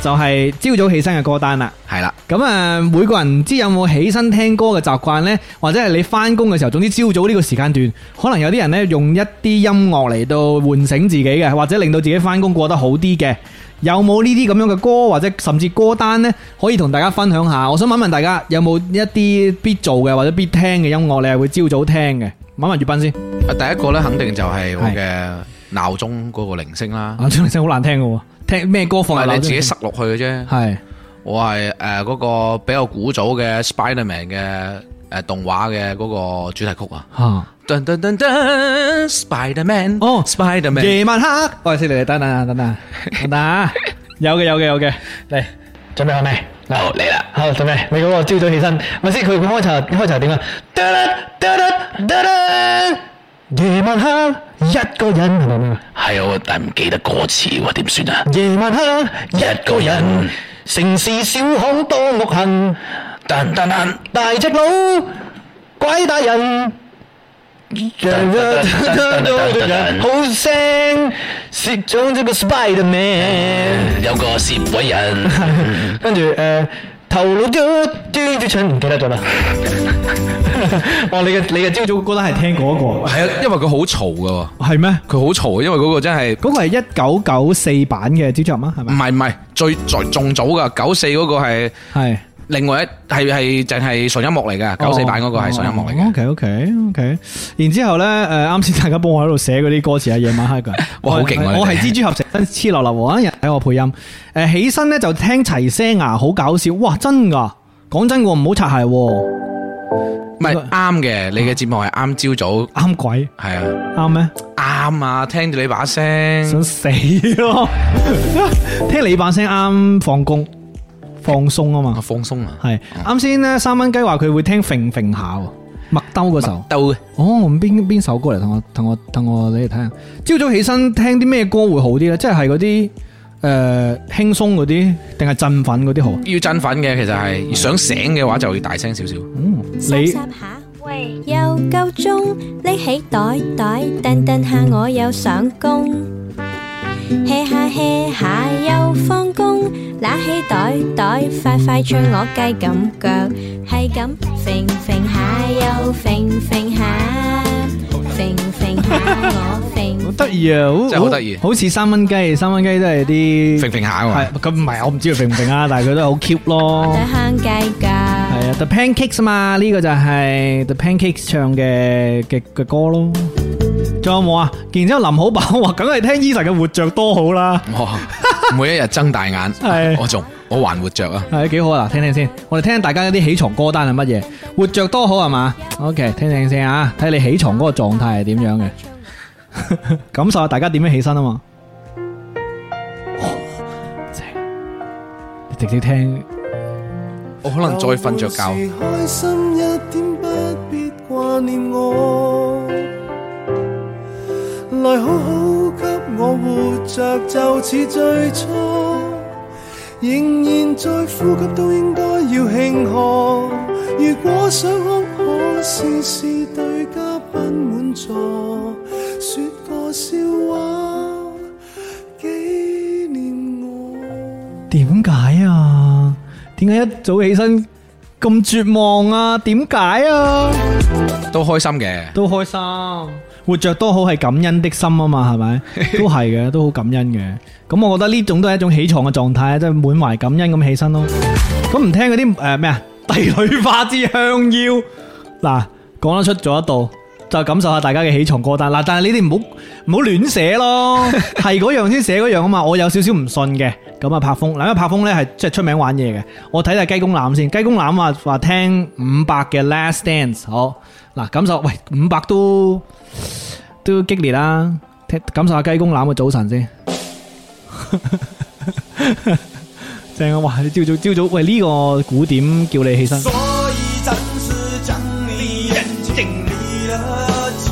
S3: 就係朝早起身嘅歌單啦。
S4: 係啦，
S3: 咁啊，每個人唔知有冇起身聽歌嘅習慣呢？或者係你翻工嘅時候，總之朝早呢個時間段，可能有啲人呢用一啲音樂嚟到喚醒自己嘅，或者令到自己翻工過得好啲嘅。有冇呢啲咁樣嘅歌，或者甚至歌單呢？可以同大家分享下？我想問問大家，有冇一啲必做嘅或者必聽嘅音樂，你係會朝早聽嘅？問問粵斌先，
S4: 啊第一個咧肯定就係我嘅鬧鐘嗰個鈴聲啦，
S3: 啊，張力聲好難聽嘅喎，聽咩歌
S4: 唔
S3: 放
S4: 係
S3: 入
S4: 你自己
S3: 鬧鐘
S4: 塞落去嘅啫。
S3: 聲係。
S4: 我係誒嗰個比較古早嘅 Spiderman 嘅誒動畫嘅嗰個主題曲啊！
S3: 啊！
S4: 噔噔噔噔，Spiderman
S3: 哦
S4: ，Spiderman
S3: 夜晚黑，喂，先嚟，等等啊等 等啊等等啊，有嘅有嘅有嘅，嚟，準備好未？嗱，嚟啦，好，準備，你嗰個朝早起身，咪先，佢佢開頭開頭點啊？得啦得啦得啦，夜晚黑一個人係咪咁啊？
S5: 係我但唔記得歌詞喎，點算啊？
S3: 夜晚黑
S5: 一個人，
S3: 城市小巷多木行，
S5: 噔噔噔
S3: 大隻佬鬼打 人。好聲，攝咗呢個 Spider Man，
S5: 有個攝鬼人，
S3: 跟住誒頭腦嘟嘟嘟蠢，唔記得 咗啦。哦，你嘅你嘅朝早歌單係聽嗰個
S4: 係啊，因為佢好嘈噶，
S3: 係咩？
S4: 佢好嘈，因為嗰個真係
S3: 嗰個係一九九四版嘅朝早嗎？係
S4: 唔
S3: 咪？
S4: 係唔係最最仲早噶，九四嗰個係
S3: 係
S4: 另外一係係淨係純音樂嚟嘅，九四版嗰個係純音樂嚟嘅。
S3: OK OK OK，然之後咧呃誒，啱先大家幫我喺度寫嗰啲歌詞啊，夜晚黑嘅。
S4: 哇好勁啊你哋
S3: 我係蜘蛛俠成身黐流流喎，一日睇我配音。誒起身咧就聽齊聲牙，好搞笑。哇，真㗎！講真喎，唔好擦鞋喎，
S4: 唔係啱嘅，你嘅節目係啱朝
S3: 啱鬼
S4: 早，係
S3: 啱咩？
S4: 啊，啱啊，聽住你把聲，
S3: 想死咯！ 聽你把聲啱放工放鬆啊嘛，
S4: 放鬆啊，
S3: 係啱先咧三蚊雞話佢會聽揈揈下喎，麥兜嗰首。
S4: 兜
S3: 哦，咁邊邊首歌嚟？同我同我同我你嚟睇下。朝早起身聽啲咩歌會好啲咧？即係嗰啲誒輕鬆嗰啲，定係振奮嗰啲好？
S4: 要振奮嘅，其實係想醒嘅話就要大聲少少。
S3: 嗯，
S6: 三
S3: 你
S6: 三下，喂，又夠鐘，匿起袋袋，蹬蹬下我又上工，hea 下 hea 下又放工，揦起袋袋，快快唱我雞咁腳，係咁揈揈下又揈揈下。
S3: 好
S6: 我揈，
S3: 得意啊，好
S4: 真係好得意
S3: 好似三蚊雞，三蚊雞都係啲
S4: 揈揈下啊嘛，
S3: 係咁唔係，我唔知佢揈唔揈啊，但係佢都好 cute
S6: 我
S3: 咯
S6: 哋。坑街噶，
S3: 係啊，The Ờ, Pancakes 啊嘛，呢個就係 The Pancakes 唱嘅嘅嘅歌咯。仲有冇啊？然之後林好寶話，梗係聽 Eason 嘅《活着》多好啦，
S4: 我每一日睜大眼
S3: 係，
S4: 我仲我還活着啊！
S3: 係幾好啊！嗱，聽聽先，我哋聽聽大家嗰啲起床歌單係乜嘢，《活着》多好係嘛？OK，聽聽先啊，睇你起床嗰個狀態係點樣嘅， 感受下大家點樣起身啊嘛。正，你直接聽。
S4: 我可能再瞓着覺，
S7: 開心一點不必掛念我，來好好給我活着，就似最初。仍然在呼吸都應該要慶賀。如果想哭，可試試對嘉賓滿座，說個笑話紀念我。
S3: 點解啊？點解一早起身咁絕望啊？點解啊？
S4: 都開心嘅。
S3: 都開心，活着都好係感恩的心啊嘛，係 咪？都係嘅，都好感恩嘅。咁我覺得呢種都係一種起床嘅狀態，即係滿懷感恩咁起身咯。咁唔聽嗰啲誒咩啊？ 帝女花之香腰嗱，講得出做得到。就感受下大家嘅起床歌單嗱，但係你哋唔好唔好亂寫咯，係嗰樣先寫嗰樣啊嘛。我有少少唔信嘅，咁啊柏峰嗱，因為柏峰咧係即係出名玩嘢嘅。我睇下雞公欖先，雞公欖話話聽五百嘅 Last Dance，好嗱感受喂五百都都激烈啦，聽感受下雞公欖嘅早晨先。正啊！哇！你朝早朝早，喂呢、個鼓點叫你起 身，
S7: 所以暂时将你眼睛立了起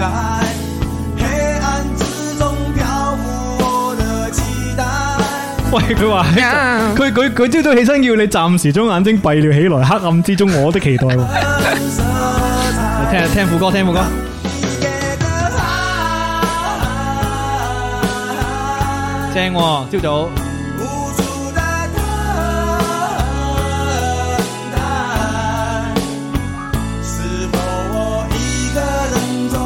S7: 来，黑暗之中漂浮我的期待。
S3: 喂佢話佢佢佢朝早起身叫你暫時將眼睛閉了起來，黑暗之中我的期待 喎。
S7: 色彩
S3: 聽聽副歌，聽副歌。
S7: 夜的海，
S3: 正喎，朝早
S7: 无助的等待，是否我一个人走，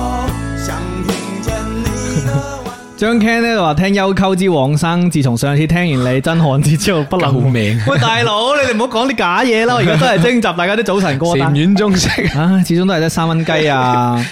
S7: 想听见你的晚安。
S3: 張 Ken 咧話聽《幽溝之往生》，自從上次聽完你真漢子之後，不能
S4: 救命
S3: 喂，大佬，你哋唔好講啲假嘢啦！我而家真係徵集大家啲早晨歌單
S4: 禪。院中式，
S3: 唉，始終都係得三蚊雞 啊，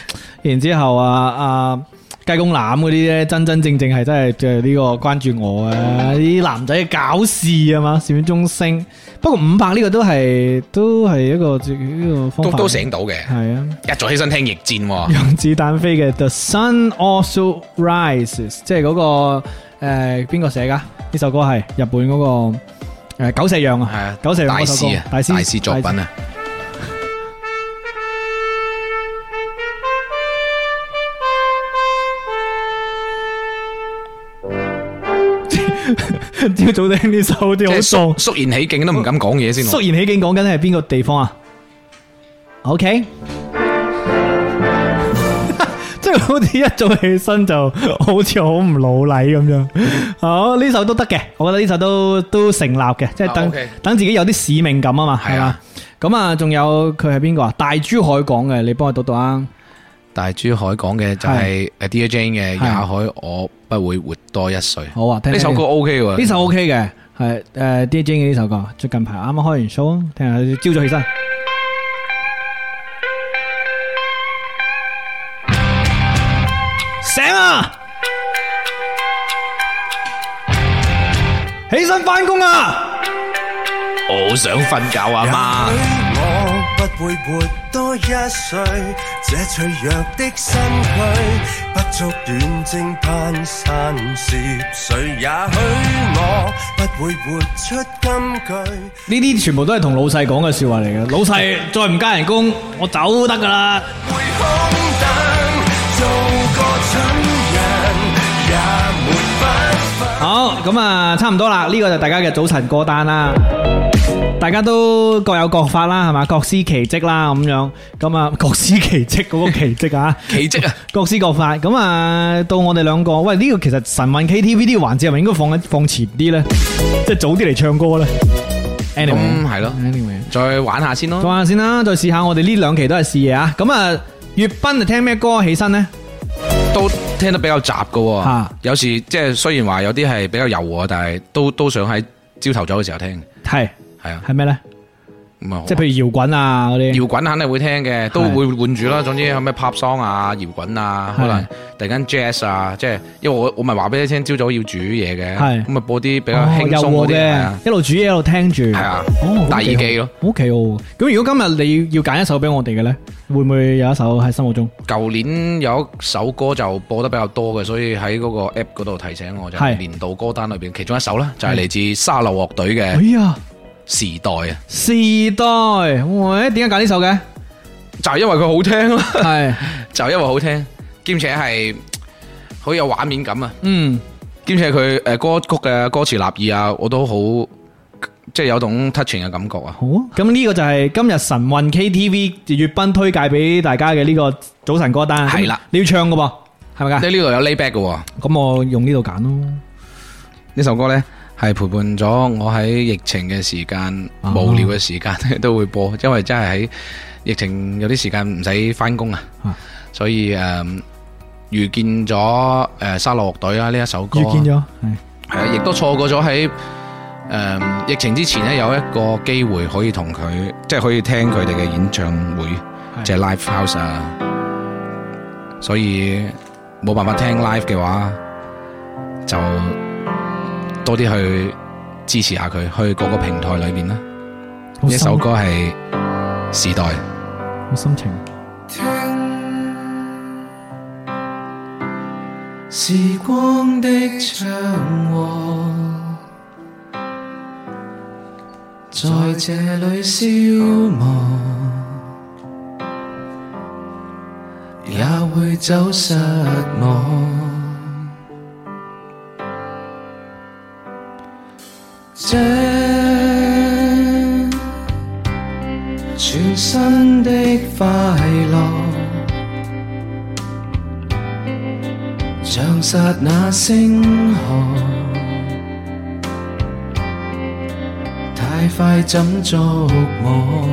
S3: 然之後啊啊雞公欖嗰啲咧，真真正正係真係嘅呢個關注我啊！呢啲男仔搞事啊嘛，小院中升。不過五百呢個都係都係一個呢個方
S4: 都
S3: 法，
S4: 都醒到嘅。
S3: 係啊。
S4: 一早起身聽逆 戰喎，
S3: 杨子彈飛嘅《The Sun Also Rises》，即係嗰、個诶邊個寫噶？呢首歌係日本嗰、個诶、久石讓
S4: 係
S3: 啊
S4: 啊，
S3: 久石讓
S4: 大
S3: 嗰首
S4: 師
S3: 歌
S4: 啊，大師作品啊，
S3: 朝早聽呢首好似
S4: 即
S3: 好
S4: 係
S3: 喪
S4: 肅。肅然起敬都唔敢講嘢先喎。
S3: 肅然起敬講緊係邊個地方啊？OK，即係好似一早起身就好似好唔老禮咁樣。好，呢首都得嘅，我覺得呢首都都成立嘅，即係
S4: 啊
S3: 等
S4: ，OK
S3: 等自己有啲使命感啊嘛，係
S4: 係
S3: 嘛
S4: 啊。
S3: 咁啊，仲有佢係邊個啊？大珠海港嘅，你幫我讀讀啊。
S4: 大珠海講嘅就係誒 Dear Jane 嘅
S3: 係
S4: 也許我不會活多一歲。
S3: 好啊，聽
S4: 呢首歌 OK 喎，
S3: 呢首 OK 嘅，係誒 DJ 嘅呢首歌，最近排啱啱開完 show，啊聽下朝早起身。醒啊！起身翻工啊！
S4: 我好想瞓覺啊
S7: 也
S4: 媽。
S7: 許我不會活多一歲，這脆弱的身軀不足遠征攀山涉水。也許我不會活出金句。
S3: 呢啲全部都係同老細講嘅説話嚟嘅，老細再唔加人工，我走得噶啦。
S7: 會空等，做個蠢人也沒不忿。
S3: 好，咁啊，差唔多啦，呢、個就大家嘅早晨歌單啦。大家都各有各法啦，係嘛？各司其職啦，咁樣咁啊， 各司其職嗰個奇蹟啊，
S4: 奇蹟啊！
S3: 各施各法。咁啊，到我哋兩個，喂，呢、個其實神韻 KTV 呢個環節係咪應該放一放前啲呢？即係早啲嚟唱歌呢 a n y w a y
S4: 咁係咯
S3: a n y w a y
S4: 再玩下先
S3: 再
S4: 咯。
S3: 玩下先啦，再試下我哋呢兩期都係試嘢啊。咁啊，粵斌啊聽咩歌起身呢？
S4: 都聽得比較雜噶喎
S3: 嚇。
S4: 有時即係雖然話有啲係比較柔和，但係都都想喺朝頭早嘅時候聽。
S3: 係
S4: 係啊，
S3: 係咩咧？
S4: 咁啊，
S3: 即係譬如搖滾啊嗰啲。
S4: 搖滾肯定會聽嘅，都會換住啦。總之有咩 pop song 啊、搖滾啊，
S3: 係
S4: 可能突然間 jazz 啊，即係因為我我咪話俾你聽，朝早要煮嘢嘅，
S3: 係
S4: 咁啊播啲比較
S3: 哦
S4: 輕
S3: 有
S4: 鬆
S3: 喎
S4: 嗰啲，係啊
S3: 嘅，一路煮嘢一路聽住。
S4: 係啊
S3: 哦，
S4: 戴耳機咯。
S3: O K 喎，咁如果今日你要揀一首俾我哋嘅咧，會唔會有一首喺心目中？
S4: 舊年有一首歌就播得比較多嘅，所以喺嗰個 app 嗰度提醒我就
S3: 係
S4: 係年度歌單裏邊其中一首啦，就係嚟自沙漏樂隊嘅
S3: 哎
S4: 《
S3: 呀，
S4: 時代》啊，
S3: 時代，喂，點解揀呢首 嘅？
S4: 就係因為佢好聽啦，
S3: 係，
S4: 就係因為好聽，兼且係好有畫面感啊！
S3: 嗯，
S4: 兼且佢誒歌曲嘅歌詞立意啊，我都好即係有種 touching 嘅感覺啊！
S3: 好啊。咁呢個就係今日神運 K T V 粵賓推介俾大家嘅呢個早晨歌單。
S4: 係啦，
S3: 你要唱嘅噃，係咪 㗎？
S4: 你呢度有 layback 嘅喎，
S3: 咁我用呢度揀咯。
S4: 呢首歌呢，係陪伴咗我喺疫情嘅時間、
S3: 啊
S4: 無聊嘅時間 都會播，因為真係喺疫情有啲時間唔使翻工啊
S3: 啊，
S4: 所以誒、嗯遇見咗誒沙樂樂隊啊啦呢一首歌，
S3: 遇見咗，係
S4: 係啊亦都錯過咗喺誒疫情之前呢，有一個機會可以同佢，即係可以聽佢哋嘅演唱會，
S3: 係
S4: 即係 live house 啊。所以冇辦法聽 live 嘅話，就多啲去支持下佢，去各個平台裏邊啦。
S3: 好
S4: 呢一首
S3: 深啊
S4: 歌係時代。
S3: 好心情。
S8: 時光的長河，在這裏消磨，也會走失我。這全新的快樂。像刹那星河，太快怎捉摸？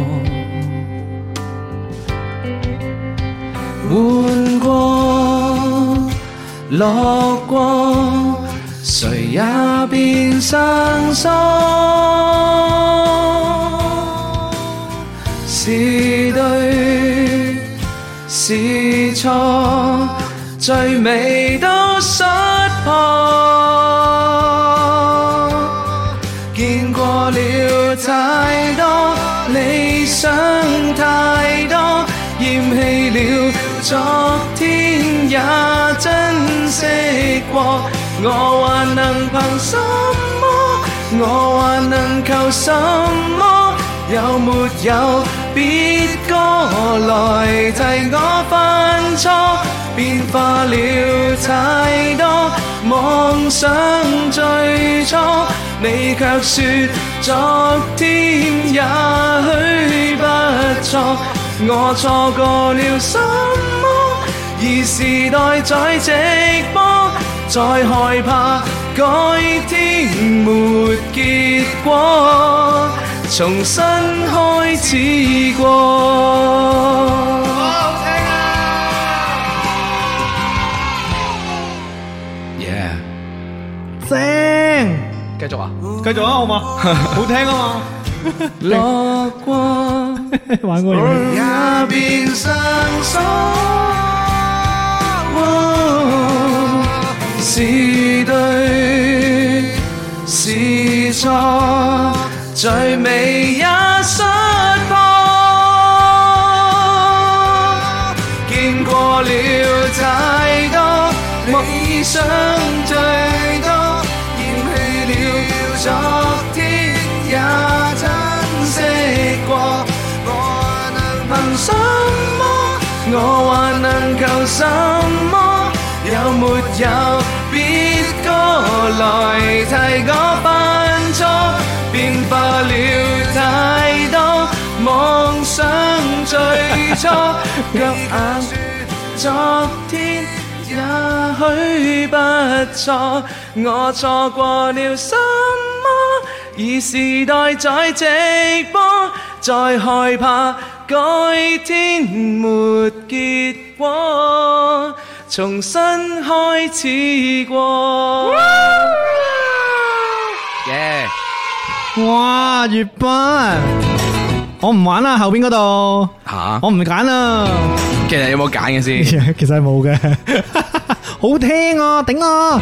S8: 換過，落過，誰也變生疏。是對是錯，最尾都失破。見過了太多，理想太多，厭棄了昨天也珍惜過，我還能憑什麼？我還能求什麼？有沒有別個來替我犯錯？變化了太多，妄想最初，你卻說昨天也許不錯，我錯過了什麼？而時代在直播，再害怕改天沒結果，重新開始過。
S4: Yeah，
S3: 正，
S4: 繼續啊！
S3: 繼續啊，好 嘛？好聽啊
S8: 落過
S3: 嘛，玩過嘢。
S8: 也變生疏，是對是錯，最尾也失破。見過了太多，理想最多，厭棄了昨天也珍惜過。我能憑什麼？我還能求什麼？有沒有別個來替我犯錯？變化了太多，妄想最初，若眼。昨天也許不錯，我錯過了什麼？而時代在直播，再害怕改天沒結果，重新開始過。
S4: 耶！
S3: 哇，粵斌，我唔玩啦，後邊嗰度，
S4: 吓，
S3: 我唔揀啦。
S4: 啊其實有冇揀嘅先？
S3: 啊 其實係冇嘅， 好聽啊，頂啊！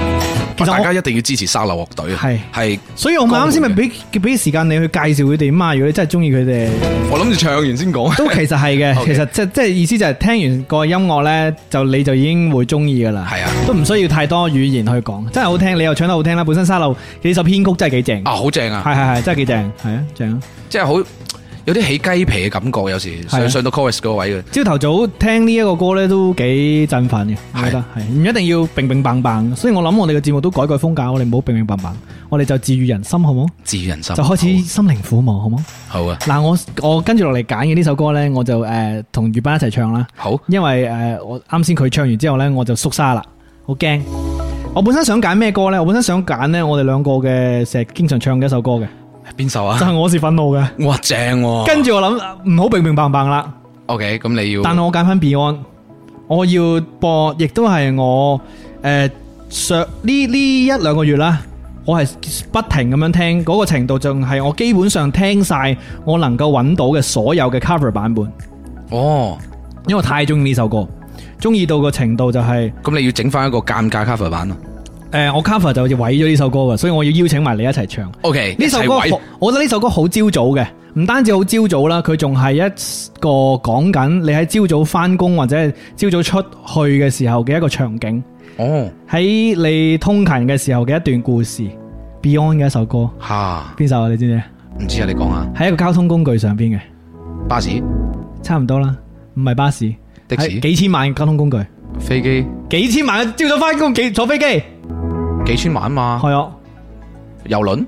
S3: 其實
S4: 大家
S3: 我
S4: 一定要支持沙漏樂隊啊！
S3: 係
S4: 係，
S3: 所以我咪啱先咪
S4: 江湖
S3: 俾俾時間你去介紹佢哋嘛。如果你真係中意佢 哋，
S4: 我諗住唱完先講。
S3: 都其實係嘅。
S4: Okay
S3: 其實即即係意思就係聽完個音樂呢，就你就已經會中意噶啦。
S4: 係啊
S3: 都唔需要太多語言去講，真係好聽。你又唱得好聽啦，本身沙漏幾首編曲真係幾正，
S4: 啊，好正啊！
S3: 係係係真係幾正，係啊正啊！
S4: 即係好有啲起雞皮嘅感覺，有時
S3: 係啊
S4: 上上到 chorus 嗰位嘅。
S3: 朝頭早聽呢一個歌呢，都幾振奮嘅，我覺得係唔一定要並並棒棒，所以我諗我哋嘅節目都改改風格，我哋唔好並並棒棒，我哋就治愈人心好冇？
S4: 治愈人心，
S3: 就開始心靈撫摸，好冇？
S4: 好啊，
S3: 嗱，我我跟住落嚟揀嘅呢首歌呢，我就誒同粵班一齊唱啦，
S4: 好啊
S3: 因為誒、呃我啱先佢唱完之後呢，我就縮沙啦，好驚。我本身想揀咩歌呢？我本身想揀呢，我哋兩個嘅成日經常唱嘅一首歌嘅，
S4: 好，邊首
S3: 就係
S4: 啊？
S3: 我是憤怒嘅。
S4: 哇，正喎！
S3: 跟住我諗呃唔好平平棒棒啦，
S4: ，OK，咁你要，
S3: 但我揀翻 Beyond，我要播，亦都係我誒上呢呢一兩個月啦，我係不停咁樣聽，嗰、個程度仲係我基本上聽晒我能夠揾到嘅所有嘅 cover 版本，
S4: 哦，
S3: 因為我太中意呢首歌，中意到個程度就係、
S4: 咁你要整翻一個尷尬 cover 版啊咯。
S3: 呃我 cover 就好似毀咗呢首歌啊嘅，所以我要邀請埋你一齊唱。
S4: OK，
S3: 呢首
S4: 一
S3: 歌
S4: 齊
S3: 好
S4: 位，
S3: 我覺得呢首歌好朝早嘅，唔單止好朝早啦，佢仲係一個講緊你喺朝早翻工或者係朝早出去嘅時候嘅一個場景，
S4: 哦，
S3: 喺你通勤嘅時候嘅一段故事。Beyond 嘅一首歌，
S4: 吓，
S3: 邊首啊？你知唔知？
S4: 唔知啊，你講下，
S3: 喺一個交通工具上邊嘅，
S4: 巴士、
S3: 差唔多啦，唔係巴士，
S4: 的
S3: 係
S4: 士、
S3: 幾千萬嘅交通工具，
S4: 飛機，
S3: 幾千萬嘅朝早翻工，幾坐飛機，係
S4: 幾千萬嘛，
S3: 啊，
S4: 遊輪、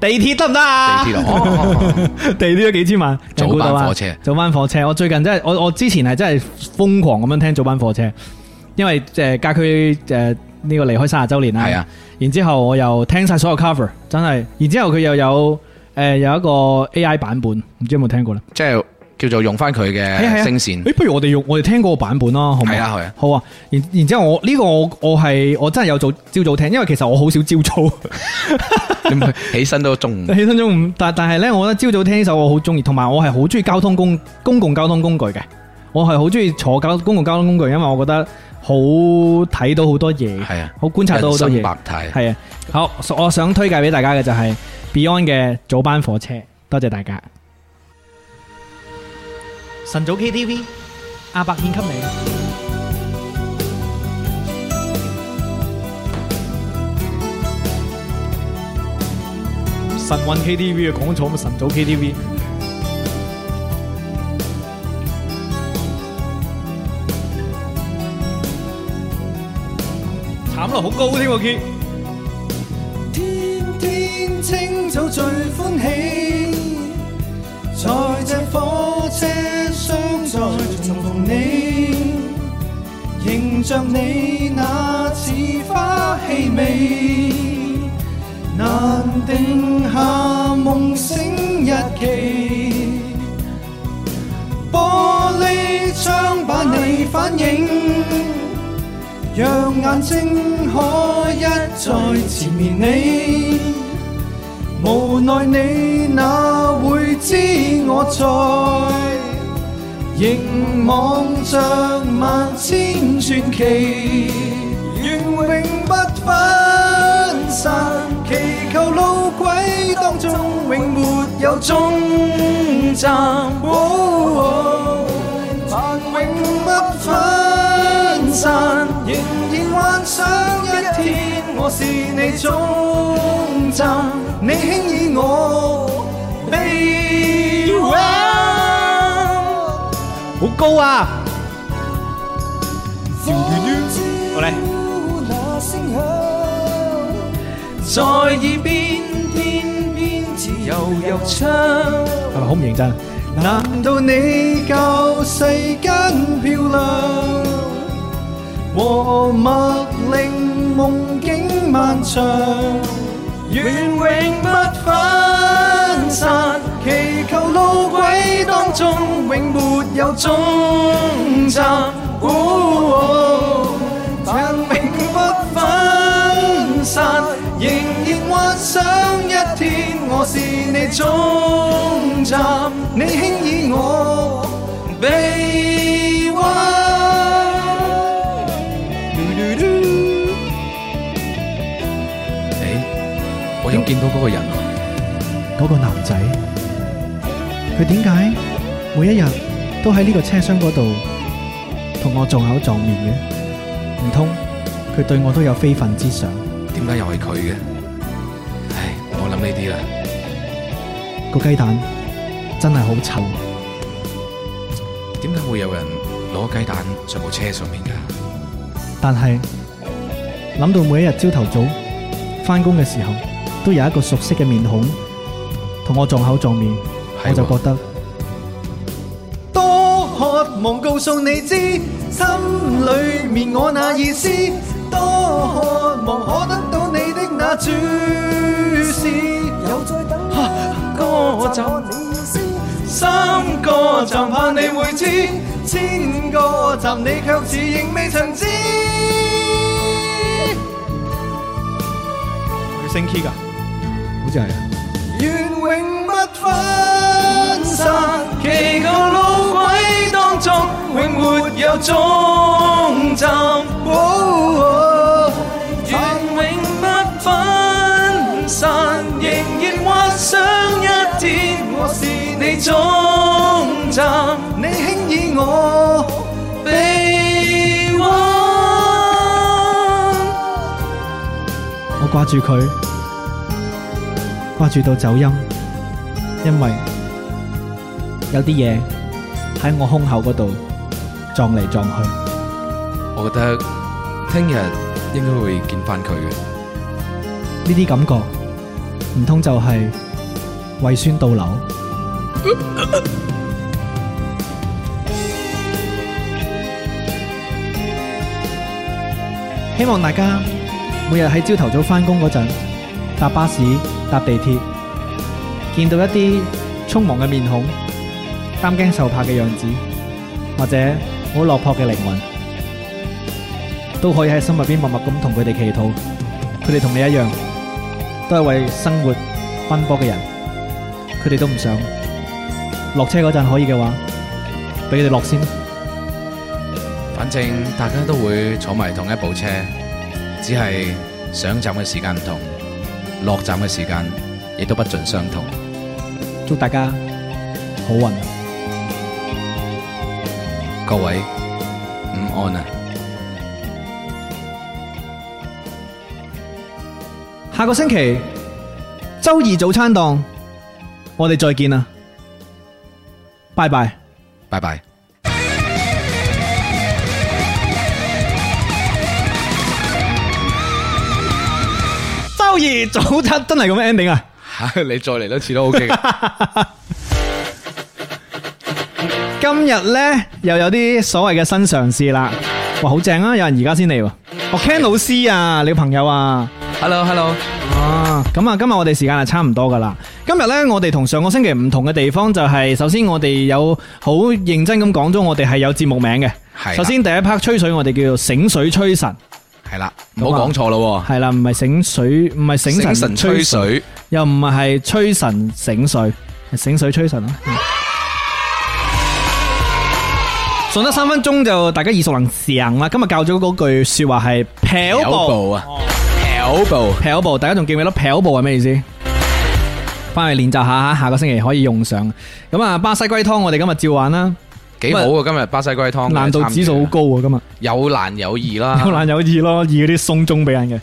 S3: 地鐵得唔得
S4: 地
S3: 啊？
S4: 鐵哦咯，
S3: 地呢都幾千萬，
S4: 早
S3: 有冇
S4: 班
S3: 估到啊
S4: 火車
S3: 早班火車，我最近真係我我之前係真係瘋狂咁樣聽早班火車，因為誒家駒誒呢個離開三十週年啦，
S4: 係啊，
S3: 然之後我又聽晒所有 cover，真係，然之後佢又有誒有一個 AI 版本，唔知有冇聽過咧？
S4: 即係叫做用翻佢
S3: 係啊係啊
S4: 嘅聲線，
S3: 誒，不如我哋用我哋聽嗰個版本啦，好唔好？
S4: 係啊係啊
S3: 好啊。然然之後我呢個我我係我真係有早朝早聽，因為其實我好少朝早。
S4: 你咪起身都 中午。
S3: 起身中午，但但係咧，我覺得朝早聽呢首我好中意，同埋我係好中意交通工公共交通工具嘅，我係好中意坐交公共交通工具，因為我覺得好睇到好多嘢，
S4: 係啊
S3: 好觀察到好多
S4: 人
S3: 嘢
S4: 生，百態，
S3: 係啊。好，所我想推介俾大家嘅就係 Beyond 嘅早班火車，多謝大家。晨早 KTV，阿伯獻給你。晨運 KTV 啊，講錯咪晨早 KTV。慘咯，好高添個 key。
S8: 天天清早最歡喜，在這火車相載重逢你，迎着你那似花氣味，難定下夢醒日期。玻璃窗把你反映。讓眼睛可一再纏綿你。無奈你哪會知我在，凝望着萬千傳奇，願永不分散。祈求路軌當中永沒有終站。哦但永不分散，仍然幻想一天我是你終站，你輕倚我臂彎。
S3: 好高啊！
S8: 好
S3: 嘞。
S8: 在耳邊，偏偏自由又唱。
S3: 係咪好唔認真？
S8: 難道你教世間漂亮？和墨令夢境漫長，願永不分散。祈求路軌當中永沒有終站。哦想一天我是你終站，你輕倚我臂彎。嘟嘟嘟
S4: 诶，哎我又見到嗰個人喎，
S3: 嗰個男仔，佢點解每一日都喺呢個車廂嗰度同我撞口撞面嘅？唔通佢對我都有非分之想？
S4: 點解又係佢嘅？唉，我諗呢啲啊啦。
S3: 個雞蛋真係好臭。
S4: 點解會有人攞雞蛋上部車上面㗎？
S3: 但係諗到每一日朝頭早翻工嘅時候，都有一個熟悉嘅面孔同我撞口撞面，
S4: 係喎
S3: 我就覺得
S8: 多渴望告訴你知，心裏面我那意思，多渴望可得到你的那注視。又再等個站，三個站怕你會知，千個站你卻自認未曾知。
S3: 佢升 key 噶，好似係啊
S8: 願永不分散，祈求路軌當中永沒有終站。哦願永不分散，仍然幻想一天，我是你終站，你輕倚我臂彎。
S3: 我掛住佢，掛住到走音，因為有啲嘢喺我胸口嗰度撞嚟撞去。
S4: 我覺得聽日應該會見翻佢嘅。
S3: 呢啲感覺，唔通就係胃酸倒流？希望大家每日喺朝頭早翻工嗰陣，搭巴士、搭地鐵，見到一啲匆忙嘅面孔、擔驚受怕嘅樣子，或者好落魄嘅靈魂，都可以喺心入邊默默咁同佢哋祈禱。佢哋同你一樣，都係為生活奔波嘅人，佢哋都唔想落車嗰陣可以嘅話，俾佢哋落先啦。
S4: 反正大家都會坐埋同一部車，只係上站嘅時間唔同，落站嘅時間亦都不盡相同。
S3: 祝大家好運啊！
S4: 各位，午安啊！
S3: 下個星期周二早餐檔，我哋再見啦，拜拜。
S4: 拜拜。
S3: 周二早餐真係咁 ending 啊！
S4: 嚇 你再嚟多次都 OK 嘅。
S3: 今日呢，又有啲所謂嘅新嘗試啦，哇，好正啊！有人而家先嚟喎，我 Ken 老師啊，你朋友啊。
S4: Hello Hello，
S3: 啊，咁啊，今日我哋時間係差唔多噶啦。今日呢，我哋同上個星期唔同嘅地方就係、首先我哋有好認真咁講咗，我哋係有節目名嘅。
S4: 係啦
S3: 首先第一 part 吹水，我哋叫做醒水吹神，
S4: 係啦，唔好講錯咯
S3: 係啦，唔係醒水，唔係
S4: 喎。
S3: 醒
S4: 醒
S3: 神
S4: 神
S3: 吹
S4: 吹
S3: 水，
S4: 水，
S3: 又唔係吹神醒水，係醒水吹神咯。嗯順得三分鐘就大家耳熟能詳啦。今日教咗嗰句説話係漂
S4: 跑
S3: 步。
S4: 步啊，跑步。
S3: 跑步，大家仲記唔記得跑步係咩意思？翻去練習下，下個星期可以用上。咁啊，巴西龜湯我哋今日照玩啦，
S4: 幾好啊！今日巴西龜湯
S3: 難度指數好高啊，今日
S4: 有難有易 啦，
S3: 有難有易咯，易嗰啲鬆鐘俾人嘅。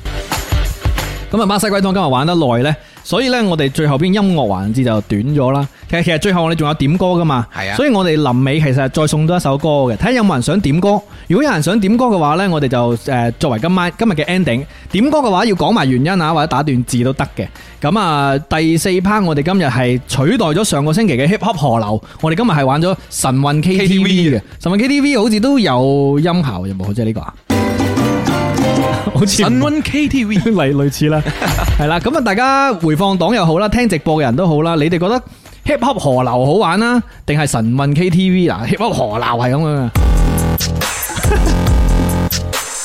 S3: 咁啊，巴西龜湯今日玩得耐呢，所以呢，我哋最後邊音樂環節就短咗啦。其實其實最後我哋仲有點歌噶嘛，
S4: 係啊
S3: 所以我哋臨尾其實再送多一首歌嘅，睇下有冇人想點歌。如果有人想點歌嘅話呢，我哋就誒、呃作為今晚今日嘅 ending 點歌嘅話，要講埋原因啊，或者打段字都得嘅。咁啊，第四 part 我哋今日係取代咗上個星期嘅 hip hop 河流，我哋今日係玩咗神韻 KTV 嘅。神韻 KTV 好似都有音效有冇？好似係呢個啊，好似唔
S4: 神温 KTV
S3: 例類似啦，係啦，咁啊，大家回放黨又好啦，聽直播嘅人都好啦，你哋覺得 hip hop 河流好玩啦，定係神韻 KTV 啊？hip hop 河流係咁樣啊，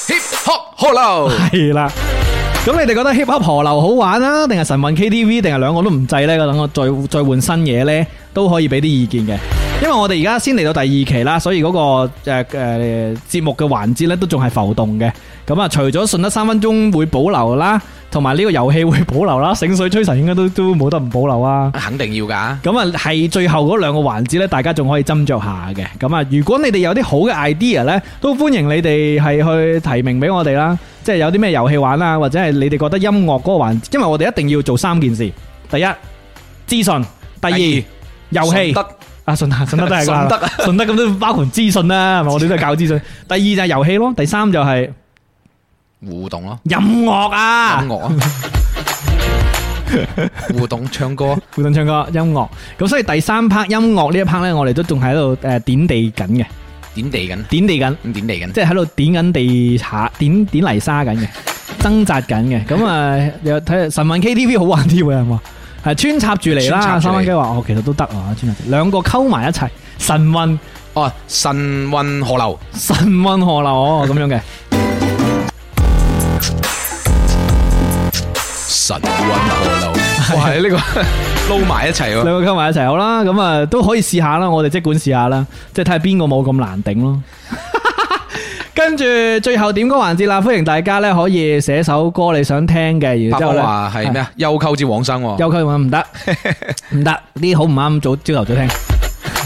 S4: hip hop hello，
S3: 係啦。咁你哋覺得 hip hop 河流好玩啊，定係神韻 KTV，定係兩個都唔制呢？等我再再換新嘢呢，都可以俾啲意見嘅。因為我哋而家先嚟到第二期啦，所以嗰、個誒誒節目嘅環節呢，都仲係浮動嘅。咁啊，除咗順德三分鐘會保留啦，同埋呢個遊戲會保留啦，醒水吹神應該都都冇得唔保留啊。
S4: 肯定要噶。
S3: 咁啊，係最後嗰兩個環節咧，大家仲可以斟酌下嘅。咁啊，如果你哋有啲好嘅 idea 咧，都歡迎你哋係去提名俾我哋啦。即係有啲咩遊戲玩啊，或者係你哋覺得音樂嗰個環節，因為我哋一定要做三件事：第一，資訊；第二，遊戲。
S4: 得
S3: 啊，順德順德都係㗎
S4: 順德啊，
S3: 順德咁都包括資訊啦，係咪我哋都係教資訊。第二就係遊戲咯，第三就係
S4: 互動咯，
S3: 音樂啊
S4: 音。樂啊，互動唱歌，
S3: 互動唱歌音樂。咁所以第三 part 音樂呢一 part 咧，我哋都仲喺度誒點地緊嘅，
S4: 點地緊，
S3: 點地緊。
S4: 咁點地緊，
S3: 即係喺度點緊地下，點點泥沙緊嘅，掙扎緊嘅。咁啊，有睇下神韻 KTV 好玩啲喎，有人話係穿插住嚟
S4: 穿插
S3: 啦。
S4: 住嚟
S3: 三蚊雞話哦，其實都得啊，穿插住兩個溝埋一齊，神韻
S4: 哦，神運河流，
S3: 神韻河流哦咁樣 嘅。
S4: 啊神 運河流，哇，呢個 撈埋一齊
S3: 兩
S4: 喎，
S3: 個溝埋一齊好啦，咁啊都可以試下啦，我哋即管試下啦，即係睇下邊個冇咁難頂咯。 跟住最後點歌環節啦，歡迎大家咧可以寫首歌你想聽嘅，然
S4: 伯
S3: 之後
S4: 哥
S3: 咧
S4: 話係咩啊？休溝之往生喎，
S3: 休佢話唔 得，唔得，呢啲好唔啱早朝頭早聽。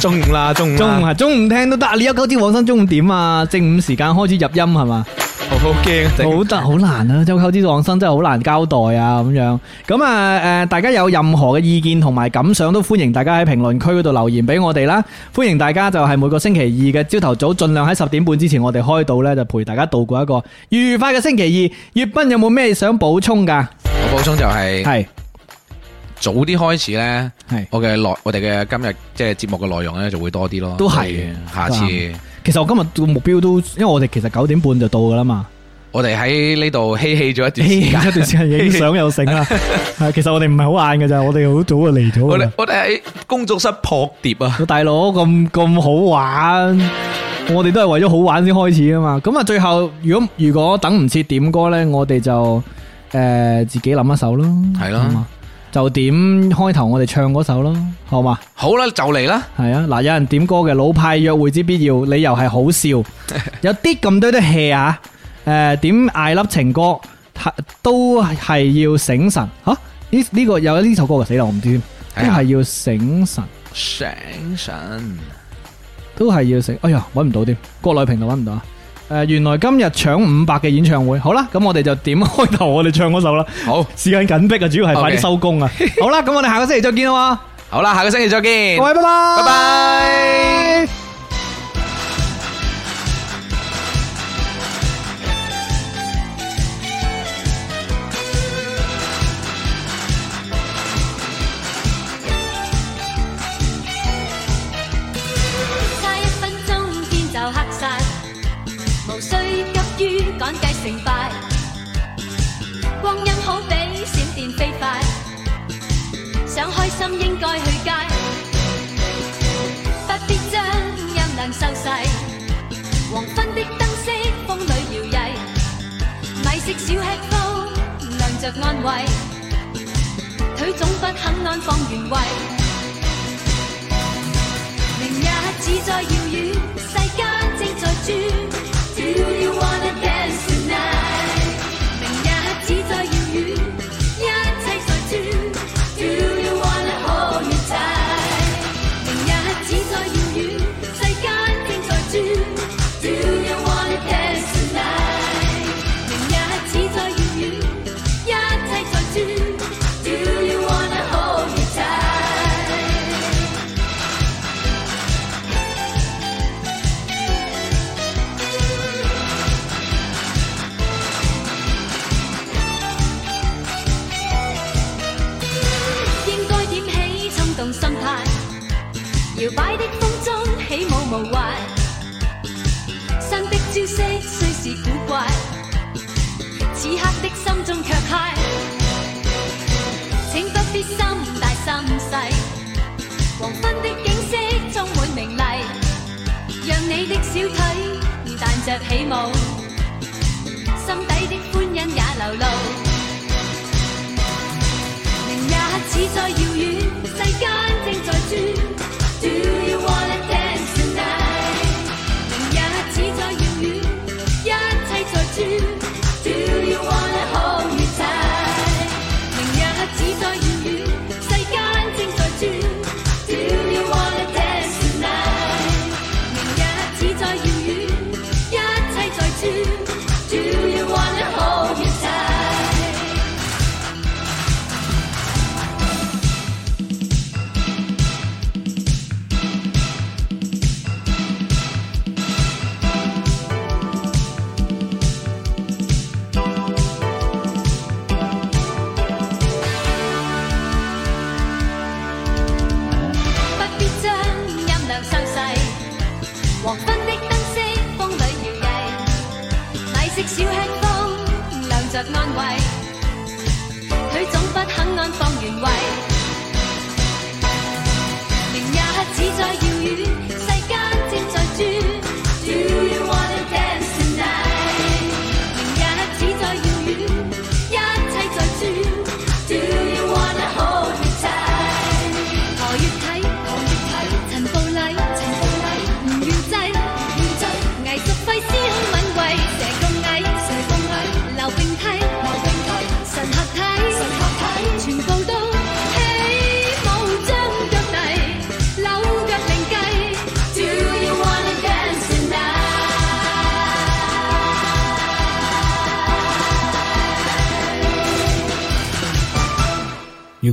S4: 中午啦，中午
S3: 中午
S4: 啦，
S3: 係中午聽都得，你有九點往生中午點啊？正午時間開始入音係嘛？
S4: 好好驚啊，
S3: 好
S4: 頂
S3: 得好難啊！周九之往生真係好難交代啊咁樣。咁啊誒，大家有任何嘅意見同埋感想都歡迎大家喺評論區嗰度留言俾我哋啦。歡迎大家就係每個星期二嘅朝頭早，盡量喺十點半之前我哋開到呢，就陪大家度過一個愉快嘅星期二。粵斌有冇咩想補充㗎？
S4: 我補充就係
S3: 係
S4: 早啲開始咧，
S3: 係。
S4: 我嘅內我哋嘅今日即係節目嘅內容咧就會多啲咯，
S3: 都係
S4: 所以下
S3: 都
S4: 次
S3: 啱。其實我今日個目標都，因為我哋其實九點半就到㗎啦嘛。
S4: 我哋喺呢度嬉戲咗一 段時
S3: 一
S4: 間
S3: 段時間影相又剩啦。係其實我哋唔係好晏嘅咋，我哋好早就嚟咗
S4: 我
S3: 㗎
S4: 哋
S3: 啦。
S4: 我哋喺工作室撲碟啊！
S3: 個大佬咁咁好玩，我哋都係為咗好玩先開始啊嘛。咁啊，最後如果如果等唔切點歌呢，我哋就诶、呃自己諗一首咯，
S4: 係咯
S3: 好嘛就點開頭我哋唱嗰首咯，好嘛？
S4: 好啦，就嚟啦，
S3: 係啊，嗱，有人點歌嘅老派約會之必要，理由係好笑，有啲咁多啲 hea 啊，诶、點嗌粒情歌，係都係要醒神吓。呢呢、個有呢首歌嘅死啦，我唔知添，
S4: 睇
S3: 都
S4: 下
S3: 係要醒神，
S4: 醒神
S3: 都係要醒。哎呀，搵唔到添，國內平台搵唔到啊。诶、原來今日搶五百嘅演唱會，好啦，咁我哋就 點開頭我哋唱嗰首啦。
S4: 好，
S3: 時間緊迫啊，主要係快啲
S4: OK
S3: 收工啊。好啦，咁我哋下個星期再見啦
S4: 好啦，下個星期再
S3: 喎，
S4: 見，
S3: 各位拜拜，
S4: 拜拜。
S9: 差一分鐘天就黑晒，無需急於趕計成敗。光陰好比閃電飛快，想開心應該去街，不必將音量收細。黃昏的燈飾風裏搖曳，米色小吃鋪亮着安慰，腿總不肯安放原位。明日只在遙遠，世間正在轉。Do you wanna dance tonight？明日只在遙遠，一切在轉。Do you wanna hold me tight？明日只在遙遠，世間正在轉。Do you wanna dance tonight？明日只在遙遠，一切在轉。Do you wanna hold me tight？應該點起衝動心態，搖擺的風中起舞無壞，新的招式雖是古怪，此刻的心中卻嗨。請不必心大心細，黃昏的景色充滿明麗，讓你的小腿彈着起舞，心底的歡欣也流露。惜小輕風，亮着安慰，佢總不肯安放原位。明日只在遙遠，世間正在轉。Do you wanna dance tonight？明日只在遙遠，一切在轉。Do you wanna hold me tight？何月睇，何月睇，陳布禮，陳布禮，唔要制，唔要制，藝術費斯好敏慧，蛇咁矮，蛇咁矮，溜冰梯，溜冰梯，神合體，神合體，全部都起舞將腳遞，扭腳另計，Do you wanna dance tonight？
S8: 如